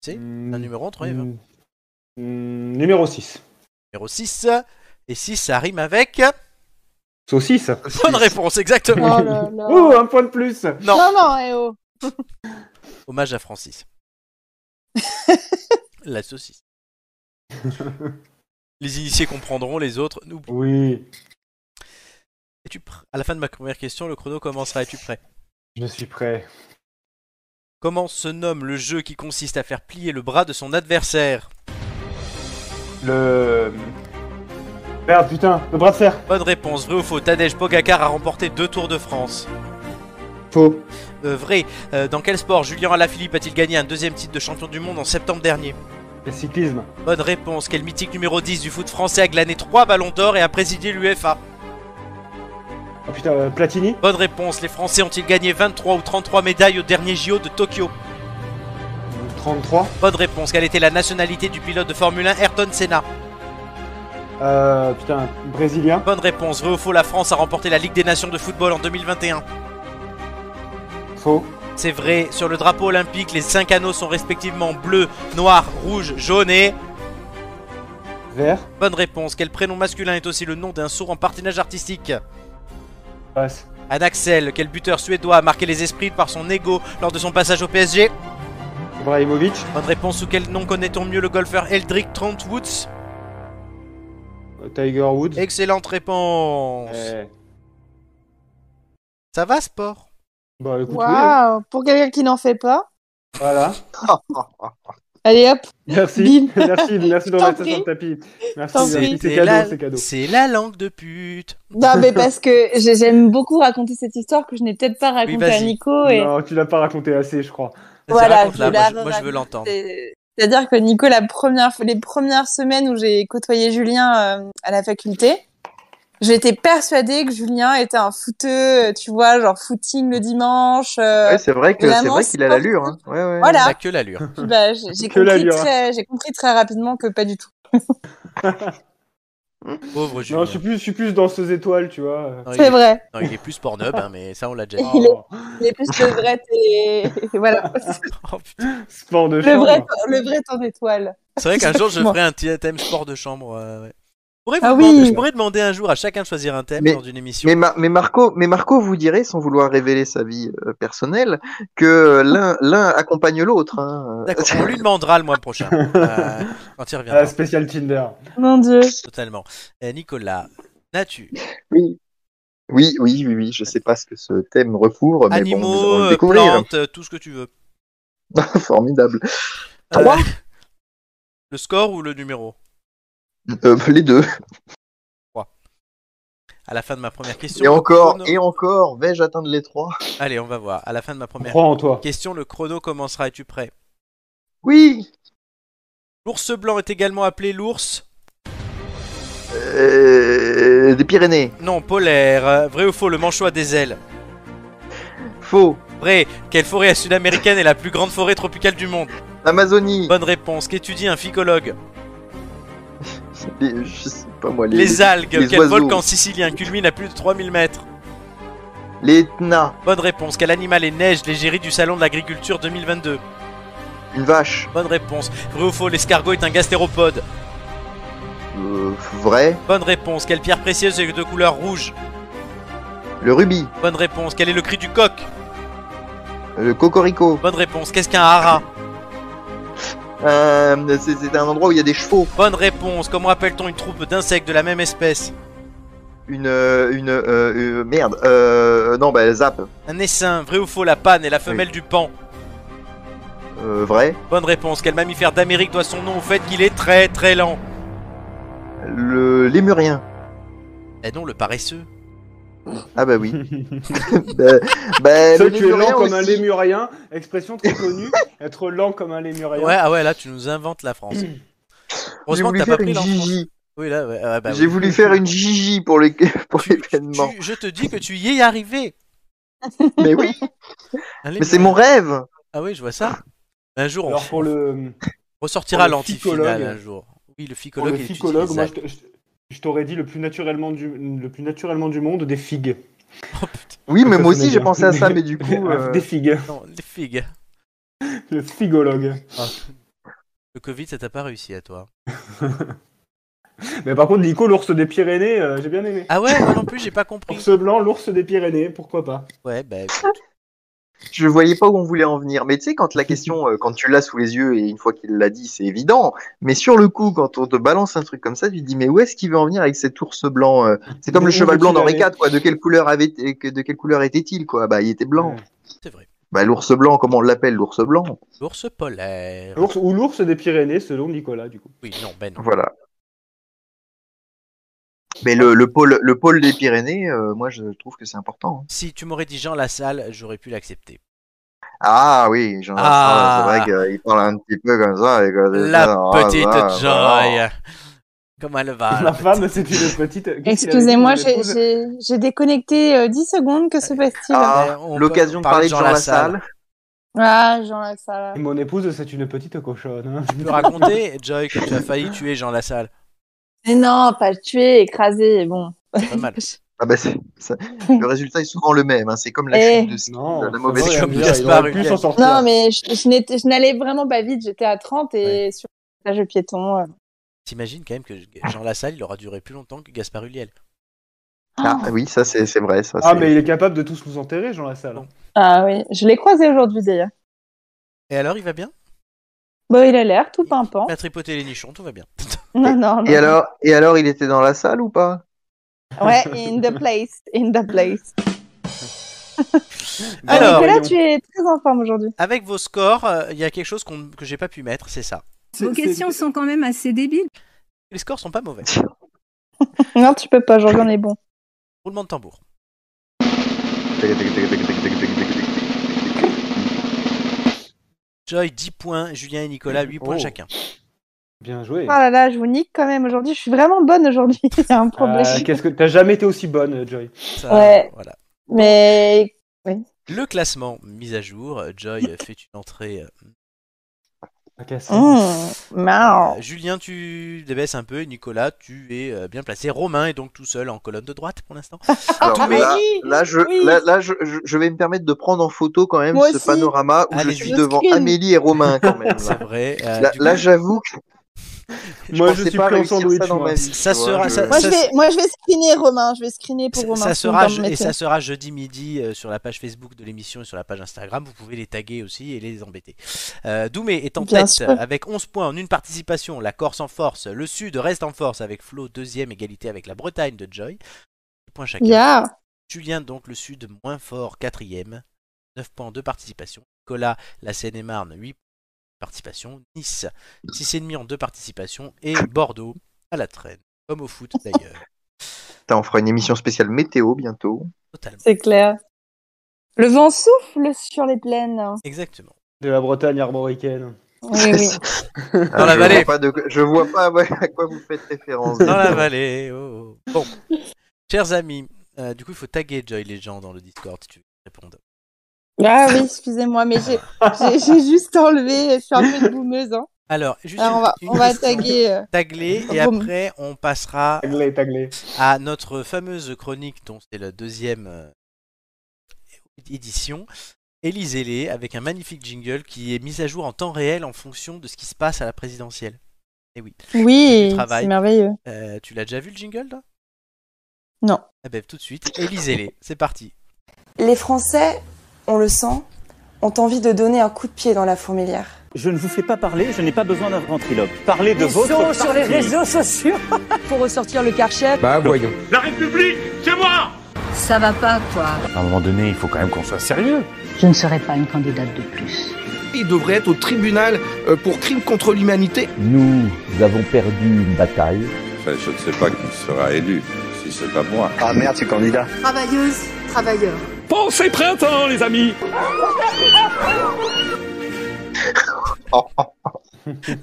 Speaker 1: C'est un
Speaker 4: Mm.
Speaker 1: numéro entre et vingt.
Speaker 4: Hmm. numéro 6.
Speaker 1: Numéro 6. Et 6, ça rime avec.
Speaker 4: Saucisse.
Speaker 1: Bonne réponse, exactement.
Speaker 4: Oh là là. Ouh, un point de plus.
Speaker 1: Non.
Speaker 2: non, non, eh oh.
Speaker 1: Hommage à Francis. La saucisse. les initiés comprendront, les autres, n'oubliez
Speaker 4: Oui,
Speaker 1: Es-tu pr- À la fin de ma première question, le chrono commencera. Es-tu prêt
Speaker 4: je suis prêt.
Speaker 1: Comment se nomme le jeu qui consiste à faire plier le bras de son adversaire
Speaker 4: Le. Merde, putain, le bras de fer.
Speaker 1: Bonne réponse, vrai ou faux Tadej Pogacar a remporté deux Tours de France.
Speaker 4: Faux.
Speaker 1: Euh, vrai. Euh, dans quel sport Julien Alaphilippe a-t-il gagné un deuxième titre de champion du monde en septembre dernier
Speaker 4: Le cyclisme.
Speaker 1: Bonne réponse. Quel mythique numéro 10 du foot français a glané trois ballons d'or et a présidé l'UFA
Speaker 4: Oh putain, euh, Platini.
Speaker 1: Bonne réponse. Les Français ont-ils gagné 23 ou 33 médailles au dernier JO de Tokyo
Speaker 4: 33.
Speaker 1: Bonne réponse. Quelle était la nationalité du pilote de Formule 1 Ayrton Senna
Speaker 4: Euh, putain, brésilien.
Speaker 1: Bonne réponse. Vrai ou faux, la France a remporté la Ligue des Nations de football en 2021
Speaker 4: Faux.
Speaker 1: C'est vrai. Sur le drapeau olympique, les cinq anneaux sont respectivement bleu, noir, rouge, jaune et...
Speaker 4: Vert.
Speaker 1: Bonne réponse. Quel prénom masculin est aussi le nom d'un sourd en partenage artistique
Speaker 4: Passe.
Speaker 1: Anaxel. Quel buteur suédois a marqué les esprits par son ego lors de son passage au PSG
Speaker 4: Ibrahimovic.
Speaker 1: Bonne réponse. Sous quel nom connaît-on mieux le golfeur Eldrick Trentwoods
Speaker 4: Tiger Woods.
Speaker 1: Excellente réponse.
Speaker 4: Eh.
Speaker 1: Ça va, sport
Speaker 4: Bah écoute, oui.
Speaker 2: Waouh, pour quelqu'un qui n'en fait pas.
Speaker 4: Voilà.
Speaker 2: Allez hop.
Speaker 4: Merci,
Speaker 2: Bim.
Speaker 4: merci, merci de
Speaker 2: T'en
Speaker 4: mettre ça sur
Speaker 2: prie.
Speaker 4: le tapis. Merci,
Speaker 2: T'en
Speaker 4: merci,
Speaker 2: prie.
Speaker 4: c'est
Speaker 1: C'est
Speaker 4: cadeau,
Speaker 1: la-
Speaker 4: c'est cadeau.
Speaker 1: C'est la langue de pute.
Speaker 2: Non, mais parce que j'ai- j'aime beaucoup raconter cette histoire que je n'ai peut-être pas racontée à
Speaker 1: vas-y.
Speaker 2: Nico. Et...
Speaker 4: Non, tu l'as pas raconté assez, je crois.
Speaker 1: Vas-y,
Speaker 2: Voilà,
Speaker 1: raconte-la,
Speaker 2: je
Speaker 1: moi, je-
Speaker 2: la
Speaker 1: moi, je veux l'entendre.
Speaker 2: C'est- C'est-à-dire que Nico, la première, les premières semaines où j'ai côtoyé Julien euh, à la faculté, j'étais persuadée que Julien était un footeux, euh, tu vois, genre footing le dimanche. euh,
Speaker 8: Ouais, c'est vrai que c'est
Speaker 2: vraiment
Speaker 8: vrai qu'il a
Speaker 2: sportif.
Speaker 8: l'allure. Hein. Ouais, ouais.
Speaker 2: Voilà. Il a
Speaker 1: que l'allure.
Speaker 2: Puis, bah, j'ai j'ai
Speaker 8: Que la
Speaker 2: compris,
Speaker 8: lure.
Speaker 2: très- j'ai compris très rapidement que pas du tout.
Speaker 1: Pauvre Julien.
Speaker 4: Non, je suis plus, je suis plus danseuse étoile, tu vois. Oh,
Speaker 1: Non, il
Speaker 2: C'est
Speaker 1: est-
Speaker 2: vrai.
Speaker 1: Non, il est plus Pornhub, hein, mais ça on l'a déjà dit.
Speaker 2: Il, est, il est plus le vrai, et voilà.
Speaker 4: Sport de
Speaker 2: le
Speaker 4: chambre.
Speaker 2: vrai, le vrai ton étoile.
Speaker 1: C'est vrai qu'un jour je
Speaker 2: Exactement.
Speaker 1: ferai un petit thème sport de chambre. euh, ouais. Je pourrais vous
Speaker 2: Ah oui.
Speaker 1: demander- Je pourrais demander un jour à chacun de choisir un thème
Speaker 8: Mais,
Speaker 1: dans une émission.
Speaker 8: mais, Mar- mais Marco, mais Marco vous dirait, sans vouloir révéler sa vie euh, personnelle, que l'un l'un accompagne l'autre. hein.
Speaker 1: D'accord, on lui demandera le mois prochain. euh, quand il reviendra.
Speaker 4: Ah, spécial Tinder.
Speaker 2: Mon Dieu.
Speaker 1: Totalement. Euh, Nicolas, Natu,
Speaker 8: Oh, Oui. Oui, oui, oui, oui, je sais pas ce que ce thème recouvre, mais bon, nous
Speaker 1: animaux,
Speaker 8: allons le
Speaker 1: euh,
Speaker 8: découvrir.
Speaker 1: plantes, euh, tout ce que tu veux.
Speaker 8: Formidable. Trois
Speaker 1: Euh, le score ou le numéro
Speaker 8: Euh, Les deux.
Speaker 1: À la fin de ma première question.
Speaker 8: Et
Speaker 1: le
Speaker 8: encore,
Speaker 1: chrono-
Speaker 8: et encore, vais-je atteindre les trois
Speaker 1: Allez, on va voir. À la fin de ma première
Speaker 4: croit en toi.
Speaker 1: question, le chrono commencera. Es-tu prêt
Speaker 8: Oui
Speaker 1: L'ours blanc est également appelé l'ours.
Speaker 8: Euh, Des Pyrénées.
Speaker 1: Non, polaire. Euh, Vrai ou faux, le manchot a des ailes.
Speaker 8: Faux.
Speaker 1: Vrai. Quelle forêt sud-américaine est la plus grande forêt tropicale du monde
Speaker 8: L'Amazonie.
Speaker 1: Bonne réponse. Qu'étudie un phycologue
Speaker 8: Les, je sais pas moi, les,
Speaker 1: les, algues.
Speaker 8: les
Speaker 1: Quel
Speaker 8: oiseaux.
Speaker 1: volcan sicilien culmine à plus de 3000 mètres
Speaker 8: Les Etna.
Speaker 1: Bonne réponse. Quel animal est neige l'égérie du salon de l'agriculture 2022
Speaker 8: Une vache.
Speaker 1: Bonne réponse. Vrai ou faux, l'escargot est un gastéropode
Speaker 8: Euh, vrai.
Speaker 1: Bonne réponse. Quelle pierre précieuse est de couleur rouge
Speaker 8: Le rubis.
Speaker 1: Bonne réponse. Quel est le cri du coq
Speaker 8: Le Euh, cocorico.
Speaker 1: Bonne réponse. Qu'est-ce qu'un hara
Speaker 8: Euh, c'est c'est un endroit où il y a des chevaux.
Speaker 1: Bonne réponse. Comment appelle-t-on une troupe d'insectes de la même espèce
Speaker 8: Une, euh, une, euh, euh, merde. Euh, non, bah, zap.
Speaker 1: Un essaim. Vrai ou faux La panne est la femelle du pan.
Speaker 8: Euh, vrai.
Speaker 1: Bonne réponse. Quel mammifère d'Amérique doit son nom au fait qu'il est très très lent
Speaker 8: Le lémurien.
Speaker 1: Eh non, le paresseux.
Speaker 8: Ah, bah oui. bah, bah,
Speaker 4: Ça,
Speaker 8: le
Speaker 4: tu es lent
Speaker 8: lémurien
Speaker 4: comme un
Speaker 8: aussi.
Speaker 4: lémurien, expression très connue, être lent comme un lémurien.
Speaker 1: Ouais, ah ouais, là tu nous inventes la France.
Speaker 4: Mmh.
Speaker 8: J'ai
Speaker 1: Heureusement que
Speaker 8: voulu
Speaker 1: t'as pas
Speaker 8: faire
Speaker 1: pris
Speaker 8: une
Speaker 1: l'enfance.
Speaker 8: gigi.
Speaker 1: Oui, là, ouais, ah bah
Speaker 8: J'ai
Speaker 1: oui.
Speaker 8: voulu faire une gigi pour les- pour l'événement.
Speaker 1: Tu- je te dis que tu y es arrivé.
Speaker 8: Mais oui,
Speaker 1: Allez,
Speaker 8: mais c'est
Speaker 1: bien.
Speaker 8: mon rêve.
Speaker 1: Ah oui, je vois ça. Un jour, on
Speaker 4: Alors pour le,
Speaker 1: ressortira
Speaker 4: pour le
Speaker 1: l'antifinal
Speaker 4: ficologue.
Speaker 1: un jour. Oui, le
Speaker 4: pour
Speaker 1: ficologue.
Speaker 4: le
Speaker 1: est
Speaker 4: ficologue, moi,
Speaker 1: utilisable.
Speaker 4: je t- je t- je t'aurais dit le plus, naturellement du, le plus naturellement du monde, des figues.
Speaker 1: Oh,
Speaker 8: Oui, mais
Speaker 4: Ça
Speaker 8: moi
Speaker 4: sonnait
Speaker 8: aussi j'ai
Speaker 4: bien.
Speaker 8: pensé à ça, mais du coup. euh,
Speaker 4: Des figues.
Speaker 1: Non, les figues.
Speaker 4: Le figologue.
Speaker 1: Le Covid, ça t'a pas réussi à toi.
Speaker 4: Mais par contre, Nico, l'ours des Pyrénées, euh, j'ai bien aimé.
Speaker 1: Ah ouais, moi non plus, j'ai pas compris.
Speaker 4: Ours blanc, l'ours des Pyrénées, pourquoi pas
Speaker 1: Ouais, bah. écoute.
Speaker 8: Je voyais pas où on voulait en venir, mais tu sais, quand la question, euh, quand tu l'as sous les yeux et une fois qu'il l'a dit, c'est évident. Mais sur le coup, quand on te balance un truc comme ça, tu te dis, mais où est-ce qu'il veut en venir avec cet ours blanc euh C'est comme
Speaker 4: Où
Speaker 8: le cheval blanc
Speaker 4: veut-il
Speaker 8: d'Henri
Speaker 4: aller
Speaker 8: IV, quoi. De quelle couleur avait, que- de quelle couleur était-il, quoi Bah, il était blanc.
Speaker 1: C'est vrai.
Speaker 8: Bah, l'ours blanc, comment on l'appelle, l'ours blanc
Speaker 1: L'ours polaire.
Speaker 4: L'ours- Ou l'ours des Pyrénées, selon Nicolas, du coup.
Speaker 1: Oui, non, ben non.
Speaker 8: Voilà. Mais le, le pôle, le pôle des Pyrénées, euh, moi, je trouve que c'est important. hein.
Speaker 1: Si tu m'aurais dit Jean Lassalle, j'aurais pu l'accepter.
Speaker 8: Ah oui, j'en
Speaker 1: Ah.
Speaker 8: c'est vrai qu'il parle un petit peu comme ça. et que-
Speaker 1: La
Speaker 8: ah,
Speaker 1: petite
Speaker 8: voilà, voilà.
Speaker 1: Joy. Comment elle va
Speaker 4: La femme, c'est une petite. qu'est-ce qu'il avait dit
Speaker 2: Excusez-moi,
Speaker 4: Il avait
Speaker 2: j'ai-
Speaker 4: posé-
Speaker 2: j'ai j'ai déconnecté euh, 10 secondes. Que se passe-t-il
Speaker 8: Ah,
Speaker 1: On
Speaker 8: l'occasion de
Speaker 1: peut parler
Speaker 8: parler
Speaker 1: de
Speaker 8: de
Speaker 1: Jean
Speaker 8: Jean,
Speaker 1: Lassalle.
Speaker 2: Ah,
Speaker 8: Lassalle.
Speaker 2: Jean ça.
Speaker 4: Mon épouse, c'est une petite cochonne. hein.
Speaker 1: Tu peux raconter, Joy, que tu as failli tuer Jean Lassalle.
Speaker 2: Mais non, pas tué, écrasé. Bon.
Speaker 1: Pas mal.
Speaker 8: Ah bah c'est- ça- le résultat est souvent le même. hein, C'est comme la
Speaker 2: Eh.
Speaker 8: chute de ski,
Speaker 4: Non,
Speaker 8: la
Speaker 4: ça
Speaker 8: mauvaise
Speaker 4: va,
Speaker 8: chute.
Speaker 4: il
Speaker 1: comme
Speaker 4: aurait
Speaker 1: Gaspard
Speaker 4: pu
Speaker 1: Huliel.
Speaker 4: s'en sortir.
Speaker 2: Non, mais je, je n'étais- je n'allais vraiment pas vite. J'étais à 30 et sur le passage piéton. euh.
Speaker 1: T'imagines quand même que Jean Lassalle, il aura duré plus longtemps que Gaspard Huliel.
Speaker 8: Ah oui, ça c'est c'est vrai. Ça,
Speaker 4: Ah,
Speaker 8: c'est-
Speaker 4: mais il est capable de tous nous enterrer, Jean Lassalle.
Speaker 2: Ah oui, je l'ai croisé aujourd'hui d'ailleurs.
Speaker 1: Et alors, il va bien
Speaker 2: Bon, il a l'air tout pimpant.
Speaker 1: Il a tripoté les nichons, tout va bien.
Speaker 2: Non, non, non.
Speaker 8: Et alors, et alors, il était dans la salle ou pas
Speaker 2: Ouais, in the place, in the place.
Speaker 4: Bon,
Speaker 1: Alors,
Speaker 2: Nicolas,
Speaker 4: voyons.
Speaker 2: tu es très en forme aujourd'hui.
Speaker 1: Avec vos scores, euh, il y a quelque chose qu'on- que j'ai pas pu mettre, c'est ça.
Speaker 13: Vos questions sont quand même assez débiles.
Speaker 1: Les scores sont pas mauvais.
Speaker 2: Non, tu peux pas, aujourd'hui on est bon.
Speaker 1: Roulement de tambour. Joy 10 points, Julien et Nicolas 8 points
Speaker 4: Oh.
Speaker 1: chacun.
Speaker 4: Bien joué.
Speaker 2: Ah là là, je vous nique quand même aujourd'hui. Je suis vraiment bonne aujourd'hui. C'est un problème.
Speaker 4: Euh, Qu'est-ce que t'as jamais été aussi bonne, Joy
Speaker 1: Ça,
Speaker 2: Ouais.
Speaker 1: voilà.
Speaker 2: Mais
Speaker 1: Le classement mis à jour, Joy fait une entrée. euh,
Speaker 4: Ah, qu'est-ce que-
Speaker 2: Mmh, marrant.
Speaker 1: euh, Julien, tu débaisses un peu, et Nicolas, tu es euh, bien placé. Romain est donc tout seul en colonne de droite pour l'instant.
Speaker 2: Ah,
Speaker 8: Alors,
Speaker 1: mais
Speaker 8: là,
Speaker 2: oui,
Speaker 8: là, je,
Speaker 2: oui.
Speaker 8: là, là, je, je- je vais me permettre de prendre en photo quand même
Speaker 2: Moi
Speaker 8: ce
Speaker 2: aussi.
Speaker 8: panorama où
Speaker 1: Allez-y.
Speaker 8: je suis
Speaker 2: Le
Speaker 8: devant
Speaker 2: screen.
Speaker 8: Amélie et Romain quand même.
Speaker 1: C'est
Speaker 8: là.
Speaker 1: vrai. euh,
Speaker 8: Là,
Speaker 1: du coup,
Speaker 8: là, j'avoue que je
Speaker 4: Moi, je
Speaker 8: pensais
Speaker 4: suis
Speaker 8: pas
Speaker 4: pris en
Speaker 8: réussir
Speaker 4: sandwich.
Speaker 8: ça dans
Speaker 4: moi.
Speaker 8: ma vie.
Speaker 1: Ça
Speaker 8: tu vois,
Speaker 1: sera-
Speaker 8: je-
Speaker 1: ça-
Speaker 2: Moi,
Speaker 1: ça-
Speaker 2: je vais, moi, je vais screener Romain. Je vais screener pour Romain.
Speaker 1: ça
Speaker 2: si vous
Speaker 1: sera,
Speaker 2: me
Speaker 1: je- et
Speaker 2: permettez.
Speaker 1: ça sera jeudi midi euh, sur la page Facebook de l'émission et sur la page Instagram. Vous pouvez les taguer aussi et les embêter. Euh, Doumé est en
Speaker 2: Bien
Speaker 1: tête
Speaker 2: sûr.
Speaker 1: avec 11 points en une participation. La Corse en force. Le Sud reste en force avec Flo, deuxième égalité avec la Bretagne de Joy. 10 points chacun.
Speaker 2: Yeah.
Speaker 1: Julien, donc le Sud, moins fort, quatrième. 9 points de participation. Nicolas, la Seine-et-Marne, 8 points de participation. Nice, 6,5 en deux participations. Et Bordeaux, à la traîne. Comme au foot d'ailleurs.
Speaker 8: Putain, on fera une émission spéciale météo bientôt.
Speaker 1: Totalement.
Speaker 2: C'est clair. Le vent souffle sur les plaines.
Speaker 1: Exactement.
Speaker 4: De la Bretagne armoricaine.
Speaker 2: Oui, oui.
Speaker 1: Dans la
Speaker 8: Ah, je
Speaker 1: vallée.
Speaker 8: Vois pas de- je vois pas ouais, à quoi vous faites référence.
Speaker 1: Dans la vallée. oh, oh. Bon. Chers amis, euh, du coup, il faut taguer Joy les gens dans le Discord si tu veux qu'ils répondent.
Speaker 2: Ah oui, excusez-moi, mais j'ai- j'ai j'ai juste enlevé. Je suis un peu une boumeuse. hein.
Speaker 1: Alors, juste
Speaker 2: Alors, on va,
Speaker 1: une-
Speaker 2: on va
Speaker 1: une-
Speaker 2: taguer. euh,
Speaker 1: tagler et
Speaker 2: Boum.
Speaker 1: après, on passera
Speaker 4: Taglé, taglé.
Speaker 1: à notre fameuse chronique dont c'est la deuxième euh, édition. Élisez-les avec un magnifique jingle qui est mis à jour en temps réel en fonction de ce qui se passe à la présidentielle. C'est du
Speaker 2: Oui,
Speaker 1: travail.
Speaker 2: c'est merveilleux.
Speaker 1: Euh, tu l'as déjà vu le jingle là
Speaker 2: Non.
Speaker 1: Eh ben tout de suite, élisez-les, c'est parti.
Speaker 10: Les Français, on le sent,
Speaker 2: ont envie de donner un coup de pied dans la fourmilière.
Speaker 14: Je ne vous fais pas parler, je n'ai pas besoin d'un ventriloque. Parlez de votre
Speaker 15: sont sur les
Speaker 14: parti.
Speaker 15: réseaux sociaux pour ressortir le karcher.
Speaker 16: Bah voyons.
Speaker 5: La République, c'est moi
Speaker 15: Ça va pas, quoi.
Speaker 16: À un moment donné, il faut quand même qu'on soit sérieux.
Speaker 15: Je ne serai pas une candidate de plus.
Speaker 17: Il devrait être au tribunal euh, pour crimes contre l'humanité.
Speaker 18: Nous avons perdu une bataille.
Speaker 19: Enfin, je ne sais pas qui sera élu, si c'est pas moi.
Speaker 20: Ah merde, c'est candidat.
Speaker 21: Travailleuse, travailleur.
Speaker 5: Pensez printemps, les amis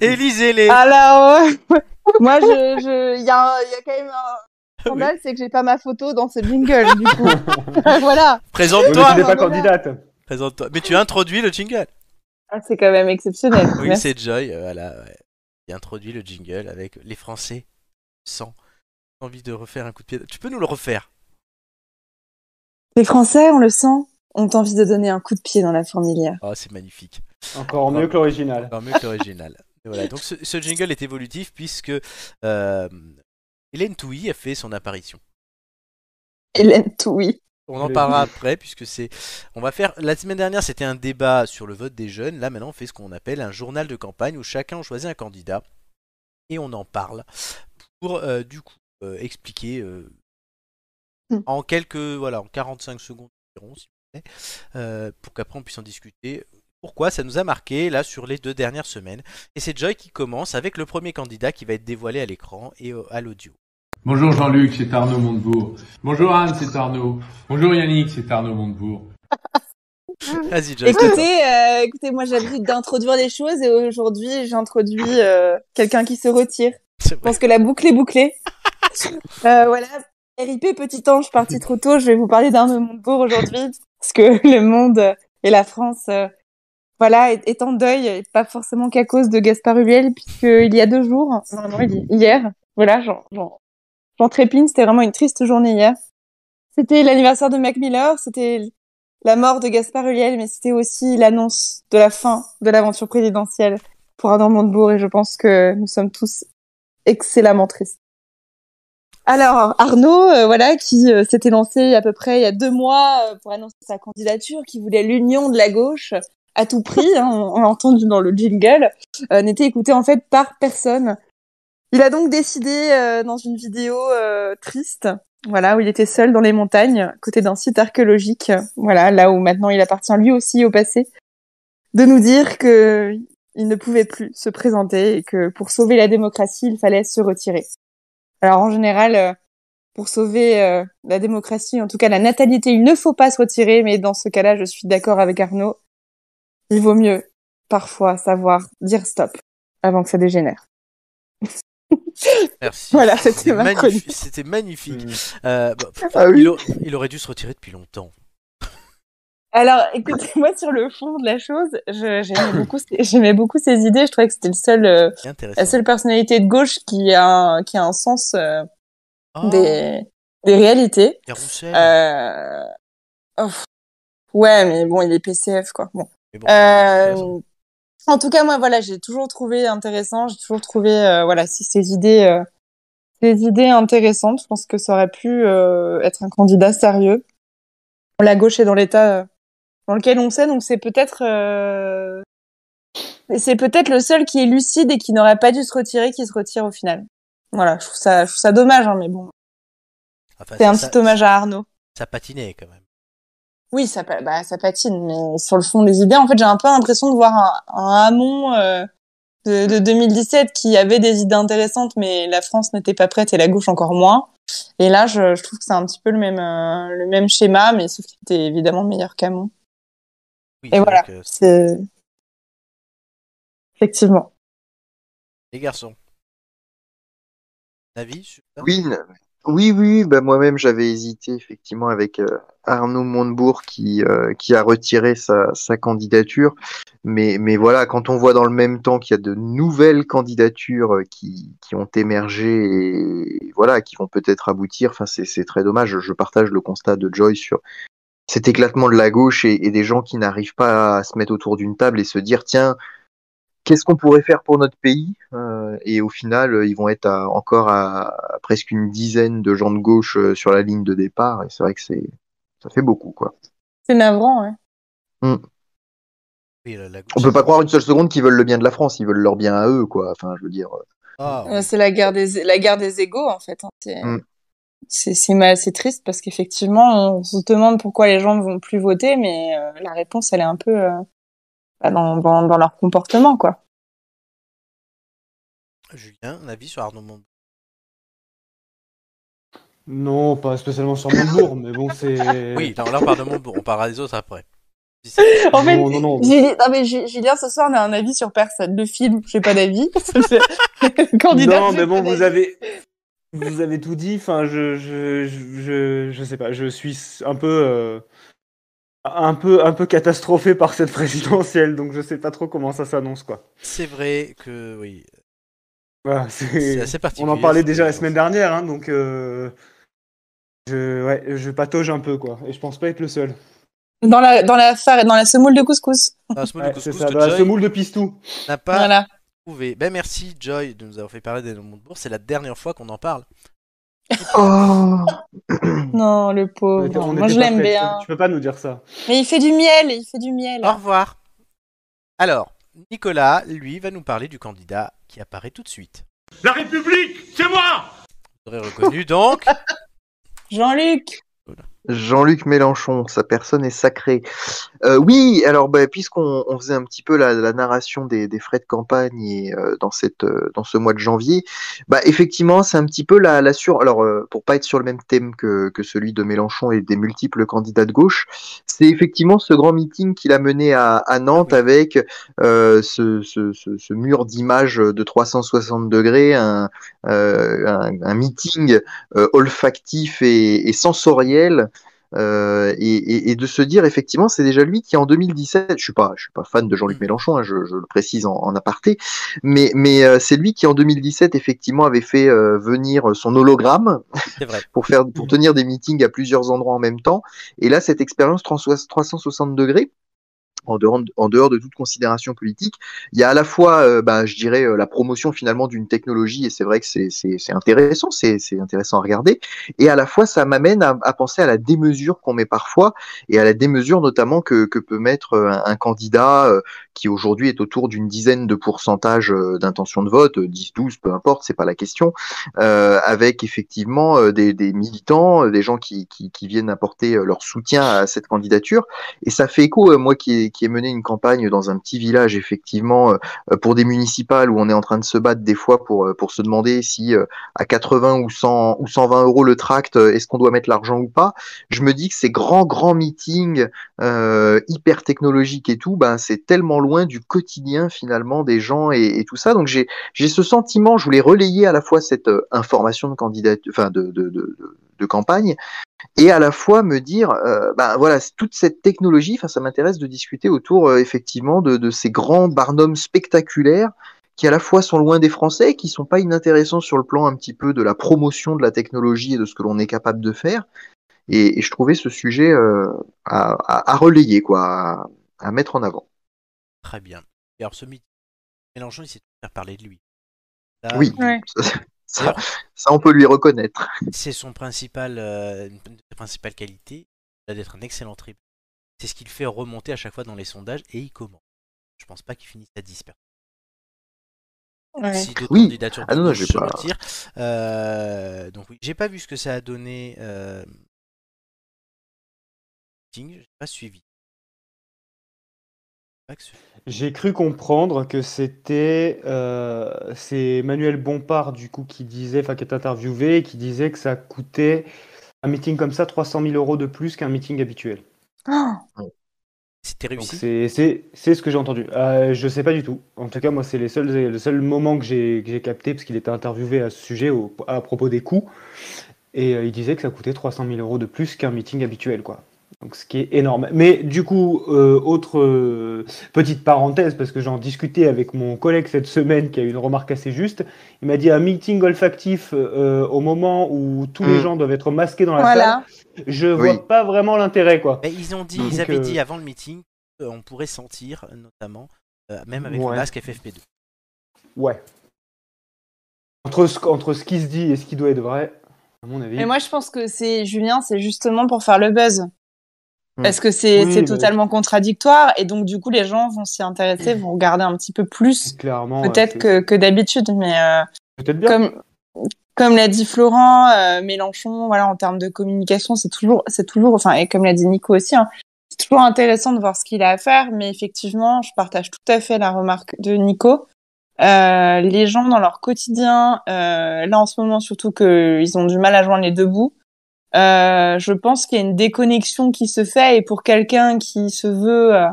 Speaker 1: Élisez-les
Speaker 2: Alors, euh, moi, je, je, il y, a un- il y a quand même un scandale, c'est que j'ai pas ma photo dans ce jingle, du coup. voilà.
Speaker 4: Oui, mais
Speaker 1: Présente-toi
Speaker 4: tu n'es pas candidate.
Speaker 1: Présente-toi. Mais tu introduis le jingle
Speaker 2: Ah, c'est quand même exceptionnel.
Speaker 1: Oui,
Speaker 2: Merci.
Speaker 1: c'est Joy, euh, voilà. ouais. Il introduit le jingle avec les Français sans envie de refaire un coup de pied. Tu peux nous le refaire
Speaker 2: Les Français, on le sent, ont envie de donner un coup de pied dans la fourmilière.
Speaker 1: Oh, c'est magnifique.
Speaker 4: Encore mieux que l'original.
Speaker 1: Encore mieux que l'original. Et voilà, donc ce, ce jingle est évolutif puisque euh, Hélène Touy a fait son apparition.
Speaker 2: Hélène Touy.
Speaker 1: On en
Speaker 4: Le-
Speaker 1: parlera après puisque c'est. On va faire. La semaine dernière, c'était un débat sur le vote des jeunes. Là, maintenant, on fait ce qu'on appelle un journal de campagne où chacun choisit un candidat et on en parle pour euh, du coup euh, expliquer euh,
Speaker 2: Mm.
Speaker 1: en quelques voilà en 45 secondes environ, s'il vous plaît, euh, pour qu'après on puisse en discuter. Pourquoi ça nous a marqué là sur les deux dernières semaines Et c'est Joy qui commence avec le premier candidat qui va être dévoilé à l'écran et au- à l'audio.
Speaker 22: Bonjour Jean-Luc, c'est Arnaud Montebourg. Bonjour Anne, c'est Arnaud. Bonjour Yannick, c'est Arnaud Montebourg.
Speaker 1: Vas-y Joy. c'est toi.
Speaker 2: Écoutez, euh, écoutez, moi j'ai l'habitude d'introduire les choses et aujourd'hui j'introduis euh, quelqu'un qui se retire.
Speaker 1: C'est
Speaker 2: Je
Speaker 1: vrai.
Speaker 2: pense que la boucle est bouclée. Euh, voilà. RIP Petit Ange, parti trop tôt. Je vais vous parler d'Arnaud Montebourg aujourd'hui parce que le monde et la France, euh, voilà, est, est en deuil, et pas forcément qu'à cause de Gaspard Huliel, puisqu'il y a deux jours, non, non, il y- hier, voilà, j'en- j'en j'en trépigne. C'était vraiment une triste journée hier. C'était l'anniversaire de Mac Miller, c'était la mort de Gaspard Huliel, mais c'était aussi l'annonce de la fin de l'aventure présidentielle pour Arnaud Montebourg, et je pense que nous sommes tous excellemment triste. Alors Arnaud, euh, voilà, qui euh, s'était lancé à peu près il y a deux mois euh, pour annoncer sa candidature, qui voulait l'union de la gauche à tout prix, hein, on on l'a entendu dans le jingle, euh, n'était écouté en fait par personne. Il a donc décidé euh, dans une vidéo euh, triste, voilà, où il était seul dans les montagnes, côté d'un site archéologique, euh, voilà, là où maintenant il appartient lui aussi au passé, de nous dire que il ne pouvait plus se présenter et que pour sauver la démocratie, il fallait se retirer. Alors en général, euh, pour sauver euh, la démocratie, en tout cas la natalité, il ne faut pas se retirer, mais dans ce cas-là, je suis d'accord avec Arnaud. Il vaut mieux parfois savoir dire stop avant que ça dégénère.
Speaker 1: Merci.
Speaker 2: Voilà, c'était ma
Speaker 1: magnifique.
Speaker 2: chronique.
Speaker 1: C'était magnifique.
Speaker 4: Hmm.
Speaker 1: Euh, bah,
Speaker 2: Ah oui.
Speaker 1: il, au- il aurait dû se retirer depuis longtemps.
Speaker 2: Alors, écoutez-moi sur le fond de la chose, je- j'aimais beaucoup, ces- j'aimais beaucoup ces idées. Je trouvais que c'était le seul, euh,
Speaker 1: C'est intéressant.
Speaker 2: la seule personnalité de gauche qui a, un- qui a un sens euh,
Speaker 1: Oh,
Speaker 2: des, des réalités.
Speaker 1: il y a Roussel.
Speaker 2: Euh... ouf. Ouais, mais bon, il est PCF, quoi. Bon.
Speaker 1: Mais bon,
Speaker 2: Euh,
Speaker 1: raison.
Speaker 2: En tout cas, moi, voilà, j'ai toujours trouvé intéressant. J'ai toujours trouvé, euh, voilà, si ces idées, euh, ces idées intéressantes, je pense que ça aurait pu euh, être un candidat sérieux. La gauche est dans l'état euh, dans lequel on sait, donc c'est peut-être, euh, c'est peut-être le seul qui est lucide et qui n'aurait pas dû se retirer, qui se retire au final. Voilà, je trouve ça, je trouve ça dommage, hein, mais bon,
Speaker 1: Enfin,
Speaker 2: c'est
Speaker 1: ça-
Speaker 2: un
Speaker 1: ça-
Speaker 2: petit hommage à Arnaud.
Speaker 1: Ça patinait quand même.
Speaker 2: Oui, ça, pa- bah, ça patine, mais sur le fond des idées, en fait, j'ai un peu l'impression de voir un, un Hamon euh, de, de 2017 qui avait des idées intéressantes, mais la France n'était pas prête et la gauche encore moins. Et là, je, je trouve que c'est un petit peu le même, euh, le même schéma, mais sauf qu'il était évidemment meilleur qu'Hamon.
Speaker 1: Oui,
Speaker 2: Et
Speaker 1: c'est
Speaker 2: voilà,
Speaker 1: vrai que-
Speaker 2: c'est... Effectivement.
Speaker 1: Les garçons. Avis sur ça
Speaker 8: Oui, n- oui, oui, oui, bah moi-même j'avais hésité effectivement avec euh, Arnaud Montebourg qui, euh, qui a retiré sa, sa candidature. Mais, mais voilà, quand on voit dans le même temps qu'il y a de nouvelles candidatures euh, qui, qui ont émergé et voilà, qui vont peut-être aboutir, enfin c'est c'est très dommage. Je- Je partage le constat de Joy sur cet éclatement de la gauche et, et des gens qui n'arrivent pas à se mettre autour d'une table et se dire tiens, qu'est-ce qu'on pourrait faire pour notre pays Euh, Et au final, euh, ils vont être à- encore à, à presque une dizaine de gens de gauche euh, sur la ligne de
Speaker 2: hein.
Speaker 8: départ. Et c'est vrai que c'est ça fait beaucoup, quoi.
Speaker 2: C'est navrant, ouais.
Speaker 8: Mm.
Speaker 1: Oui, la- la-
Speaker 8: On peut pas croire une seule seconde qu'ils veulent le bien de la France, ils veulent leur bien à eux, quoi. Enfin, je veux dire. euh.
Speaker 1: Ah,
Speaker 2: Euh,
Speaker 10: Ouais, Euh, C'est la guerre des la guerre des égaux en fait. hein. C'est
Speaker 8: Mm.
Speaker 10: c'est c'est mal- c'est triste parce qu'effectivement on se demande pourquoi les gens ne vont plus voter, mais euh, la réponse elle est un peu euh, bah, dans, dans dans leur comportement quoi.
Speaker 1: Julien, un avis sur Arnaud Montebourg
Speaker 4: Non, pas spécialement sur Montebourg, mais bon, c'est.
Speaker 1: Oui, non, là on parle de Montebourg, on parlera des autres après.
Speaker 10: En fait,
Speaker 4: Non, non, non.
Speaker 10: Julie- non, mais Ju- Julien, ce soir, on a un avis sur personne. Le film, j'ai pas d'avis. Candidat,
Speaker 4: Non,
Speaker 10: j'ai
Speaker 4: mais bon,
Speaker 10: pas
Speaker 4: vous
Speaker 10: d'avis.
Speaker 4: avez, vous avez tout dit. Enfin, je, je, je, je, je sais pas. Je suis un peu, euh, un peu, un peu catastrophé par cette présidentielle, donc je sais pas trop comment ça s'annonce, quoi.
Speaker 1: C'est vrai que oui.
Speaker 4: Voilà,
Speaker 1: C'est assez particulier,
Speaker 4: On en parlait
Speaker 1: cette
Speaker 4: déjà la semaine dernière, hein, donc euh, je, ouais, je patauge un peu, quoi. Et je pense pas être le seul.
Speaker 10: Dans la dans la fare, dans la semoule de couscous.
Speaker 1: La semoule
Speaker 4: Ouais,
Speaker 1: de
Speaker 4: c'est
Speaker 1: couscous
Speaker 4: ça,
Speaker 1: de
Speaker 4: dans la
Speaker 1: Joy
Speaker 4: semoule de pistou.
Speaker 1: n'a pas
Speaker 10: Voilà.
Speaker 1: trouvé. Ben merci Joy de nous avoir fait parler d'Arnaud Montebourg, c'est la dernière fois qu'on en parle.
Speaker 10: Non, le
Speaker 4: On
Speaker 10: pauvre.
Speaker 4: était- on
Speaker 10: Oh, Moi,
Speaker 4: était
Speaker 10: je
Speaker 4: pas
Speaker 10: l'aime
Speaker 4: prêts.
Speaker 10: bien.
Speaker 4: Tu peux pas nous dire ça.
Speaker 10: Mais il fait du miel, il fait du miel.
Speaker 4: Ah,
Speaker 1: Au revoir. Alors, Nicolas, lui, va nous parler du candidat qui apparaît tout de suite.
Speaker 5: La République, c'est moi
Speaker 1: Vous aurez reconnu donc.
Speaker 10: Jean-Luc.
Speaker 8: Jean-Luc Mélenchon, sa personne est sacrée. Euh, oui, alors bah, puisqu'on on faisait un petit peu la, la narration des, des frais de campagne et, euh, dans, cette, euh, dans ce mois de janvier, bah, effectivement, c'est un petit peu la, la sur. Alors, euh, pour pas être sur le même thème que, que celui de Mélenchon et des multiples candidats de gauche, c'est effectivement ce grand meeting qu'il a mené à, à Nantes avec euh, ce, ce- ce- ce mur d'images de 360 degrés, un, euh, un, un meeting euh, olfactif et, et sensoriel. Euh, et, et- et de se dire effectivement c'est déjà lui qui en 2017 je suis pas je suis pas fan de Jean-Luc Mélenchon hein, je, je le précise en, en aparté mais mais euh, c'est lui qui en 2017 effectivement avait fait euh, venir son hologramme
Speaker 1: C'est vrai.
Speaker 8: pour faire pour tenir des meetings à plusieurs endroits en même temps et là cette expérience 360 degrés en dehors, en dehors de toute considération politique, il y a à la fois, euh, bah, je dirais, euh, la promotion finalement d'une technologie, et c'est vrai que c'est- c'est c'est intéressant, c'est c'est intéressant à regarder, et à la fois ça m'amène à, à penser à la démesure qu'on met parfois, et à la démesure notamment que, que peut mettre euh, un, un candidat euh, qui aujourd'hui est autour d'une dizaine de pourcentages euh, d'intention de vote, euh, 10, 12, peu importe, c'est pas la question, euh, avec effectivement euh, des, des militants, euh, des gens qui, qui, qui viennent apporter euh, leur soutien à cette candidature. Et ça fait écho, euh, moi qui ai, qui ai mené une campagne dans un petit village, effectivement, euh, pour des municipales où on est en train de se battre des fois pour, euh, pour se demander si euh, à 80 ou, 100, ou 120 euros le tract, euh, est-ce qu'on doit mettre l'argent ou pas Je me dis que ces grands, grands meetings euh, hyper technologiques et tout, ben, c'est tellement loin du quotidien finalement des gens et, et tout ça. Donc j'ai j'ai ce sentiment, je voulais relayer à la fois cette euh, information de candidature, enfin de, de, de, de- de campagne, et à la fois me dire, euh, ben voilà, c- toute cette technologie, enfin ça m'intéresse de discuter autour euh, effectivement de, de ces grands barnums spectaculaires qui à la fois sont loin des Français, qui sont pas inintéressants sur le plan un petit peu de la promotion de la technologie et de ce que l'on est capable de faire. Et, et je trouvais ce sujet euh, à, à- à relayer, quoi, à- à mettre en avant.
Speaker 1: Très bien. Et alors ce mythe, Mélenchon, il s'est tout faire parler de lui. Là,
Speaker 8: Oui,
Speaker 10: Ouais.
Speaker 8: ça, ça- ça, on peut lui reconnaître.
Speaker 1: C'est son principal, euh, une de ses principales qualités, c'est d'être un excellent tribun. C'est ce qu'il fait remonter à chaque fois dans les sondages et il commence. Je pense pas qu'il finisse à 10 personnes. Si d'autres
Speaker 8: Oui.
Speaker 1: candidatures
Speaker 8: Ah non,
Speaker 1: de
Speaker 8: non,
Speaker 1: gauche
Speaker 8: j'ai
Speaker 1: se
Speaker 8: pas-
Speaker 1: retirent. Euh, donc oui, j'ai pas vu ce que ça a donné. Euh... meeting, J'ai pas suivi. Pas que ce-
Speaker 4: J'ai cru comprendre que c'était euh, c'est Manuel Bompard du coup qui disait, enfin qui est interviewé, qui disait que ça coûtait un meeting comme ça 300 000 euros de plus qu'un meeting habituel.
Speaker 1: C'était
Speaker 4: Donc
Speaker 1: réussi.
Speaker 4: c'est c'est c'est ce que j'ai entendu. Euh, je sais pas du tout. En tout cas moi c'est les seuls le seul moment que j'ai que j'ai capté parce qu'il était interviewé à ce sujet au- à propos des coûts et euh, il disait que ça coûtait 300 000 euros de plus qu'un meeting habituel quoi. Donc, ce qui est énorme. Mais du coup, euh, autre euh, petite parenthèse, parce que j'en discutais avec mon collègue cette semaine qui a eu une remarque assez juste. Il m'a dit un meeting olfactif euh, au moment où tous les
Speaker 8: Mm.
Speaker 4: gens doivent être masqués dans la
Speaker 10: Voilà.
Speaker 4: salle. Je
Speaker 8: Oui.
Speaker 4: vois pas vraiment l'intérêt, quoi.
Speaker 1: Mais ils ont dit,
Speaker 4: Donc,
Speaker 1: ils avaient
Speaker 4: euh,
Speaker 1: dit avant le meeting qu'on pourrait sentir, notamment, euh, même avec
Speaker 4: Ouais.
Speaker 1: le masque FFP2.
Speaker 4: Ouais. Entre ce, entre ce qui se dit et ce qui doit être vrai, à mon avis.
Speaker 10: Mais moi, je pense que c'est Julien, c'est justement pour faire le buzz.
Speaker 2: Parce que c'est Hmm. oui, totalement oui. contradictoire et donc du coup les gens vont s'y intéresser, vont regarder un petit peu plus, peut-être Hmm. ouais, que, que d'habitude, mais euh,
Speaker 4: euh, bien.
Speaker 2: comme comme l'a dit Florent, euh, Mélenchon, voilà en termes de communication, c'est toujours c'est toujours, enfin et comme l'a dit Nico aussi, hein, c'est toujours intéressant de voir ce qu'il a à faire, mais effectivement, je partage tout à fait la remarque de Nico. Euh, les gens dans leur quotidien, euh, là en ce moment surtout qu'ils ont du mal à joindre les deux bouts. Euh, je pense qu'il y a une déconnexion qui se fait et pour quelqu'un qui se veut euh,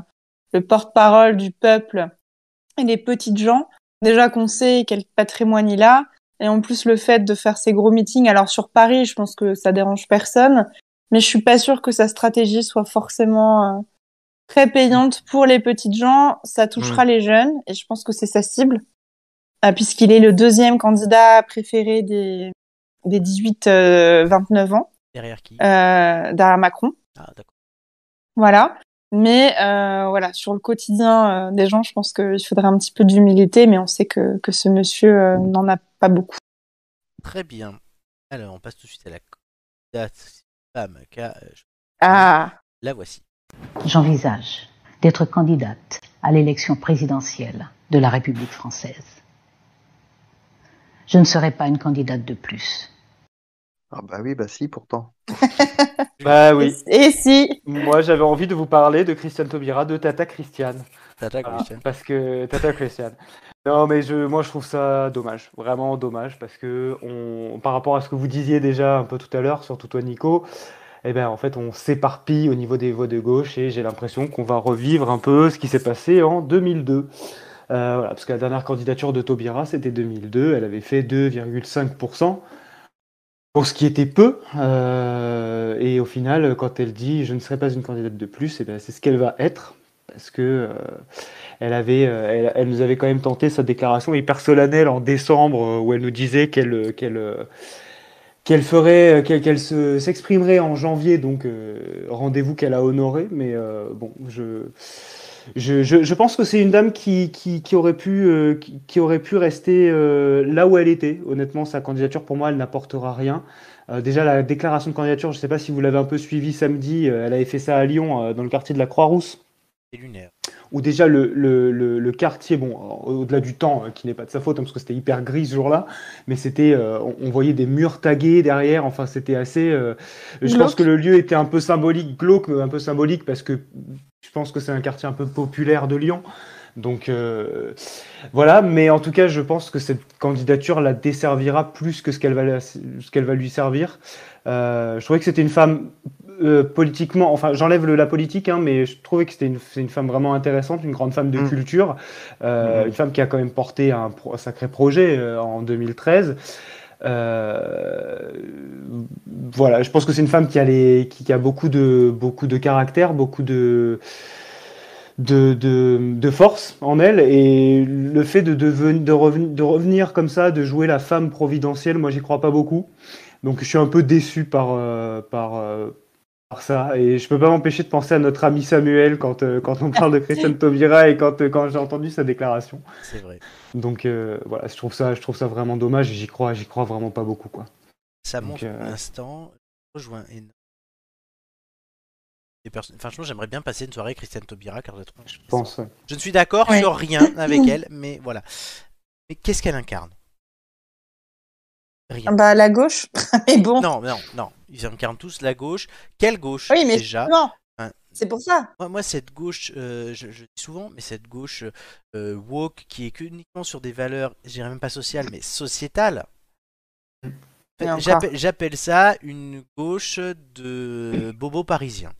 Speaker 2: le porte-parole du peuple et des petites gens, déjà qu'on sait quel patrimoine il a, et en plus le fait de faire ces gros meetings, alors sur Paris, je pense que ça dérange personne, mais je suis pas sûre que sa stratégie soit forcément euh, très payante pour les petites gens, ça touchera mmh. les jeunes, et je pense que c'est sa cible, Ah, puisqu'il est le deuxième candidat préféré des, des 18-29 ans.
Speaker 1: Derrière qui
Speaker 2: euh, Derrière Macron.
Speaker 1: Ah,
Speaker 2: voilà. Mais euh, voilà, sur le quotidien euh, des gens, je pense qu'il faudrait un petit peu d'humilité, mais on sait que, que ce monsieur euh, n'en a pas beaucoup.
Speaker 1: Très bien. Alors, on passe tout de suite à la candidate femme. euh, Je...
Speaker 2: Ah
Speaker 1: La voici.
Speaker 15: J'envisage d'être candidate à l'élection présidentielle de la République française. Je ne serai pas une candidate de plus.
Speaker 8: Ah bah oui, bah si pourtant.
Speaker 4: bah oui.
Speaker 2: Et si
Speaker 4: Moi j'avais envie de vous parler de Christiane Taubira, de Tata Christiane.
Speaker 1: Tata Christiane.
Speaker 4: Ah, parce que Tata Christiane. Non mais je, moi je trouve ça dommage, vraiment dommage, parce que on, par rapport à ce que vous disiez déjà un peu tout à l'heure, surtout toi Nico, eh ben en fait on s'éparpille au niveau des voix de gauche et j'ai l'impression qu'on va revivre un peu ce qui s'est passé en 2002. Euh, voilà, parce que la dernière candidature de Taubira c'était 2002, elle avait fait 2,5% pour ce qui était peu. Euh, et au final, quand elle dit je ne serai pas une candidate de plus, et c'est ce qu'elle va être. Parce que euh, elle, avait, euh, elle, elle, nous avait quand même tenté sa déclaration hyper solennelle en décembre euh, où elle nous disait qu'elle qu'elle qu'elle ferait euh, qu'elle qu se s'exprimerait en janvier. Donc euh, rendez-vous qu'elle a honoré. Mais euh, bon, je, je, je, je, pense que c'est une dame qui, qui, qui aurait pu, euh, qui, qui, aurait pu rester euh, là où elle était. Honnêtement, sa candidature, pour moi, elle n'apportera rien. Euh, déjà, la déclaration de candidature, je ne sais pas si vous l'avez un peu suivie samedi, euh, elle avait fait ça à Lyon, euh, dans le quartier de la Croix-Rousse.
Speaker 1: C'est lunaire.
Speaker 4: Où déjà le, le, le, le quartier, bon, euh, au-delà du temps, qui n'est pas de sa faute, hein, parce que c'était hyper gris ce jour-là, mais c'était, euh, on, on, voyait des murs tagués derrière, enfin c'était assez... euh, je glauque. pense que le lieu était un peu symbolique, glauque, mais un peu symbolique, parce que je pense que c'est un quartier un peu populaire de Lyon. Donc euh, voilà, mais en tout cas, je pense que cette candidature la desservira plus que ce qu'elle va, la, ce qu'elle va lui servir. Euh, je trouvais que c'était une femme euh, politiquement, enfin j'enlève la politique, hein, mais je trouvais que c'était une, une, femme vraiment intéressante, une grande femme de mmh. culture, mmh. une femme qui a quand même porté un, un sacré projet euh, en 2013. Euh, voilà, je pense que c'est une femme qui a, les, qui, qui a beaucoup, de, beaucoup de caractère, beaucoup de, de, de, de, force en elle. Et le fait de, de, de, reven, de revenir comme ça, de jouer la femme providentielle, moi j'y crois pas beaucoup. Donc je suis un peu déçu par, euh, par, euh, ça. Et je peux pas m'empêcher de penser à notre ami Samuel quand, euh, quand on parle de Christiane Taubira et quand, euh, quand j'ai entendu sa déclaration.
Speaker 1: C'est vrai.
Speaker 4: Donc euh, voilà, je trouve, ça, je trouve ça vraiment dommage et j'y crois, j'y crois vraiment pas beaucoup. Quoi.
Speaker 1: Ça monte
Speaker 4: euh,
Speaker 1: montre un instant. Je rejoins énormément. Franchement, enfin, j'aimerais bien passer une soirée avec Christiane Taubira car je trouve.
Speaker 4: Je pense. Ouais.
Speaker 1: Je ne suis d'accord ouais. sur rien avec elle, mais voilà. Mais qu'est-ce qu'elle incarne
Speaker 2: Rien. Bah, la gauche. mais bon.
Speaker 1: Non, non, non. Ils incarnent tous la gauche. Quelle gauche
Speaker 2: Oui, mais
Speaker 1: déjà
Speaker 2: non. Hein. C'est pour ça.
Speaker 1: Moi, moi cette gauche, euh, je, je, dis souvent, mais cette gauche euh, woke qui est uniquement sur des valeurs, je dirais même pas sociales, mais sociétales. J'appelle ça une gauche de bobo parisien.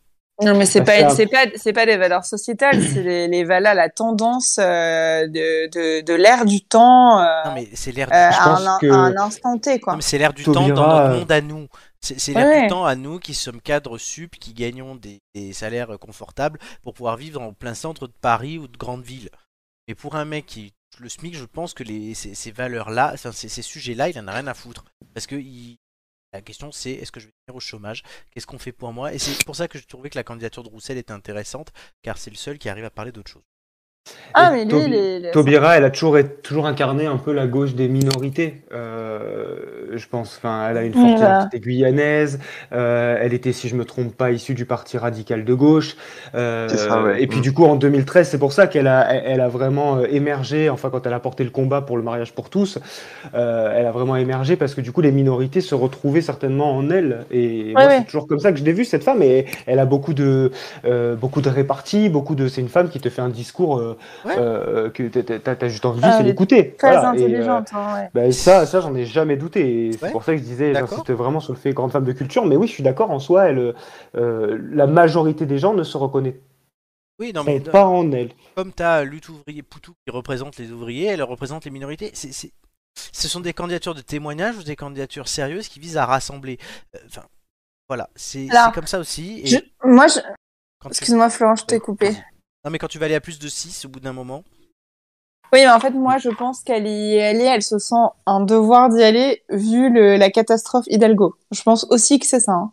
Speaker 2: Non, mais c'est pas, c'est pas, c'est pas des valeurs sociétales, c'est les, les, valeurs, la tendance euh, de, de, de l'ère du temps. Euh,
Speaker 1: non, mais c'est l'ère.
Speaker 2: Euh, à, que... à, un instant T, quoi.
Speaker 1: c'est l'ère du Taubira, euh, temps dans notre monde à nous. C'est, l'air ouais. du temps à nous qui sommes cadres sup, qui gagnons des, des, salaires confortables pour pouvoir vivre en plein centre de Paris ou de grandes villes. Mais pour un mec qui le SMIC, je pense que les, ces, ces valeurs-là, enfin, ces, ces sujets-là, il en a rien à foutre. Parce que il, la question c'est est-ce que je vais venir au chômage Qu'est-ce qu'on fait pour moi Et c'est pour ça que je trouvais que la candidature de Roussel était intéressante, car c'est le seul qui arrive à parler d'autre chose.
Speaker 2: Ah, mais lui, il est-
Speaker 4: Taubira, elle a toujours, été- toujours incarné un peu la gauche des minorités, euh, je pense. Enfin, elle a une
Speaker 2: Oui,
Speaker 4: forte
Speaker 2: voilà.
Speaker 4: identité guyanaise. euh, elle était, si je me trompe pas, issue du parti radical de gauche. euh,
Speaker 8: C'est ça, ouais. Mm.
Speaker 4: Et puis, du coup, en 2013, c'est pour ça qu'elle a, elle- elle a vraiment euh, émergé. Enfin, quand elle a porté le combat pour le mariage pour tous, euh, elle a vraiment émergé parce que du coup, les minorités se retrouvaient certainement en elle. Et moi,
Speaker 2: Ouais, ouais.
Speaker 4: c'est toujours comme ça que je l'ai vue cette femme. Et elle a beaucoup de, euh, beaucoup de réparties, beaucoup de. C'est une femme qui te fait un discours. euh, euh, que t'as- t'as t'as juste envie,
Speaker 2: Ah,
Speaker 4: c'est
Speaker 2: elle est
Speaker 4: d'écouter.
Speaker 2: Très
Speaker 4: Voilà, et,
Speaker 2: intelligente,
Speaker 4: euh,
Speaker 2: hein, ouais.
Speaker 4: bah, ça, ça j'en ai jamais douté. et C'est
Speaker 2: Ouais.
Speaker 4: pour ça que je disais,
Speaker 2: D'accord.
Speaker 4: j'insiste vraiment sur le fait grande femme de culture. Mais oui, je suis d'accord en soi. Elle, euh, la majorité des gens ne se reconnaissent
Speaker 1: Oui, non, mais
Speaker 4: pas en elle.
Speaker 1: comme tu as Lutte ouvrier Poutou qui représente les ouvriers, elle représente les minorités. C'est- c'est- Ce sont des candidatures de témoignage ou des candidatures sérieuses qui visent à rassembler. Euh, Enfin, voilà, c'est
Speaker 2: Alors,
Speaker 1: c'est comme ça aussi. et
Speaker 2: Je- Moi, je...
Speaker 1: quand tu-
Speaker 2: excuse-moi, Florent, je t'ai coupé.
Speaker 1: Non, mais quand tu vas aller à plus de 6 au bout d'un moment.
Speaker 2: Oui, mais en fait, moi, je pense qu'elle y est allée, elle se sent un devoir d'y aller, vu le- la catastrophe Hidalgo. Je pense aussi que c'est ça. hein.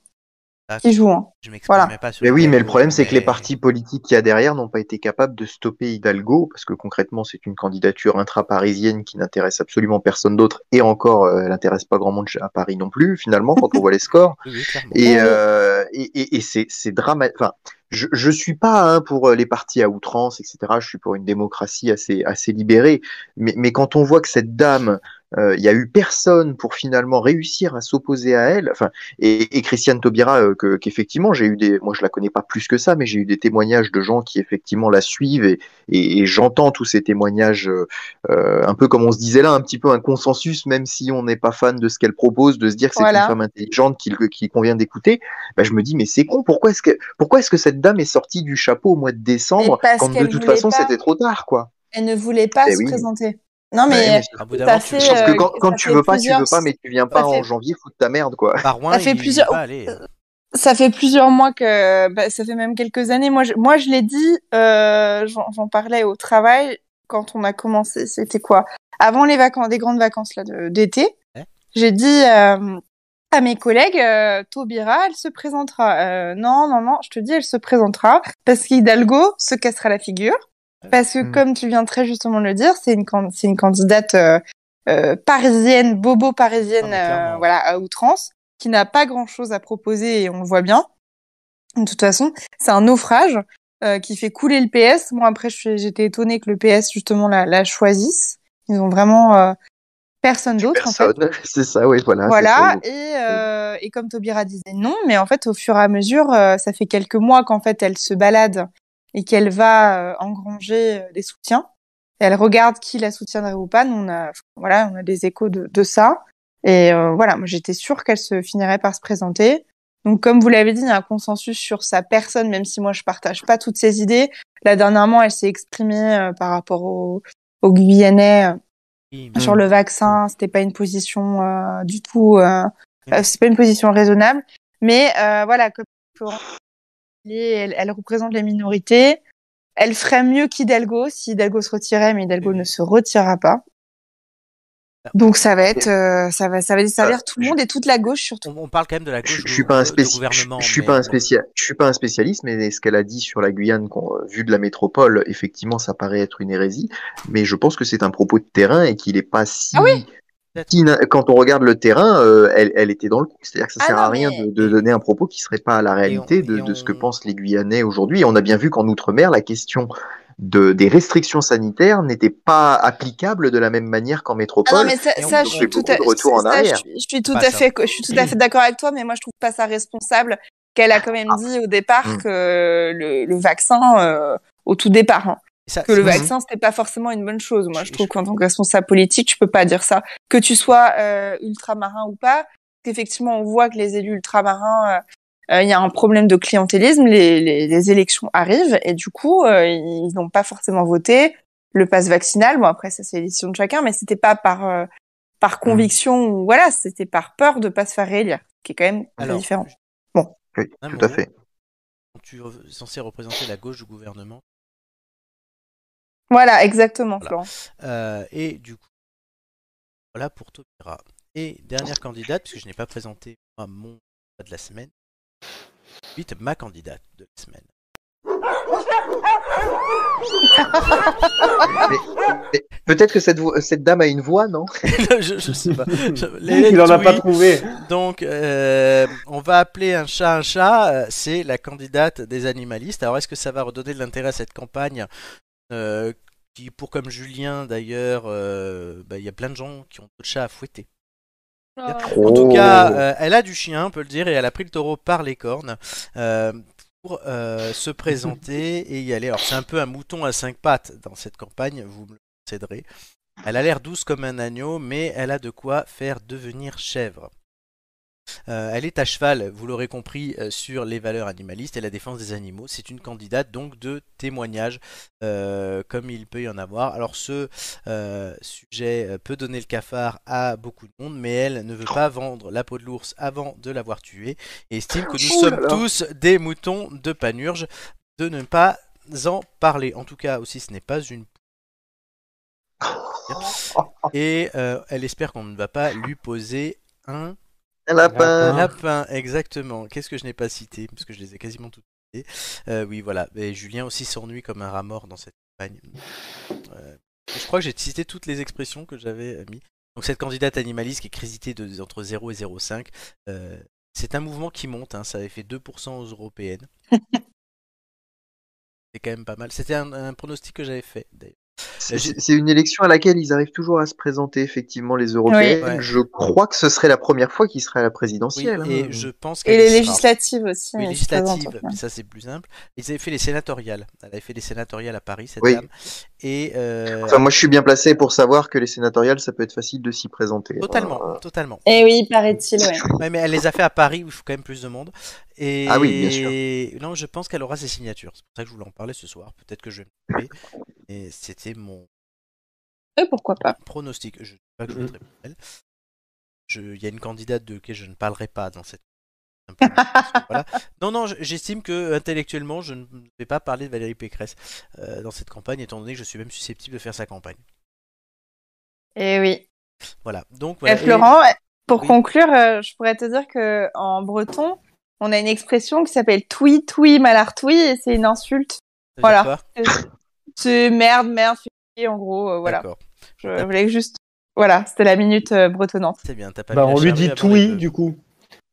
Speaker 2: Qui joue, hein.
Speaker 1: Je m'exprime
Speaker 2: Voilà.
Speaker 1: pas sur
Speaker 8: Mais oui,
Speaker 1: le
Speaker 8: mais le
Speaker 1: tableau,
Speaker 8: problème, c'est que
Speaker 1: mais-
Speaker 8: les partis politiques qu'il y a derrière n'ont pas été capables de stopper Hidalgo, parce que concrètement, c'est une candidature intra-parisienne qui n'intéresse absolument personne d'autre, et encore, euh, elle n'intéresse pas grand monde à Paris non plus, finalement, quand on voit les scores. Et, euh, et, et- et c'est, c'est dramatique. Enfin, je, je suis pas hein, pour euh, les partis à outrance, etc. Je suis pour une démocratie assez, assez libérée. Mais, mais quand on voit que cette dame, euh, il y a eu personne pour finalement réussir à s'opposer à elle. Enfin, et, et Christiane Taubira, euh, que, qu'effectivement, j'ai eu des, moi je la connais pas plus que ça, mais j'ai eu des témoignages de gens qui effectivement la suivent et, et, et j'entends tous ces témoignages, euh, euh, un peu comme on se disait là, un petit peu un consensus, même si on n'est pas fan de ce qu'elle propose, de se dire que c'est
Speaker 2: Voilà.
Speaker 8: une femme intelligente qu'il qu'il convient d'écouter, bah, je me dis mais c'est con, pourquoi est-ce que pourquoi est-ce que cette dame est sortie du chapeau au mois de décembre
Speaker 2: Mais parce
Speaker 8: quand de
Speaker 2: qu'elle
Speaker 8: toute
Speaker 2: voulait
Speaker 8: façon
Speaker 2: pas.
Speaker 8: c'était trop tard quoi.
Speaker 2: Elle ne voulait pas
Speaker 8: Eh
Speaker 2: se
Speaker 8: oui. Bah, eh,
Speaker 2: présenter. Non,
Speaker 8: Ouais,
Speaker 2: mais,
Speaker 8: c'est-
Speaker 2: ça fait,
Speaker 8: Sauf que
Speaker 2: euh,
Speaker 8: quand, quand
Speaker 2: ça
Speaker 8: tu
Speaker 2: fait
Speaker 8: veux pas,
Speaker 2: plusieurs-
Speaker 8: tu veux pas, mais tu viens
Speaker 2: ça
Speaker 8: pas en
Speaker 2: fait-
Speaker 8: janvier foutre ta merde quoi.
Speaker 2: Ça fait il- plusieurs- Oh, il va
Speaker 1: euh,
Speaker 2: Ça fait plusieurs mois que, bah, ça fait même quelques années. Moi, je, moi, je l'ai dit, euh, j'en j'en parlais au travail quand on a commencé. C'était quoi Avant les vacances, des grandes vacances là de- d'été.
Speaker 1: Ouais.
Speaker 2: J'ai dit euh, à mes collègues, euh, Taubira, elle se présentera. Euh, non, non, non, je te dis, elle se présentera parce qu'Hidalgo se cassera la figure. Parce que, comme tu viens très justement de le dire, c'est une, can- c'est une candidate euh, euh, parisienne, bobo parisienne, euh, voilà, à outrance, qui n'a pas grand-chose à proposer et on le voit bien. De toute façon, c'est un naufrage euh, qui fait couler le PS. Moi, après, je suis- j'étais étonnée que le PS justement la, la choisisse. Ils ont vraiment euh, personne d'autre. En fait.
Speaker 8: Personne. C'est ça, oui, voilà. c'est
Speaker 2: Voilà,
Speaker 8: ça.
Speaker 2: et, euh, et comme Taubira disait non, mais en fait, au fur et à mesure, euh, ça fait quelques mois qu'en fait, elle se balade et qu'elle va euh, engranger euh, des soutiens. Elle regarde qui la soutiendrait ou pas. Nous, on a, voilà, on a des échos de, de ça. Et euh, voilà, moi, j'étais sûre qu'elle se finirait par se présenter. Donc, comme vous l'avez dit, il y a un consensus sur sa personne, même si moi, je partage pas toutes ses idées. Là, dernièrement, elle s'est exprimée euh, par rapport au, au Guyanais. euh,
Speaker 1: Mm.
Speaker 2: sur le vaccin, c'était pas une position euh, du tout, euh, euh, c'est pas une position raisonnable. Mais euh, voilà, comme Florent, elle, est- elle- elle représente les minorités. Elle ferait mieux qu'Hidalgo si Hidalgo se retirait, mais Hidalgo ne se retirera pas. Donc ça va être, euh, ça va, ça va desservir tout le monde et toute la gauche surtout.
Speaker 1: On, parle quand même de la gauche.
Speaker 8: Je suis pas un spécialiste. Je suis pas un spécial. Je suis pas un spécialiste, mais ce qu'elle a dit sur la Guyane, qu'on- euh, vu de la métropole, effectivement, ça paraît être une hérésie. Mais je pense que c'est un propos de terrain et qu'il est pas si.
Speaker 2: Ah
Speaker 8: si na- Quand on regarde le terrain, euh, elle, elle était dans le coup. C'est-à-dire que ça
Speaker 2: Ah
Speaker 8: sert
Speaker 2: non,
Speaker 8: à rien
Speaker 2: mais-
Speaker 8: de, de donner un propos qui serait pas à la réalité de, de ce que pensent les Guyanais aujourd'hui. Et on a bien vu qu'en Outre-mer, la question de, des restrictions sanitaires n'était pas applicable de la même manière qu'en métropole.
Speaker 2: Ah non, mais ça,
Speaker 8: Et on
Speaker 2: ça,
Speaker 8: se
Speaker 2: je
Speaker 8: fait
Speaker 2: suis tout
Speaker 8: beaucoup
Speaker 2: à,
Speaker 8: de retour
Speaker 2: ça,
Speaker 8: en
Speaker 2: je
Speaker 8: arrière. Mm.
Speaker 2: suis- je suis tout
Speaker 8: Pas
Speaker 2: à
Speaker 8: ça.
Speaker 2: fait, je suis tout à fait d'accord avec toi, mais moi je trouve pas ça responsable qu'elle
Speaker 8: Ah.
Speaker 2: a quand même dit au départ que le, le vaccin,
Speaker 8: Mm.
Speaker 2: euh, au tout départ, hein,
Speaker 1: Ah,
Speaker 2: que le
Speaker 23: c'est-
Speaker 2: vaccin c'était pas forcément une bonne chose. Moi je, trouve qu'en tant que responsable politique, tu peux pas dire ça. Que tu sois euh, ultramarin ou pas, qu'effectivement on voit que les élus ultramarins, euh, euh, il y a un problème de clientélisme, les, les, les élections arrivent et du coup euh, ils n'ont pas forcément voté. Le passe vaccinal, bon après ça c'est l'élection de chacun, mais c'était pas par euh, par conviction ou voilà, c'était par peur de pas se faire réélire, qui est quand même très
Speaker 1: Alors,
Speaker 2: différent.
Speaker 8: Oui,
Speaker 1: Un
Speaker 8: tout à
Speaker 1: mot.
Speaker 8: fait.
Speaker 1: Quand Tu es censé représenter la gauche du gouvernement.
Speaker 2: Voilà, exactement, Florent.
Speaker 1: Euh, et du coup, voilà pour Taubira. Et dernière candidate, puisque je n'ai pas présenté moi, mon candidat de la semaine. Ensuite, ma candidate de la semaine.
Speaker 2: Ah.
Speaker 8: Mais Peut-être que cette, vo- cette dame a une voix, non
Speaker 1: je, je sais pas. Je-
Speaker 4: Il en a
Speaker 1: Tweet.
Speaker 4: pas trouvé.
Speaker 1: Donc, euh, on va appeler un chat un chat. euh, C'est la candidate des animalistes. Alors, est-ce que ça va redonner de l'intérêt à cette campagne euh, qui, pour comme Julien d'ailleurs, euh, bah, il y a plein de gens qui ont d'autres chats à fouetter.
Speaker 10: Oh.
Speaker 1: En tout cas,
Speaker 8: Oh.
Speaker 1: euh, elle a du chien, on peut le dire, et elle a pris le taureau par les cornes euh, pour euh, se présenter et y aller. Alors, c'est un peu un mouton à cinq pattes dans cette campagne, vous me le céderez. Elle a l'air douce comme un agneau, mais elle a de quoi faire devenir chèvre. Euh, elle est à cheval, vous l'aurez compris, euh, sur les valeurs animalistes et la défense des animaux. C'est une candidate donc de témoignage, euh, comme il peut y en avoir. Alors ce euh, sujet euh, peut donner le cafard à beaucoup de monde, mais elle ne veut pas vendre la peau de l'ours avant de l'avoir tué et estime que nous
Speaker 8: Ouh là
Speaker 1: sommes
Speaker 8: là.
Speaker 1: tous des moutons de panurge, de ne pas en parler. En tout cas, aussi, ce n'est pas une et euh, elle espère qu'on ne va pas lui poser un
Speaker 8: Un
Speaker 10: Hein
Speaker 8: lapin.
Speaker 1: lapin, Euh, exactement. Qu'est-ce que je n'ai pas cité Parce que je les ai quasiment toutes citées. Euh, oui, voilà. Et Julien aussi s'ennuie comme un rat mort dans cette campagne. Euh, je crois que j'ai cité toutes les expressions que j'avais euh, mis. Donc cette candidate animaliste qui est créditée de, entre 0 et 0,5, euh, c'est un mouvement qui monte. hein. ça avait fait 2% aux européennes. c'est quand même pas mal. C'était un, un pronostic que j'avais fait d'ailleurs.
Speaker 8: C'est- C'est c'est une élection à laquelle ils arrivent toujours à se présenter, effectivement, les Européennes.
Speaker 1: Ouais.
Speaker 8: Je crois que ce serait la première fois qu'ils seraient à la
Speaker 1: Oui,
Speaker 8: présidentielle. hein.
Speaker 1: et je pense
Speaker 10: Et
Speaker 1: qu'elle
Speaker 10: les
Speaker 1: sera-
Speaker 10: législatives aussi.
Speaker 1: Les
Speaker 2: hein,
Speaker 10: elles se présentent
Speaker 1: législatives,
Speaker 10: aussi.
Speaker 1: mais ça c'est plus simple. Ils avaient fait les sénatoriales. Elle avait fait les sénatoriales à Paris, cette
Speaker 8: Oui.
Speaker 1: dame. Et euh,
Speaker 8: Enfin, moi, je suis bien placé pour savoir que les sénatoriales, ça peut être facile de s'y présenter.
Speaker 1: totalement, totalement.
Speaker 10: Eh oui, paraît-il, ouais.
Speaker 1: Ouais, mais elle les a fait à Paris où il faut quand même plus de monde. Et
Speaker 8: Ah oui, bien sûr.
Speaker 1: Non, je pense qu'elle aura ses signatures. C'est pour ça que je voulais en parler ce soir. Peut-être que je vais me tromper. Et c'était mon
Speaker 10: Et pourquoi pas
Speaker 1: pronostic. Je ne dis pas que je
Speaker 10: Mhm.
Speaker 1: voterai pour elle. Je- Il y a une candidate de laquelle je ne parlerai pas dans cette. simplement parce que, voilà. Non, non, je- j'estime que intellectuellement, je ne vais pas parler de Valérie Pécresse euh, dans cette campagne, étant donné que je suis même susceptible de faire sa campagne.
Speaker 10: Eh oui.
Speaker 1: Voilà. Donc,
Speaker 10: Eh,
Speaker 1: voilà. Et-
Speaker 10: Florent, pour
Speaker 1: Oui.
Speaker 10: conclure, euh, je pourrais te dire que en breton, on a une expression qui s'appelle twi twi malartoui et c'est une insulte. Voilà.
Speaker 1: D'accord.
Speaker 10: C'est- C'est merde, merde, fais- en gros, euh, voilà.
Speaker 1: D'accord.
Speaker 10: Je voulais juste. Voilà, c'était la minute euh, bretonnante.
Speaker 1: C'est bien, t'as pas
Speaker 4: Bah,
Speaker 1: mis la
Speaker 4: on lui
Speaker 1: charrue
Speaker 4: dit
Speaker 1: avant les
Speaker 4: oui,
Speaker 1: bœufs.
Speaker 4: du coup.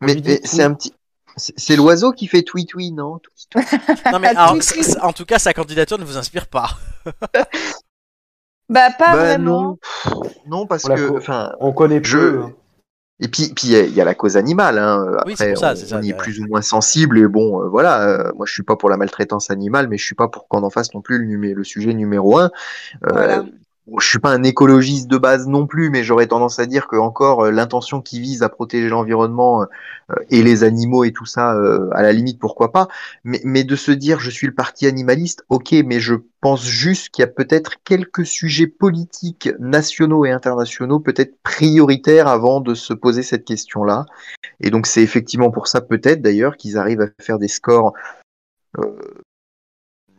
Speaker 8: Mais
Speaker 4: lui dit
Speaker 8: et c'est un petit. C'est c'est l'oiseau qui fait tweet tweet, non
Speaker 1: Non, mais
Speaker 10: Ah,
Speaker 1: alors,
Speaker 10: oui,
Speaker 1: c-
Speaker 10: oui.
Speaker 1: c- en tout cas, sa candidature ne vous inspire pas.
Speaker 10: Bah, pas
Speaker 8: Bah
Speaker 10: vraiment.
Speaker 8: non, pff, non parce
Speaker 4: On la
Speaker 8: que
Speaker 4: co-
Speaker 8: enfin
Speaker 4: On connaît
Speaker 8: Je-
Speaker 4: peu. hein.
Speaker 8: et puis puis il y a- il y, a la cause animale hein. euh,
Speaker 1: Oui, c'est
Speaker 8: après
Speaker 1: pour ça,
Speaker 8: on,
Speaker 1: c'est ça,
Speaker 8: on y est
Speaker 1: derrière.
Speaker 8: plus ou moins sensible et bon euh, voilà euh, moi je suis pas pour la maltraitance animale mais je suis pas pour qu'on en fasse non plus le, numé- le sujet numéro un. Euh,
Speaker 10: Voilà.
Speaker 8: bon, Je suis pas un écologiste de base non plus, mais j'aurais tendance à dire que encore euh, l'intention qui vise à protéger l'environnement euh, euh, et les animaux et tout ça, euh, à la limite pourquoi pas. Mais, mais de se dire je suis le parti animaliste, ok, mais je pense juste qu'il y a peut-être quelques sujets politiques nationaux et internationaux peut-être prioritaires avant de se poser cette question-là. Et donc c'est effectivement pour ça peut-être d'ailleurs qu'ils arrivent à faire des scores. euh,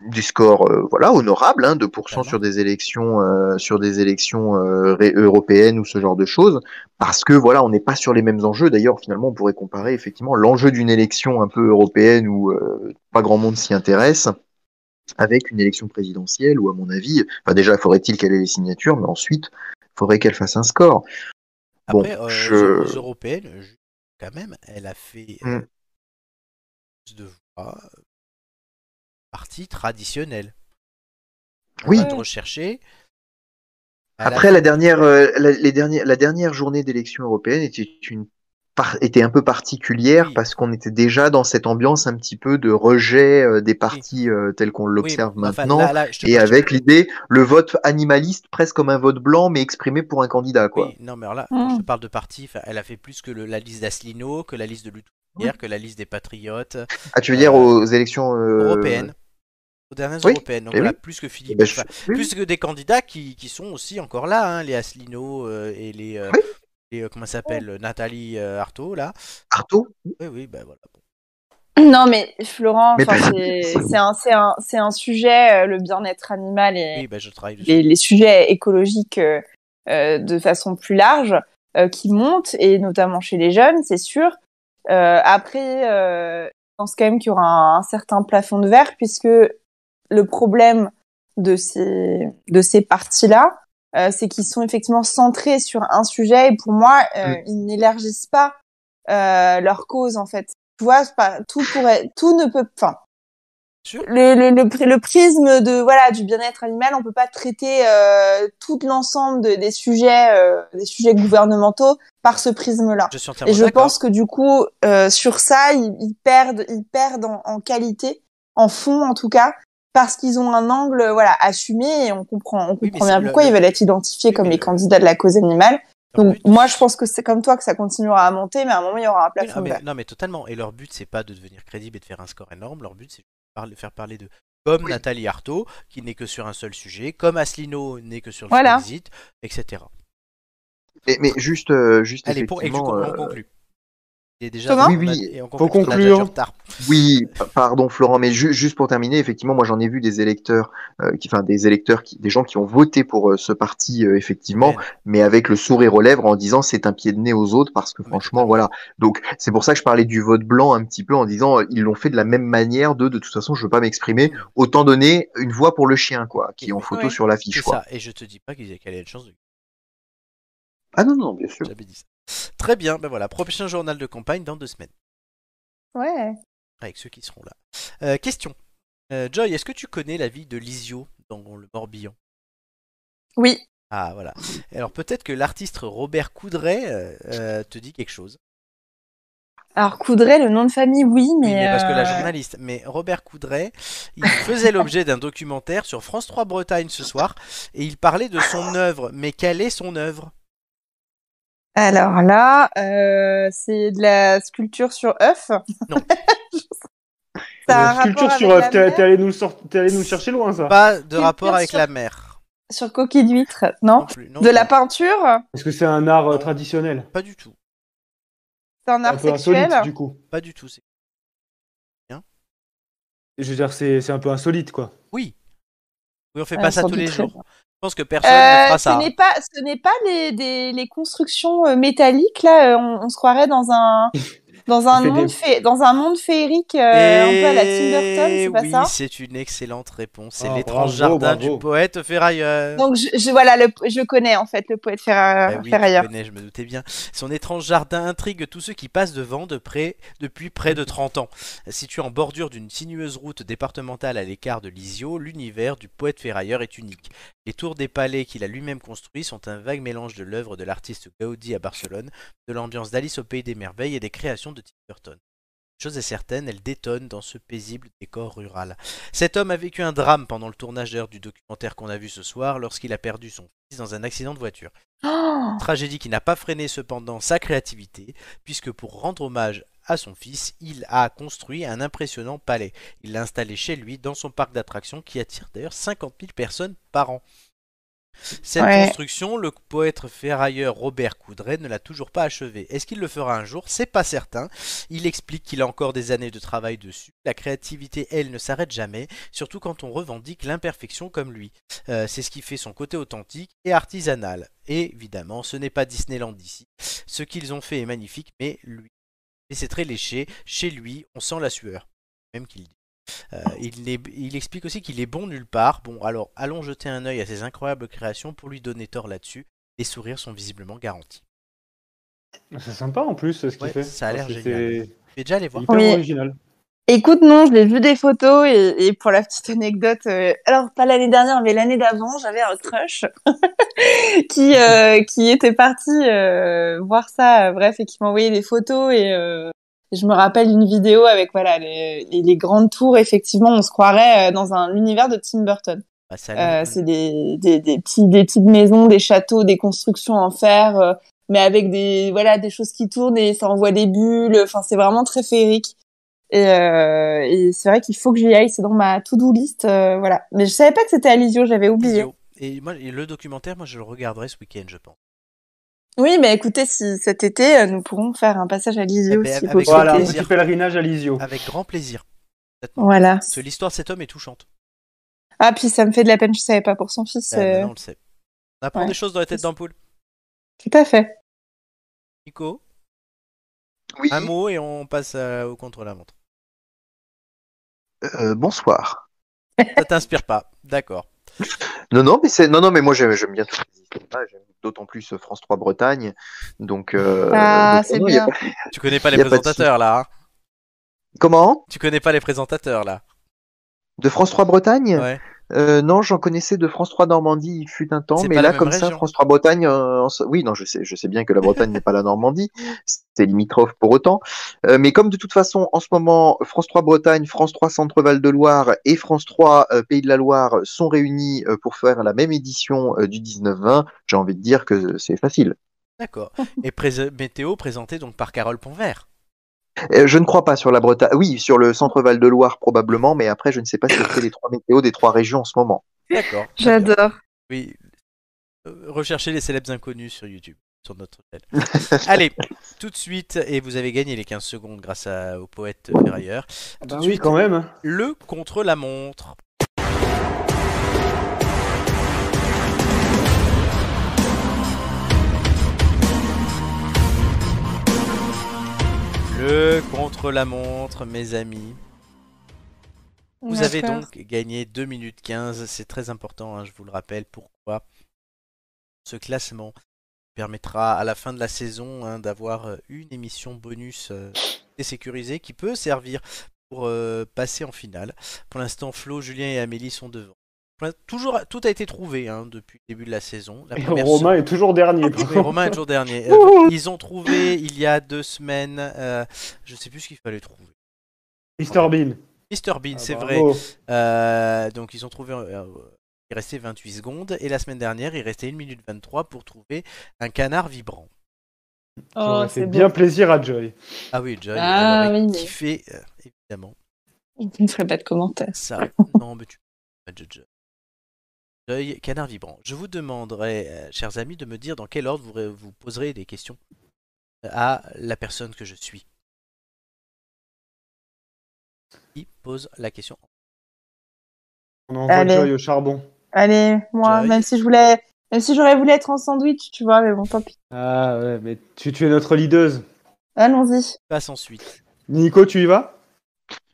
Speaker 8: du score euh, voilà honorable hein, 2% sur des élections euh, sur des élections euh, ré- européennes ou ce genre de choses parce que voilà on n'est pas sur les mêmes enjeux d'ailleurs finalement on pourrait comparer effectivement l'enjeu d'une élection un peu européenne où euh, pas grand monde s'y intéresse avec une élection présidentielle où à mon avis enfin déjà faudrait-il qu'elle ait les signatures mais ensuite faudrait qu'elle fasse un score Bon,
Speaker 1: Après, euh,
Speaker 8: je-
Speaker 1: aux- aux européennes, je- quand même, elle a fait euh,
Speaker 8: Mm.
Speaker 1: plus de voix euh, parti traditionnel. On
Speaker 8: Oui.
Speaker 1: va te rechercher. Elle a-
Speaker 8: Après, la dernière, euh, la, les derniers- la dernière journée d'élection européenne était, une par- était un peu particulière
Speaker 1: Oui.
Speaker 8: parce qu'on était déjà dans cette ambiance un petit peu de rejet euh, des partis euh, tels qu'on
Speaker 1: Oui,
Speaker 8: l'observe
Speaker 1: enfin,
Speaker 8: maintenant.
Speaker 1: là- là, je te-
Speaker 8: et avec l'idée, le vote animaliste presque comme un vote blanc, mais exprimé pour un candidat, quoi.
Speaker 1: Oui, non, mais alors là,
Speaker 10: Mm.
Speaker 2: Hmm.
Speaker 1: je te parle de parti. enfin, Elle a fait plus que le- la liste d'Asselineau, que la liste de Lutte, que la liste des Patriotes euh,
Speaker 8: Ah, tu veux dire aux élections euh,
Speaker 1: européennes. Aux dernières
Speaker 8: oui,
Speaker 1: européennes. Donc
Speaker 8: eh
Speaker 1: voilà,
Speaker 8: oui.
Speaker 1: plus que Philippe.
Speaker 8: Eh ben, je-
Speaker 1: enfin,
Speaker 8: oui,
Speaker 1: plus que des candidats qui, qui sont aussi encore là, hein, les Asselineau euh, et les, euh,
Speaker 8: Oui.
Speaker 1: les, euh, comment ça s'appelle euh, Nathalie euh, Arthaud là.
Speaker 8: Artaud
Speaker 1: Oui, oui, ben voilà.
Speaker 10: Non, mais Florent,
Speaker 8: Mais
Speaker 10: enfin,
Speaker 8: pas-
Speaker 10: c'est c'est un, c'est un, c'est un sujet, euh, le bien-être animal et,
Speaker 1: Oui, ben je travaille dessus.
Speaker 10: les, les sujets écologiques euh, euh, de façon plus large euh, qui montent, et notamment chez les jeunes, c'est sûr. Euh, après, euh, je pense quand même qu'il y aura un, un certain plafond de verre, puisque le problème
Speaker 2: de ces de ces partis-là, euh, c'est qu'ils sont effectivement centrés sur un sujet et pour moi, euh, ils n'élargissent pas euh, leur cause en fait. Tu vois, c'est pas, tout pourrait, tout ne peut, enfin, le, le, le, le prisme de voilà du bien-être animal, on peut pas traiter euh, tout l'ensemble de- des sujets euh, des sujets gouvernementaux par ce prisme-là.
Speaker 1: Je suis entièrement
Speaker 2: Et je
Speaker 1: d'accord.
Speaker 2: pense que du coup euh, sur ça ils, ils perdent ils perdent en, en qualité, en fond en tout cas, parce qu'ils ont un angle voilà assumé et on comprend on comprend
Speaker 1: c'est
Speaker 2: bien
Speaker 1: le-
Speaker 2: pourquoi ils veulent être identifiés comme les candidats de la cause animale.
Speaker 1: Ah
Speaker 2: Donc moi je pense que c'est comme toi que ça continuera à monter, mais à un moment il y aura un
Speaker 1: Oui, non,
Speaker 2: plafond.
Speaker 1: mais,
Speaker 2: vert.
Speaker 1: non, mais totalement. Et leur but, c'est pas de devenir crédible et de faire un score énorme. Leur but, c'est de parler- faire parler de. Comme Nathalie Arthaud, qui n'est que sur un seul sujet, comme Asselineau n'est que sur le
Speaker 2: Voilà.
Speaker 1: Brexit, etc.
Speaker 8: Mais, mais juste, euh, juste
Speaker 1: Allez, pour, et du coup,
Speaker 8: effectivement,
Speaker 1: on
Speaker 8: euh,
Speaker 1: conclut. Il est déjà on
Speaker 8: Comment
Speaker 1: a-
Speaker 8: Oui, oui.
Speaker 1: et on
Speaker 8: Faut
Speaker 1: conclut, parce qu'on a déjà
Speaker 8: conclure.
Speaker 1: du retard.
Speaker 8: Oui, pa- pardon Florent, mais ju- juste pour terminer, effectivement, moi j'en ai vu des électeurs, euh, qui, enfin des électeurs, qui, des gens qui ont voté pour euh, ce parti, euh, effectivement, mais avec le sourire aux lèvres en disant c'est un pied de nez aux autres parce que franchement, voilà. Donc c'est pour ça que je parlais du vote blanc un petit peu en disant euh, ils l'ont fait de la même manière de de toute façon je veux pas m'exprimer, autant donner une voix pour le chien quoi, qui est en photo
Speaker 1: Mm. Ouais.
Speaker 8: sur l'affiche
Speaker 1: C'est ça.
Speaker 8: quoi.
Speaker 1: Et je te dis pas qu'ils avaient qu'elle ait une chance de.
Speaker 8: Ah non non bien sûr.
Speaker 1: J'avais dit ça. Très bien. Ben voilà, prochain journal de campagne dans deux semaines
Speaker 2: Ouais.
Speaker 1: avec ceux qui seront là. Euh, question. Euh, Joy, est-ce que tu connais la ville de Lisio dans le Morbihan
Speaker 2: Oui.
Speaker 1: Ah voilà. Alors peut-être que l'artiste Robert Coudray euh, euh, te dit quelque chose.
Speaker 2: Alors Coudray le nom de famille oui mais,
Speaker 1: Oui, mais parce que la
Speaker 2: euh,
Speaker 1: journaliste, mais Robert Coudray, il faisait l'objet d'un documentaire sur France 3 Bretagne ce soir et il parlait de son œuvre. Mais quelle est son œuvre
Speaker 2: Alors là, euh, c'est de la sculpture sur œuf.
Speaker 1: Non.
Speaker 2: Ça a un
Speaker 4: Euh, Sculpture
Speaker 2: rapport
Speaker 4: sur
Speaker 2: avec
Speaker 4: œuf,
Speaker 2: la Bah.
Speaker 4: t'es
Speaker 2: mer
Speaker 4: t'es allé, nous le sort- t'es allé nous le chercher loin ça.
Speaker 1: Pas de rapport avec la mer.
Speaker 2: Sur coquille d'huître, non,
Speaker 1: non,
Speaker 2: De la peinture
Speaker 4: Est-ce que c'est un art euh, traditionnel
Speaker 1: Pas du tout.
Speaker 2: C'est un art
Speaker 4: Un peu
Speaker 2: sexuel
Speaker 4: insolite du coup.
Speaker 1: Pas du tout. c'est-
Speaker 4: Je veux dire, c'est c'est un peu insolite quoi.
Speaker 1: Oui. Oui, on fait
Speaker 2: Ah,
Speaker 1: pas ça
Speaker 2: sans
Speaker 1: tous
Speaker 2: doute
Speaker 1: les
Speaker 2: très
Speaker 1: jours.
Speaker 2: bien.
Speaker 1: Je pense que personne
Speaker 2: Euh,
Speaker 1: ne fera
Speaker 2: ce
Speaker 1: ça.
Speaker 2: n'est pas, ce n'est pas les, des- les constructions euh, métalliques là. euh, On, on se croirait dans un dans un
Speaker 1: Il fait
Speaker 2: monde
Speaker 1: des-
Speaker 2: fé- dans un monde féerique, euh, un peu à la Tinderton,
Speaker 1: Eh
Speaker 2: c'est pas
Speaker 1: oui,
Speaker 2: ça
Speaker 1: c'est une excellente réponse. C'est
Speaker 4: Ah,
Speaker 1: l'étrange
Speaker 4: bravo,
Speaker 1: jardin
Speaker 4: bravo.
Speaker 1: du poète ferrailleur.
Speaker 2: Donc je, je- voilà, le, je connais en fait le poète euh, Ferra-
Speaker 1: Bah oui,
Speaker 2: ferrailleur.
Speaker 1: je connais, je me doutais bien. Son étrange jardin intrigue tous ceux qui passent devant de près, depuis près de 30 ans. Situé en bordure d'une sinueuse route départementale à l'écart de Lisio, l'univers du poète ferrailleur est unique. Les tours des palais qu'il a lui-même construits sont un vague mélange de l'œuvre de l'artiste Gaudi à Barcelone, de l'ambiance d'Alice au Pays des Merveilles et des créations de Tim Burton. Chose est certaine, elle détonne dans ce paisible décor rural. Cet homme a vécu un drame pendant le tournage d'ailleurs du documentaire qu'on a vu ce soir lorsqu'il a perdu son fils dans un accident de voiture.
Speaker 2: Oh
Speaker 1: Tragédie qui n'a pas freiné cependant sa créativité, puisque pour rendre hommage à son fils, il a construit un impressionnant palais. Il l'a installé chez lui dans son parc d'attractions qui attire d'ailleurs 50 000 personnes par an. Cette
Speaker 2: Ouais.
Speaker 1: construction, le poète ferrailleur Robert Coudray ne l'a toujours pas achevée. Est-ce qu'il le fera un jour C'est pas certain. Il explique qu'il a encore des années de travail dessus. La créativité, elle, ne s'arrête jamais, surtout quand on revendique l'imperfection comme lui. Euh, c'est ce qui fait son côté authentique et artisanal. Et évidemment, ce n'est pas Disneyland ici. Ce qu'ils ont fait est magnifique, mais lui, et c'est très léché. Chez lui, on sent la sueur. Même qu'il dit. Euh, il, est- il explique aussi qu'il est bon nulle part. Bon, alors allons jeter un œil à ces incroyables créations pour lui donner tort là-dessus. Les sourires sont visiblement garantis.
Speaker 4: Ah, C'est sympa en plus ce qu'il
Speaker 1: Ouais,
Speaker 4: fait.
Speaker 1: ça a l'air
Speaker 4: Parce que
Speaker 1: génial.
Speaker 4: c'est-
Speaker 1: Je vais déjà aller voir.
Speaker 4: Hyper
Speaker 2: Oui.
Speaker 4: original.
Speaker 2: Écoute, non, je l'ai vu des photos et, et pour la petite anecdote, euh, alors pas l'année dernière, mais l'année d'avant, j'avais un crush qui euh, qui était parti euh, voir ça, euh, bref, et qui m'envoyait des photos et euh, je me rappelle une vidéo avec voilà les, les- les grandes tours. Effectivement, on se croirait euh, dans un univers de Tim Burton.
Speaker 1: Bah, ça a l'air-
Speaker 2: Euh, c'est des, des, des, petits, des petites maisons, des châteaux, des constructions en fer, euh, mais avec des, voilà, des choses qui tournent et ça envoie des bulles. Enfin, c'est vraiment très féerique. Et, euh, et c'est vrai qu'il faut que j'y aille. C'est dans ma to-do list. euh, voilà. Mais je savais pas que c'était à Lisio, j'avais oublié.
Speaker 1: Et moi, et le documentaire, moi, je le regarderai ce week-end, je pense.
Speaker 2: Oui, mais écoutez, si cet été, euh, nous pourrons faire un passage à
Speaker 1: Eh
Speaker 2: Lisio.
Speaker 1: ben,
Speaker 2: si vous
Speaker 1: avec
Speaker 2: le
Speaker 1: grand
Speaker 2: souhaitez.
Speaker 1: plaisir. Ah,
Speaker 4: Pèlerinage à Lisio.
Speaker 1: Avec grand plaisir.
Speaker 2: Voilà.
Speaker 1: Parce que l'histoire de cet homme est touchante.
Speaker 2: Ah, puis ça me fait de la peine, je savais pas pour son fils.
Speaker 1: Ah,
Speaker 2: euh,
Speaker 1: maintenant, on le sait. On apprend
Speaker 2: ouais.
Speaker 1: des choses dans la tête d'ampoule.
Speaker 2: Tout à fait.
Speaker 1: Nico Un mot et on passe euh, au contre-la-montre.
Speaker 8: Euh, bonsoir.
Speaker 1: Ça t'inspire pas. D'accord.
Speaker 8: Non, non, mais c'est non, non, mais moi j'aime j'aime bien toutes ces histoires-là. J'aime d'autant plus euh, France 3 Bretagne. Donc, euh,
Speaker 10: Ah,
Speaker 8: donc,
Speaker 10: c'est
Speaker 8: non, y a
Speaker 10: bien.
Speaker 8: pas-
Speaker 1: Tu connais pas les
Speaker 8: Y a pas de souci.
Speaker 1: présentateurs là. hein
Speaker 8: Comment
Speaker 1: tu connais pas les présentateurs là.
Speaker 8: De France 3 Bretagne
Speaker 1: Ouais.
Speaker 8: Euh, non, j'en connaissais de France 3 Normandie, il fut un temps,
Speaker 1: C'est
Speaker 8: mais
Speaker 1: pas la
Speaker 8: là,
Speaker 1: même
Speaker 8: comme ça,
Speaker 1: région.
Speaker 8: France 3 Bretagne, euh, en so- oui, non, je sais, je sais bien que la Bretagne n'est pas la Normandie, c'est limitrophe pour autant, Euh, mais comme de toute façon, en ce moment, France 3 Bretagne, France 3 Centre-Val de Loire et France 3 euh, Pays de la Loire sont réunis euh, pour faire la même édition euh, du 19-20, j'ai envie de dire que c'est facile.
Speaker 1: D'accord. Et prés- météo présenté donc par Carole Ponvert.
Speaker 8: Euh, je ne crois pas sur la Bretagne, oui, sur le Centre-Val de Loire probablement, mais après, je ne sais pas si c'est les trois météos des trois régions en ce moment.
Speaker 1: D'accord. très bien.
Speaker 10: J'adore.
Speaker 1: Oui. Euh, Recherchez les célèbres inconnus sur YouTube, sur notre chaîne. Allez, tout de suite, et vous avez gagné les 15 secondes grâce à- au poète ferrailleur. Tout de
Speaker 4: Ah bah oui,
Speaker 1: suite,
Speaker 4: quand même. hein.
Speaker 1: Le contre la montre. Le contre la montre, mes amis. Vous avez
Speaker 10: D'accord.
Speaker 1: donc gagné 2 minutes 15, c'est très important, hein, je vous le rappelle, pourquoi ce classement permettra à la fin de la saison hein, d'avoir euh, une émission bonus euh, et sécurisée qui peut servir pour euh, passer en finale. Pour l'instant, Flo, Julien et Amélie sont devant. Pour l'in- Toujours, tout a été trouvé hein, depuis le début de la saison. La
Speaker 4: Et
Speaker 1: première Ah,
Speaker 4: Romain est toujours dernier.
Speaker 1: oui,
Speaker 4: par contre.
Speaker 1: Romain est le jour dernier. Euh, ils ont trouvé il y a deux semaines, euh, je sais plus ce qu'il fallait trouver.
Speaker 4: Mr Bean.
Speaker 1: Mr Bean,
Speaker 4: Ah,
Speaker 1: c'est vrai.
Speaker 4: bravo.
Speaker 1: Euh, donc ils ont trouvé, euh, il restait 28 secondes et la semaine dernière il restait 1 minute 23 pour trouver un canard vibrant.
Speaker 10: Oh,
Speaker 4: J'aurais fait bien plaisir à Joy.
Speaker 1: Ah oui, John,
Speaker 10: Ah
Speaker 1: il aurait
Speaker 10: oui, mais-
Speaker 1: kiffé euh, évidemment
Speaker 10: Il ne ferait pas de commentaires.
Speaker 1: ça. non mais tu pas de John. Joy, canard vibrant. Je vous demanderai, euh, chers amis, de me dire dans quel ordre vous, vous poserez des questions euh, à la personne que je suis. Qui pose la question
Speaker 4: On envoie
Speaker 10: Allez.
Speaker 4: Joy au charbon.
Speaker 10: Allez, moi,
Speaker 1: Joy.
Speaker 10: même si je voulais, même si j'aurais voulu être en sandwich, tu vois, mais bon, tant pis.
Speaker 4: Ah ouais, mais tu, tu es notre leaduse.
Speaker 10: Allons-y.
Speaker 1: Passe ensuite.
Speaker 4: Nico, tu y vas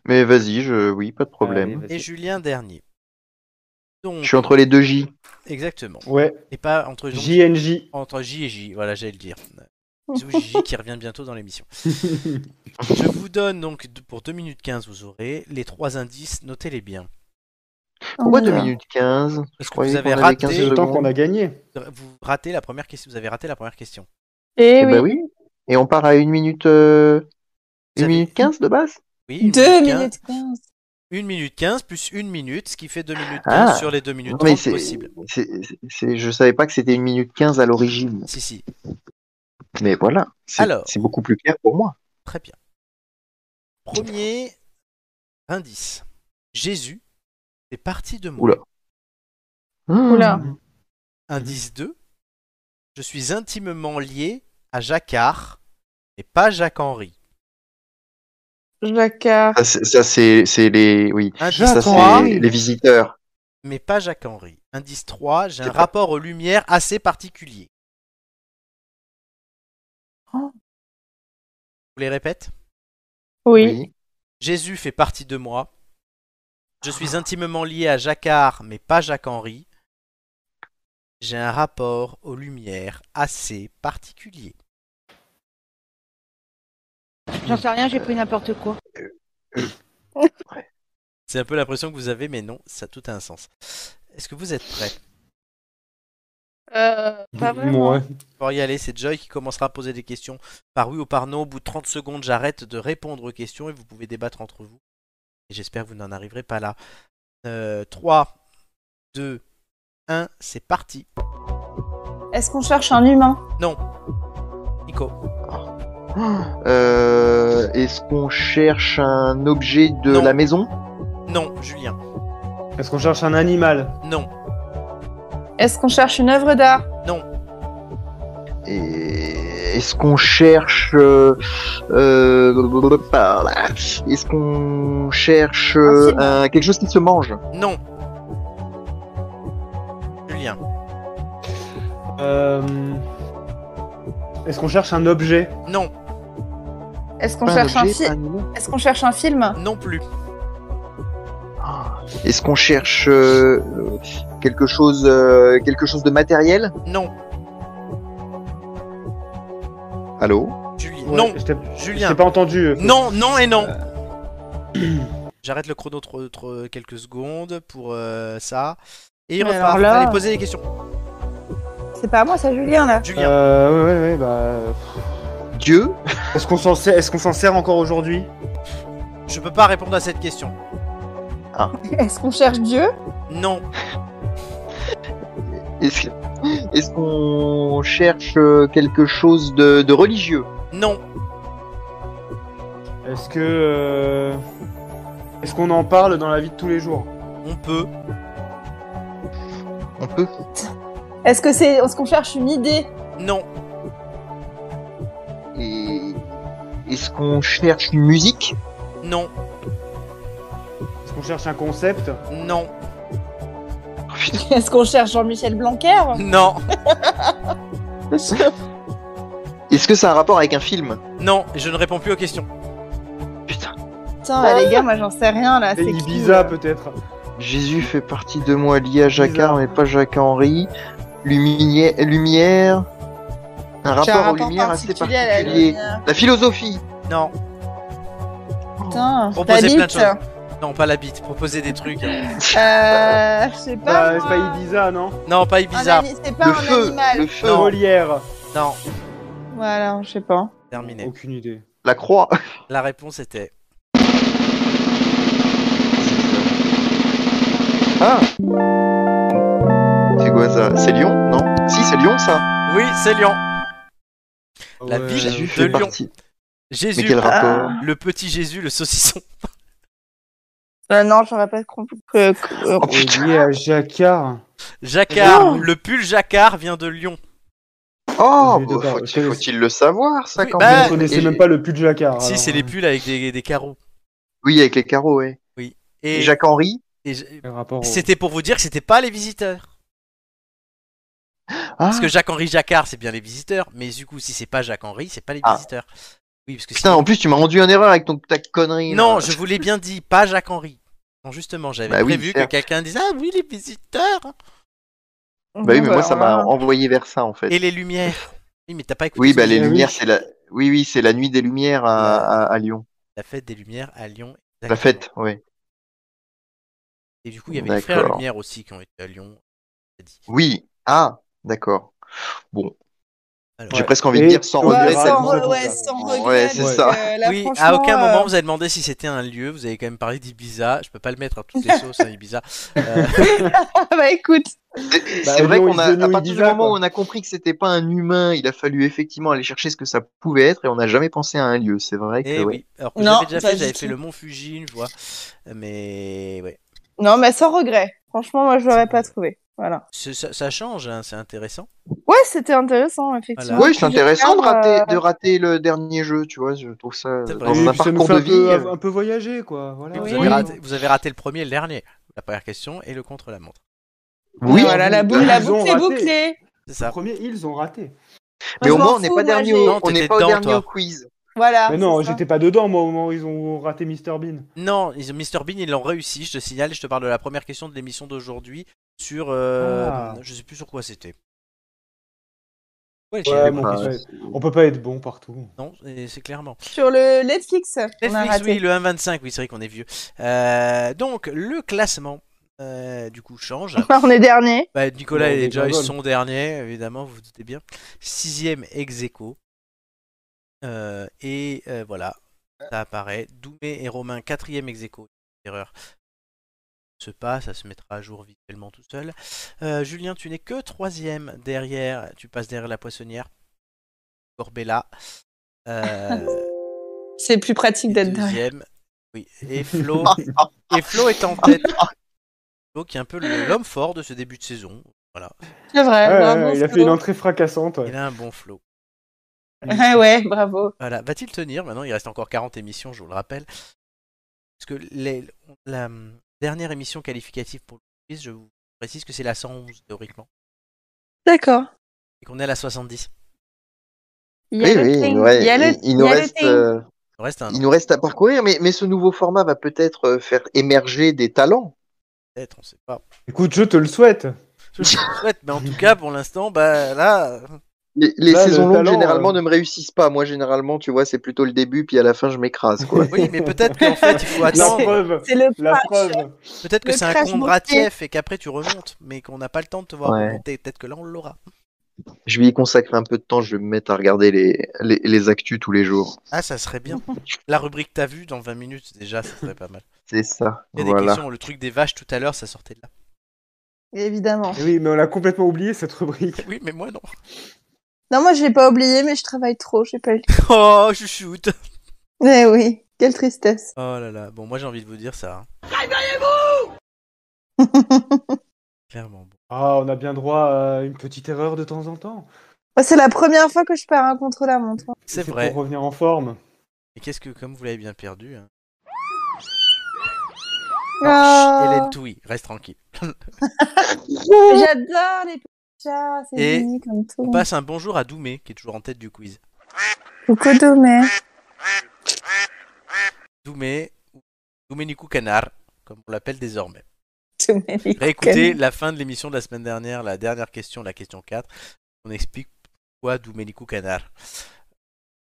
Speaker 8: Mais vas-y, je... oui, pas de problème.
Speaker 4: Allez, vas-y.
Speaker 1: Et Julien dernier. Donc,
Speaker 8: Je suis entre les deux J.
Speaker 1: Exactement.
Speaker 4: Ouais.
Speaker 1: Et pas entre donc,
Speaker 4: JNJ.
Speaker 1: Entre J et J, voilà, j'allais le dire. Bisous J qui revient bientôt dans l'émission. Je vous donne donc d- pour 2 minutes 15, vous aurez les trois indices, notez-les bien.
Speaker 10: Oh,
Speaker 8: Pourquoi 2 minutes 15
Speaker 1: Parce
Speaker 8: Je
Speaker 1: que
Speaker 8: croyais
Speaker 1: vous avez
Speaker 8: qu'on avait
Speaker 1: raté-
Speaker 8: 15
Speaker 1: C'est le
Speaker 4: Tant qu'on
Speaker 8: secondes.
Speaker 4: a gagné.
Speaker 1: Vous ratez la première question, vous avez raté la première question.
Speaker 10: Et
Speaker 8: Eh
Speaker 10: oui.
Speaker 8: ben oui. Et on part à 1 minute, euh,
Speaker 1: Vous
Speaker 8: 1
Speaker 1: avez-
Speaker 8: minute 15 de base
Speaker 1: Oui, une
Speaker 10: 2
Speaker 1: minute quin-
Speaker 10: minutes 15.
Speaker 1: une minute 15 plus 1 minute, ce qui fait 2 minutes 15
Speaker 8: Ah.
Speaker 1: sur les 2 minutes
Speaker 8: Non, mais
Speaker 1: 30
Speaker 8: c'est,
Speaker 1: possibles.
Speaker 8: c'est, c'est- je savais pas que c'était 1 minute 15 à l'origine.
Speaker 1: Si, si,
Speaker 8: Mais voilà, c'est,
Speaker 1: Alors.
Speaker 8: c'est beaucoup plus clair pour moi.
Speaker 1: très bien. Premier indice. Jésus est parti de moi.
Speaker 8: Oula.
Speaker 10: Oula.
Speaker 1: Indice 2. Je suis intimement lié à Jacquard et pas Jacques-Henri.
Speaker 10: Jacquard.
Speaker 8: Ça, Ah, c'est, ça, c'est, c'est les, oui,
Speaker 4: Ah,
Speaker 1: Indice
Speaker 8: ça,
Speaker 1: 3,
Speaker 8: c'est les visiteurs.
Speaker 1: mais pas Jacques-Henri. Indice 3, j'ai un
Speaker 8: C'est pas-
Speaker 1: rapport aux lumières assez particulier.
Speaker 10: Oh.
Speaker 1: Je vous les répète.
Speaker 10: Oui.
Speaker 1: Jésus fait partie de moi. Je suis intimement lié à Jacquard, mais pas Jacques-Henri. J'ai un rapport aux lumières assez particulier.
Speaker 9: J'en sais rien, j'ai pris n'importe quoi.
Speaker 1: C'est un peu l'impression que vous avez, mais non, ça tout a un sens. Est-ce que vous êtes prêts
Speaker 10: Euh, pas vraiment.
Speaker 4: Ouais.
Speaker 1: Pour y aller, c'est Joy qui commencera à poser des questions par oui ou par non. Au bout de 30 secondes, j'arrête de répondre aux questions et vous pouvez débattre entre vous. Et j'espère que vous n'en arriverez pas là. Euh, 3, 2, 1, c'est parti.
Speaker 10: Est-ce qu'on cherche un humain
Speaker 1: Non. Nico,
Speaker 8: Euh, est-ce qu'on cherche un objet de
Speaker 1: Non.
Speaker 8: la maison
Speaker 1: non. Julien,
Speaker 4: Est-ce qu'on cherche un animal
Speaker 1: non.
Speaker 10: Est-ce qu'on cherche une œuvre d'art
Speaker 8: Et est-ce qu'on cherche euh, euh, blablabla, est-ce qu'on cherche
Speaker 10: Ah,
Speaker 8: euh, un- quelque chose qui se mange
Speaker 1: Non. Julien,
Speaker 4: Euh, Est-ce qu'on cherche un objet
Speaker 1: non.
Speaker 10: Est-ce qu'on
Speaker 8: Pas un
Speaker 10: cherche un
Speaker 8: objet, pas
Speaker 10: film
Speaker 8: un animal.
Speaker 10: Est-ce qu'on cherche un film
Speaker 1: Non plus.
Speaker 8: Est-ce qu'on cherche euh, quelque chose, euh, quelque chose de matériel
Speaker 1: Non.
Speaker 8: Allô
Speaker 1: Julien. non. Julien.
Speaker 4: Je t'ai pas entendu.
Speaker 1: Non, non et non. J'arrête le chrono trop- trop- quelques secondes pour euh, ça. Et on
Speaker 10: Mais
Speaker 1: repart.
Speaker 10: alors là-
Speaker 1: Vous allez poser des questions.
Speaker 10: C'est pas à moi, c'est à Julien là.
Speaker 1: Julien.
Speaker 4: Euh, ouais, ouais, ouais, bah.
Speaker 8: Dieu
Speaker 4: Est-ce qu'on s'en sert, est-ce qu'on s'en sert encore aujourd'hui
Speaker 1: Je peux pas répondre à cette question.
Speaker 10: Est-ce qu'on cherche Dieu
Speaker 1: Non.
Speaker 8: Est-ce est-ce qu'on cherche euh, quelque chose de, de religieux
Speaker 1: Non.
Speaker 4: Est-ce que. euh, Est-ce qu'on en parle dans la vie de tous les jours
Speaker 1: On peut.
Speaker 8: On peut
Speaker 10: Est-ce que c'est, est-ce qu'on cherche une idée
Speaker 1: Non.
Speaker 8: Et est-ce qu'on cherche une musique
Speaker 1: Non.
Speaker 4: Est-ce qu'on cherche un concept
Speaker 10: Ah,
Speaker 1: Non.
Speaker 10: Est-ce qu'on cherche Jean-Michel Blanquer
Speaker 1: Non.
Speaker 8: Est-ce que ça a un rapport avec un film
Speaker 1: Non. Je ne réponds plus aux questions.
Speaker 10: Putain, bah, les gars, moi j'en sais rien là.
Speaker 4: Et
Speaker 10: C'est euh,
Speaker 4: Ibiza peut-être
Speaker 8: Jésus fait partie de moi lié à Jacquard mais pas Jacques Henri. Lumière, lumière. Un
Speaker 10: J'ai
Speaker 8: rapport,
Speaker 10: un
Speaker 8: aux
Speaker 10: rapport
Speaker 8: lumières assez
Speaker 10: particulier à la
Speaker 8: particulier.
Speaker 10: lumière.
Speaker 8: la philosophie.
Speaker 1: Non.
Speaker 10: qui euh, Putain, ta
Speaker 1: Proposer
Speaker 10: bite.
Speaker 1: plein de choses. Non, pas la bite. Proposer des trucs. hein.
Speaker 10: Euh, je sais pas.
Speaker 4: Bah, c'est
Speaker 10: moi.
Speaker 4: pas Ibiza, non
Speaker 1: Non, pas
Speaker 10: Un
Speaker 1: Ibiza.
Speaker 10: ani- C'est pas
Speaker 8: Le
Speaker 10: un
Speaker 8: feu,
Speaker 10: animal.
Speaker 8: le feu.
Speaker 1: Non.
Speaker 4: Molière
Speaker 1: Non.
Speaker 10: Voilà, je sais pas.
Speaker 1: Terminé.
Speaker 4: Aucune idée.
Speaker 8: La croix.
Speaker 1: La réponse était.
Speaker 8: Ah. C'est quoi ça C'est Lyon Non. Si, c'est Lyon ça.
Speaker 1: Oui, c'est Lyon. La
Speaker 4: Ouais.
Speaker 1: ville
Speaker 8: Jésus
Speaker 1: de
Speaker 8: fait
Speaker 1: Lyon.
Speaker 8: partie.
Speaker 1: Jésus.
Speaker 8: Mais quel rapport
Speaker 1: Le petit Jésus, le saucisson.
Speaker 10: Euh, non, j'aurais pas compris. que- que- euh,
Speaker 8: Oh
Speaker 4: Et
Speaker 8: putain.
Speaker 4: lié à Jacquard.
Speaker 1: Jacquard.
Speaker 10: Oh.
Speaker 1: Le pull Jacquard vient de Lyon.
Speaker 8: Oh,
Speaker 4: Je
Speaker 8: bah,
Speaker 4: sais pas,
Speaker 8: faut-il
Speaker 4: je connais-
Speaker 8: faut-il le savoir ça
Speaker 1: Oui,
Speaker 8: quand
Speaker 1: bah,
Speaker 8: même
Speaker 4: Vous connaissez
Speaker 8: Et-
Speaker 4: même pas le pull de
Speaker 8: Oh
Speaker 4: Jacquard.
Speaker 1: Si,
Speaker 4: alors. euh,
Speaker 1: c'est les pulls avec des, des carreaux.
Speaker 8: Oui, avec les carreaux, ouais. Et
Speaker 1: Et,
Speaker 8: Jacques Henri.
Speaker 1: et j-
Speaker 4: Le
Speaker 8: Oh.
Speaker 4: rapport au-
Speaker 1: c'était pour vous dire que c'était pas les visiteurs.
Speaker 8: Ah,
Speaker 1: Parce que Jacques-Henri Jacquard, c'est bien les visiteurs. Mais du coup, si c'est pas Jacques-Henri, c'est pas les
Speaker 8: Ah.
Speaker 1: visiteurs. Oui, parce que
Speaker 8: putain,
Speaker 1: sinon-
Speaker 8: en plus tu m'as rendu en erreur avec ton ta connerie. là.
Speaker 1: Non, je vous l'ai bien dit, pas Jacques-Henri. Non, justement, j'avais
Speaker 8: Bah oui,
Speaker 1: prévu que
Speaker 8: certes.
Speaker 1: quelqu'un dise Ah oui, les visiteurs
Speaker 8: Bah oui, mais
Speaker 10: Bon,
Speaker 8: moi
Speaker 10: bah,
Speaker 8: ça m'a
Speaker 10: voilà.
Speaker 8: envoyé vers ça en fait.
Speaker 1: et les lumières. Oui, mais t'as pas écouté.
Speaker 8: Oui,
Speaker 1: ce que
Speaker 8: bah
Speaker 1: j'ai
Speaker 8: les
Speaker 1: dit.
Speaker 8: lumières, c'est la. Oui, oui, c'est la nuit des lumières à, à, à Lyon.
Speaker 1: La fête des lumières à Lyon.
Speaker 8: La fête, oui.
Speaker 1: Et du coup, il y avait les frères
Speaker 8: D'accord.
Speaker 1: Lumière aussi qui ont été à Lyon. on l'a dit.
Speaker 8: Oui. Ah, d'accord. Bon,
Speaker 1: Alors,
Speaker 8: j'ai
Speaker 4: Ouais.
Speaker 8: presque envie de
Speaker 4: Et-
Speaker 8: dire sans
Speaker 4: Ouais,
Speaker 8: regret.
Speaker 4: sans
Speaker 8: tellement-
Speaker 4: re-
Speaker 10: ouais, sans regret.
Speaker 8: Ouais, c'est
Speaker 10: donc,
Speaker 8: ça.
Speaker 10: euh, là,
Speaker 1: oui, à
Speaker 10: franchement,
Speaker 1: aucun
Speaker 10: euh,
Speaker 1: moment vous avez demandé si c'était un lieu. Vous avez quand même parlé d'Ibiza. Je peux pas le mettre à toutes les sauces à Ibiza. Euh,
Speaker 10: Ah bah écoute,
Speaker 8: C'est
Speaker 4: Bah,
Speaker 8: c'est vrai
Speaker 4: Lyon,
Speaker 8: qu'on a,
Speaker 4: ils
Speaker 8: à
Speaker 4: deviennent
Speaker 8: partir du
Speaker 4: Ibiza,
Speaker 8: moment où
Speaker 4: quoi.
Speaker 8: on a compris que c'était pas un humain, il a fallu effectivement aller chercher ce que ça pouvait être et on n'a jamais pensé à un lieu. C'est vrai que.
Speaker 1: eh
Speaker 8: ouais.
Speaker 1: oui. Alors que
Speaker 10: Non,
Speaker 1: j'avais déjà
Speaker 10: pas
Speaker 1: fait,
Speaker 10: du
Speaker 1: j'avais
Speaker 10: tout.
Speaker 1: fait le Mont Fuji une fois. Mais ouais.
Speaker 10: non mais sans regret. Franchement, moi je l'aurais pas trouvé. Voilà.
Speaker 1: C'est- Ça, ça change, hein, c'est intéressant.
Speaker 10: Ouais, c'était intéressant effectivement.
Speaker 4: Bah,
Speaker 1: Voilà.
Speaker 8: Ouais, c'est intéressant de
Speaker 10: Jacquard,
Speaker 8: rater,
Speaker 10: euh,
Speaker 8: de rater le dernier jeu, tu vois. Je trouve ça
Speaker 1: C'est vrai.
Speaker 8: dans
Speaker 4: Et
Speaker 8: un
Speaker 4: puis, ça nous
Speaker 8: parcours
Speaker 4: fait
Speaker 8: de
Speaker 4: un peu,
Speaker 8: vie. euh,
Speaker 4: un, un peu voyager, quoi. Voilà.
Speaker 1: Vous,
Speaker 10: Oui.
Speaker 1: avez raté, vous avez raté le premier et le dernier. La première question et le contre-la-montre.
Speaker 8: Oui,
Speaker 4: Ah,
Speaker 10: Voilà, la boucle, la
Speaker 4: Ils ont
Speaker 10: boucle est
Speaker 4: raté.
Speaker 10: bouclée.
Speaker 1: C'est
Speaker 4: Le
Speaker 1: ça.
Speaker 4: premier, ils ont raté.
Speaker 8: mais au
Speaker 10: Moi, je m'en
Speaker 8: moins on n'est
Speaker 10: fous,
Speaker 8: pas
Speaker 10: moi,
Speaker 8: dernier.
Speaker 10: j'ai-
Speaker 8: au-
Speaker 1: Non,
Speaker 8: On n'est
Speaker 1: t'étais
Speaker 8: pas au
Speaker 1: dedans,
Speaker 8: dernier
Speaker 1: toi.
Speaker 8: au quiz.
Speaker 10: Voilà.
Speaker 4: Mais non,
Speaker 10: Ah, c'est ça.
Speaker 4: j'étais pas dedans, moi, au moment où ils ont raté Mr Bean.
Speaker 1: Non, ils, Mr Bean, ils l'ont réussi. Je te signale, je te parle de la première question de l'émission d'aujourd'hui sur. euh,
Speaker 4: Ah.
Speaker 1: Je sais plus sur quoi c'était. Ouais, j'ai-
Speaker 4: Ouais, mais
Speaker 8: bah,
Speaker 4: on, peut pas- on peut pas être bon partout.
Speaker 1: non, et c'est clairement.
Speaker 10: Sur le Netflix. on a
Speaker 1: Netflix,
Speaker 10: raté.
Speaker 1: oui, le 1,25, oui, c'est vrai qu'on est vieux. Euh, donc, le classement, euh, du coup, change.
Speaker 10: on est dernier.
Speaker 1: Bah, Nicolas
Speaker 4: Bon, on
Speaker 1: et
Speaker 4: est
Speaker 1: Joyce
Speaker 4: pas bon.
Speaker 1: sont derniers, évidemment, vous vous doutez bien. Sixième ex aequo. Euh, et euh, voilà, ça apparaît. Doumé et Romain, quatrième ex aequo. Erreur. Se passe, ça se mettra à jour visuellement tout seul. Euh, Julien, tu n'es que troisième derrière. Tu passes derrière la poissonnière. Corbella. Euh,
Speaker 10: C'est plus pratique
Speaker 1: et
Speaker 10: d'être dernier.
Speaker 1: deuxième. Oui. Et Flo. et Flo est en tête. Flo qui est un peu le- l'homme fort de ce début de saison. Voilà.
Speaker 10: Ah, C'est vrai.
Speaker 4: Ouais, ouais,
Speaker 10: bravo,
Speaker 4: il a
Speaker 10: Flo.
Speaker 4: fait une entrée fracassante. ouais.
Speaker 1: Il a un bon Flo.
Speaker 10: Ouais, ouais, bravo.
Speaker 1: Voilà, va-t-il tenir Maintenant, il reste encore 40 émissions, je vous le rappelle. Parce que les- la hum, dernière émission qualificative pour le quiz, je vous précise que c'est la 111 théoriquement.
Speaker 10: D'accord.
Speaker 1: Et qu'on est à la 70.
Speaker 10: Il y a
Speaker 8: Oui,
Speaker 10: le
Speaker 8: oui,
Speaker 10: thing,
Speaker 8: ouais,
Speaker 10: il y a le-
Speaker 8: il- il nous
Speaker 10: il y a le
Speaker 8: reste.
Speaker 10: thing.
Speaker 8: euh,
Speaker 1: Il nous reste un.
Speaker 8: Il nous reste à parcourir, mais, mais ce nouveau format va peut-être euh, faire émerger des talents.
Speaker 1: Peut-être, on sait pas.
Speaker 4: Écoute, je te le souhaite.
Speaker 1: Je te le souhaite, mais en tout cas, pour l'instant, bah là.
Speaker 8: Les, les
Speaker 4: Là, le
Speaker 8: saisons longues
Speaker 4: talent,
Speaker 8: généralement
Speaker 4: euh,
Speaker 8: ne me réussissent pas. Moi, généralement, tu vois, c'est plutôt le début, puis à la fin, je m'écrase. Quoi.
Speaker 1: Oui, mais peut-être qu'en fait, il faut
Speaker 4: La
Speaker 1: attendre.
Speaker 4: preuve.
Speaker 10: C'est le
Speaker 4: La
Speaker 10: crash.
Speaker 4: preuve.
Speaker 1: Peut-être que
Speaker 10: Le
Speaker 1: c'est un
Speaker 10: crash
Speaker 1: Kondratiev et qu'après tu remontes, mais qu'on n'a pas le temps de te voir
Speaker 8: Ouais.
Speaker 1: remonter. Peut-être que là, on l'aura.
Speaker 8: Je vais y consacrer un peu de temps. Je vais me mettre à regarder les, les, les actus tous les jours.
Speaker 1: Ah, ça serait bien. La rubrique T'as vu dans 20 minutes, déjà, ça serait pas mal.
Speaker 8: C'est ça.
Speaker 1: Il y a des
Speaker 8: Voilà.
Speaker 1: questions. Le truc des vaches tout à l'heure, ça sortait de là.
Speaker 10: Évidemment.
Speaker 4: Eh Oui, mais on l'a complètement oublié cette rubrique.
Speaker 1: Oui, mais moi, non.
Speaker 10: Non, moi, je l'ai pas oublié, mais je travaille trop, j'ai pas eu le temps.
Speaker 1: Oh, je shoot.
Speaker 10: Eh oui, quelle tristesse.
Speaker 1: Oh là là. Bon, moi, j'ai envie de vous dire ça. hein. Clairement. Bon.
Speaker 4: Ah, on a bien droit à une petite erreur de temps en temps.
Speaker 10: Moi, C'est la première fois que je perds un contre la montre.
Speaker 1: C'est vrai.
Speaker 4: Pour revenir en forme.
Speaker 1: Et qu'est-ce que, comme vous l'avez bien perdu. hein.
Speaker 10: Ah.
Speaker 1: Alors, chut, Hélène Touy, reste tranquille.
Speaker 10: J'adore les petits chats,
Speaker 1: Et
Speaker 10: c'est mignon comme tout.
Speaker 1: On passe un bonjour à Doumé, qui est toujours en tête du quiz.
Speaker 10: Coucou Domé.
Speaker 1: Doumé, ou Doumenico Canard, comme on l'appelle désormais.
Speaker 10: Domé, les
Speaker 1: Réécoutez la fin de l'émission de la semaine dernière, la dernière question, la question 4. On explique pourquoi Domenico Canard.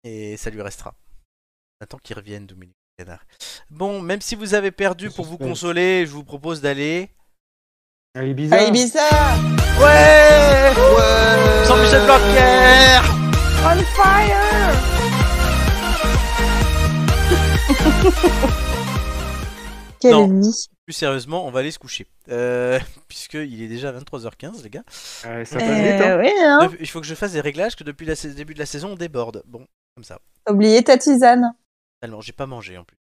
Speaker 1: Et ça lui restera. On attend qu'il revienne, Domenico Canard. Bon, même si vous avez perdu,
Speaker 4: Le
Speaker 1: pour vous
Speaker 4: suspense.
Speaker 1: consoler, je vous propose d'aller.
Speaker 4: Elle est
Speaker 10: Ah,
Speaker 4: bizarre.
Speaker 10: Ibiza
Speaker 1: Ouais Jean-Michel Blanquer
Speaker 10: On fire Quel
Speaker 1: Non.
Speaker 10: ennemi
Speaker 1: Plus sérieusement, on va aller se coucher. Euh, Puisqu'il est déjà 23h15, les gars.
Speaker 4: Ouais, ça passe vite,
Speaker 10: Euh,
Speaker 4: hein.
Speaker 10: oui, hein.
Speaker 1: Il faut que je fasse des réglages que depuis le début de la saison, on déborde. Bon, comme ça.
Speaker 10: T'as oublié ta tisane.
Speaker 1: Finalement, j'ai pas mangé en plus.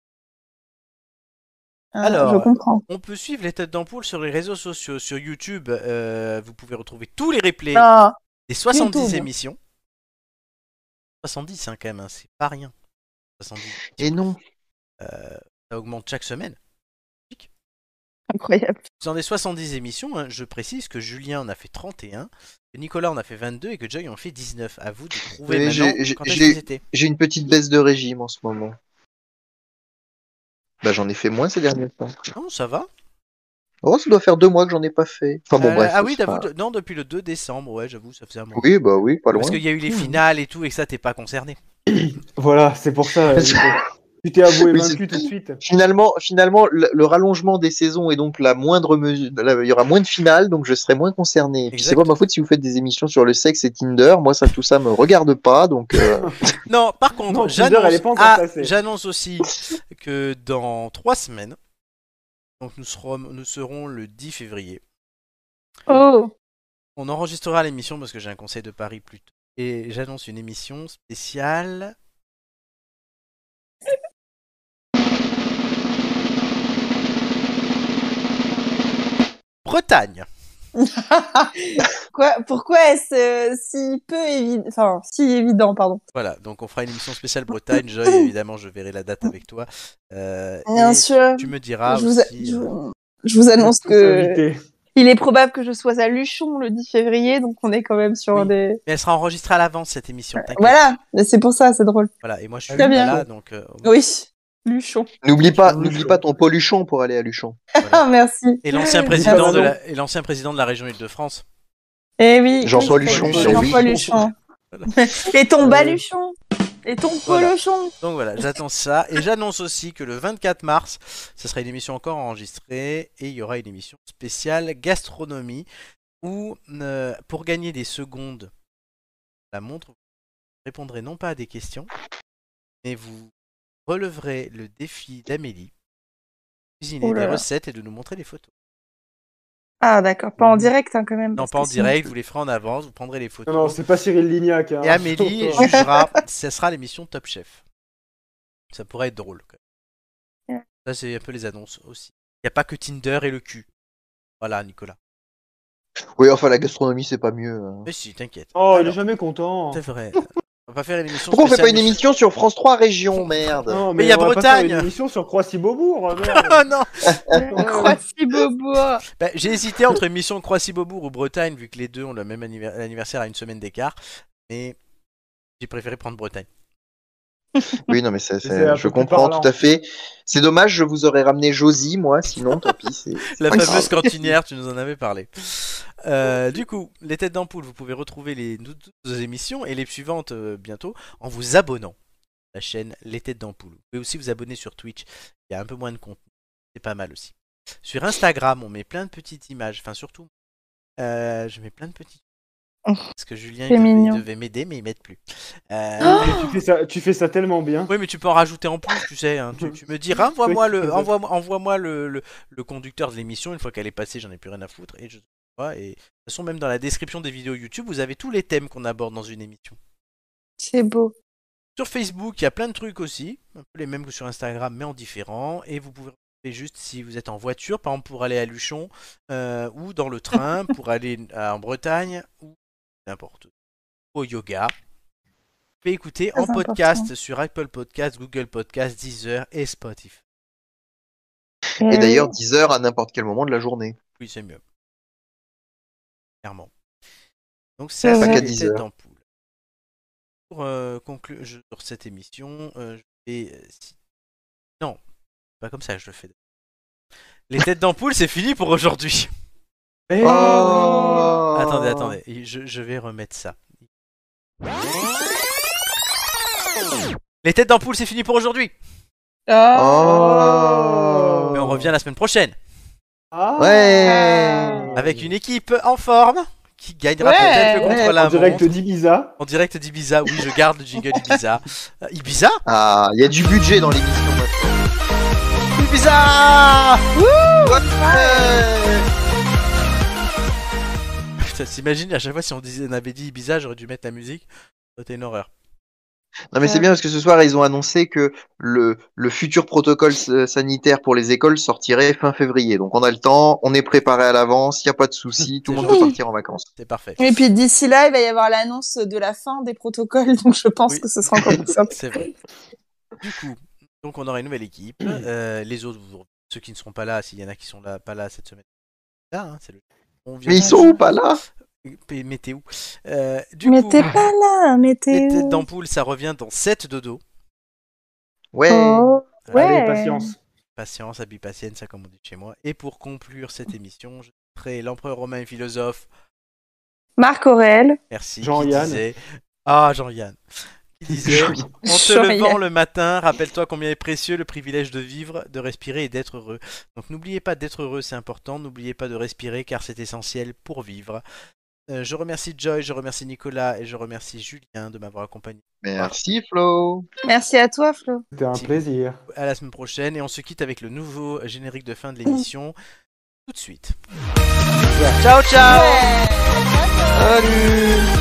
Speaker 10: Ah,
Speaker 1: Alors,
Speaker 10: je comprends.
Speaker 1: On peut suivre les têtes d'ampoule sur les réseaux sociaux, sur YouTube. euh, vous pouvez retrouver tous les replays
Speaker 10: Ah,
Speaker 1: des 70
Speaker 10: YouTube.
Speaker 1: émissions. 70, hein, quand même, hein, c'est pas rien. 70,
Speaker 8: Et non.
Speaker 1: euh, ça augmente chaque semaine.
Speaker 10: incroyable.
Speaker 1: Dans les 70 émissions, hein, je précise que Julien en a fait 31, que Nicolas en a fait 22 et que Joy en fait 19. À vous de trouver
Speaker 8: Mais
Speaker 1: maintenant
Speaker 8: j'ai- j'ai-
Speaker 1: quand est-ce
Speaker 8: j'ai-
Speaker 1: qu'ils étaient.
Speaker 8: J'ai une petite baisse de régime en ce moment. Bah, j'en ai fait moins ces derniers temps.
Speaker 1: Non, Ah ça va.
Speaker 8: Oh, ça doit faire deux mois que j'en ai pas fait. Enfin bon,
Speaker 1: Euh,
Speaker 8: bref.
Speaker 1: ah oui,
Speaker 8: c'est
Speaker 1: t'avoues,
Speaker 8: pas-
Speaker 1: de- non, depuis le 2 décembre, ouais, j'avoue, ça faisait un moment.
Speaker 8: Oui, bah oui, pas loin. Mmh.
Speaker 1: Parce qu'il y a eu les finales et tout, et que ça, t'es pas concerné.
Speaker 4: Voilà, c'est pour ça. euh, tu t'es avoué
Speaker 8: Oui,
Speaker 4: vaincu
Speaker 8: c'est-
Speaker 4: tout de suite.
Speaker 8: Finalement, finalement, le, le rallongement des saisons et donc la moindre mesure, la- il y aura moins de finales, donc je serai moins concerné. Et puis c'est
Speaker 1: Exact.
Speaker 8: pas ma faute si vous faites des émissions sur le sexe et Tinder. Moi, ça, tout ça me regarde pas, donc. euh,
Speaker 1: Non, par contre,
Speaker 4: Non, Tinder, elle
Speaker 1: j'annonce
Speaker 4: est pas encore
Speaker 1: ah,
Speaker 4: passée.
Speaker 1: j'annonce aussi que dans 3 semaines, donc nous serons, nous serons le 10 février,
Speaker 10: Oh
Speaker 1: on enregistrera l'émission parce que j'ai un conseil de Paris plus tôt. Et j'annonce une émission spéciale. Bretagne.
Speaker 10: Quoi, Pourquoi est-ce euh, si peu évident Enfin, si évident, pardon.
Speaker 1: Voilà, donc on fera une émission spéciale Bretagne. Joy, évidemment, je verrai la date avec toi. Euh,
Speaker 10: Bien
Speaker 1: et
Speaker 10: sûr.
Speaker 1: Tu me diras
Speaker 10: je, vous,
Speaker 1: aussi.
Speaker 10: je
Speaker 1: euh,
Speaker 10: vous- je vous annonce
Speaker 4: Tous
Speaker 10: que
Speaker 4: invités.
Speaker 10: il est probable que je sois à Luchon le 10 février, donc on est quand même sur
Speaker 1: Oui.
Speaker 10: des.
Speaker 1: Mais elle sera enregistrée à l'avance cette émission. t'inquiète.
Speaker 10: Bah, Voilà, mais c'est pour ça, c'est drôle.
Speaker 1: Voilà, et moi je suis
Speaker 10: Très
Speaker 1: pas
Speaker 10: bien.
Speaker 1: là, donc euh, au moins-
Speaker 10: Oui, Luchon.
Speaker 8: n'oublie pas,
Speaker 4: Luchon.
Speaker 8: n'oublie pas ton poluchon pour aller à Luchon.
Speaker 10: Ah, merci.
Speaker 1: Et l'ancien
Speaker 4: Dis-moi
Speaker 1: président de
Speaker 4: non.
Speaker 1: la, et l'ancien président de la région Île-de-France.
Speaker 10: Eh oui.
Speaker 8: Jean-Paul
Speaker 10: oui,
Speaker 8: Luchon,
Speaker 10: c'est-
Speaker 8: sur
Speaker 10: Jean-Paul
Speaker 8: oui.
Speaker 10: Luchon.
Speaker 1: Voilà.
Speaker 10: Et ton
Speaker 4: Euh,
Speaker 10: baluchon. Et ton
Speaker 1: voilà.
Speaker 10: polochon.
Speaker 1: Donc voilà, j'attends ça et j'annonce aussi que le 24 mars, ce sera une émission encore enregistrée et il y aura une émission spéciale gastronomie où euh, pour gagner des secondes la montre vous répondrez non pas à des questions mais vous releverez le défi d'Amélie de cuisiner
Speaker 10: Oh là
Speaker 1: des
Speaker 10: là.
Speaker 1: recettes et de nous montrer des photos.
Speaker 10: Ah, d'accord. Pas en direct, hein, quand même.
Speaker 1: Non
Speaker 10: parce
Speaker 1: pas
Speaker 10: que
Speaker 1: en
Speaker 10: sinon-
Speaker 1: direct, vous les ferez en avance, vous prendrez les photos.
Speaker 4: Non, non, c'est pas Cyril Lignac. hein.
Speaker 1: Et Amélie jugera, ce sera l'émission Top Chef. Ça pourrait être drôle. Quand même.
Speaker 10: Ouais.
Speaker 1: Ça, c'est un peu les annonces aussi. Il n'y a pas que Tinder et le cul. Voilà, Nicolas.
Speaker 8: Oui, enfin la gastronomie, c'est pas mieux. hein.
Speaker 1: Mais si, t'inquiète.
Speaker 4: Oh, il est
Speaker 1: Alors,
Speaker 4: jamais content.
Speaker 1: C'est vrai. On va pas faire une émission
Speaker 8: Pourquoi on fait pas
Speaker 1: spéciale
Speaker 8: une émission sur France 3 Région, merde
Speaker 4: Non,
Speaker 1: Mais il y a
Speaker 4: on va pas
Speaker 1: Bretagne.
Speaker 4: faire Une émission sur
Speaker 1: Oh
Speaker 4: Croissy-Beaubourg.
Speaker 1: non
Speaker 10: Croissy Bobois.
Speaker 1: Bah, J'ai hésité entre émission Croissy-Beaubourg ou Bretagne, vu que les deux ont le même anniver- anniversaire à une semaine d'écart. Mais j'ai préféré prendre Bretagne.
Speaker 8: Oui, non, mais ça, ça- je comprends tout à fait. C'est dommage, je vous aurais ramené Josie, moi, sinon, tant pis. c'est-
Speaker 1: La
Speaker 8: c'est pas
Speaker 1: fameuse
Speaker 8: grave.
Speaker 1: cantinière, tu nous en avais parlé. Euh, du coup, les têtes d'ampoule, vous pouvez retrouver les deux émissions et les suivantes euh, bientôt en vous abonnant à la chaîne Les Têtes d'ampoule. Vous pouvez aussi vous abonner sur Twitch, il y a un peu moins de contenu, c'est pas mal aussi. Sur Instagram, on met plein de petites images, enfin surtout, euh, je mets plein de petites parce que Julien il
Speaker 10: Oh, C'est
Speaker 1: devait,
Speaker 10: mignon. Oh
Speaker 1: il devait m'aider, mais il m'aide plus. Euh,
Speaker 4: tu, fais ça, tu fais ça tellement bien.
Speaker 1: Oui, mais tu peux en rajouter en plus, tu sais. hein. Tu, tu me diras, envoie-moi le, envoie, envoie-moi le, le- le conducteur de l'émission. Une fois qu'elle est passée, j'en ai plus rien à foutre. Et je vois, Et de toute façon, même dans la description des vidéos YouTube, vous avez tous les thèmes qu'on aborde dans une émission.
Speaker 10: C'est beau.
Speaker 1: Sur Facebook, il y a plein de trucs aussi, un peu les mêmes que sur Instagram, mais en différent. Et vous pouvez retrouver juste si vous êtes en voiture, par exemple pour aller à Luchon, euh, ou dans le train pour aller à- en Bretagne, ou n'importe où, au yoga. Vous pouvez écouter
Speaker 20: Très
Speaker 1: en
Speaker 20: important.
Speaker 1: podcast sur Apple Podcast, Google Podcast, Deezer et Spotify.
Speaker 10: Eh
Speaker 8: Et d'ailleurs, 10 heures à n'importe quel moment de la journée.
Speaker 1: Oui, c'est mieux. Clairement. Donc
Speaker 8: Pas
Speaker 1: ça, c'est
Speaker 8: qu'à
Speaker 1: la
Speaker 8: 10
Speaker 1: tête
Speaker 8: heures.
Speaker 1: d'ampoule. Pour euh, conclure je- sur cette émission, euh, je vais... euh, si- Non, pas comme ça que je le fais. Les têtes d'ampoule, c'est fini pour aujourd'hui.
Speaker 4: Eh Oh.
Speaker 1: Attendez, attendez, et je, je vais remettre ça. Les têtes d'ampoule, c'est fini pour aujourd'hui.
Speaker 8: Oh.
Speaker 1: Mais on
Speaker 4: Oh.
Speaker 1: revient la semaine prochaine.
Speaker 4: Ah.
Speaker 1: Avec une équipe en forme qui gagnera
Speaker 4: Ouais.
Speaker 1: peut-être le contre
Speaker 4: Ouais.
Speaker 1: la
Speaker 4: En direct
Speaker 1: d'Ibiza. En direct d'Ibiza, oui, je garde le jingle Ibiza. Euh, Ibiza
Speaker 8: Ah, il y a du budget dans l'émission.
Speaker 1: Ibiza Wouh Putain, t'imagines à chaque fois si on, disait, on avait dit Ibiza, j'aurais dû mettre la musique. C'était une horreur.
Speaker 8: Non mais c'est bien parce que ce soir ils ont annoncé que le, le futur protocole s- euh, sanitaire pour les écoles sortirait fin février. Donc on a le temps, on est préparé à l'avance, il n'y a pas de souci, tout le monde peut
Speaker 10: gentil.
Speaker 8: partir en vacances.
Speaker 1: C'est parfait.
Speaker 10: Et puis d'ici là, il va y avoir l'annonce de la fin des protocoles, donc je pense que ce sera encore plus simple.
Speaker 1: C'est vrai. Du coup, donc on aura une nouvelle équipe.
Speaker 8: Mm.
Speaker 1: Euh, les autres, vous- ceux qui ne seront pas là, s'il y en a qui sont là, pas là cette semaine. Là, hein, c'est le... on vient-
Speaker 8: Mais ils sont où, pas là
Speaker 1: Et Mettez où Euh, Du
Speaker 10: Mais
Speaker 1: coup,
Speaker 10: t'es pas là, mais t'es.
Speaker 1: les têtes d'ampoule, ça revient dans 7 dodo.
Speaker 8: Ouais.
Speaker 10: Oh, ouais. Allez,
Speaker 4: patience.
Speaker 1: Patience, habit patience, ça comme on dit chez moi. Et pour conclure cette émission, je ferai l'empereur romain et philosophe
Speaker 10: Marc Aurèle.
Speaker 1: Merci.
Speaker 4: Jean-Yann.
Speaker 1: qui disait- Ah, Jean-Yann. Qui disait En te
Speaker 10: Jean-Yann.
Speaker 1: levant le matin, rappelle-toi combien est précieux le privilège de vivre, de respirer et d'être heureux. Donc n'oubliez pas d'être heureux, c'est important. N'oubliez pas de respirer car c'est essentiel pour vivre. Euh, je remercie Joy, je remercie Nicolas et je remercie Julien de m'avoir accompagné.
Speaker 8: Merci Flo.
Speaker 10: Merci à toi, Flo.
Speaker 4: C'était un plaisir.
Speaker 1: À la semaine prochaine et on se quitte avec le nouveau générique de fin de l'émission tout de suite. Ciao, ciao.
Speaker 8: Salut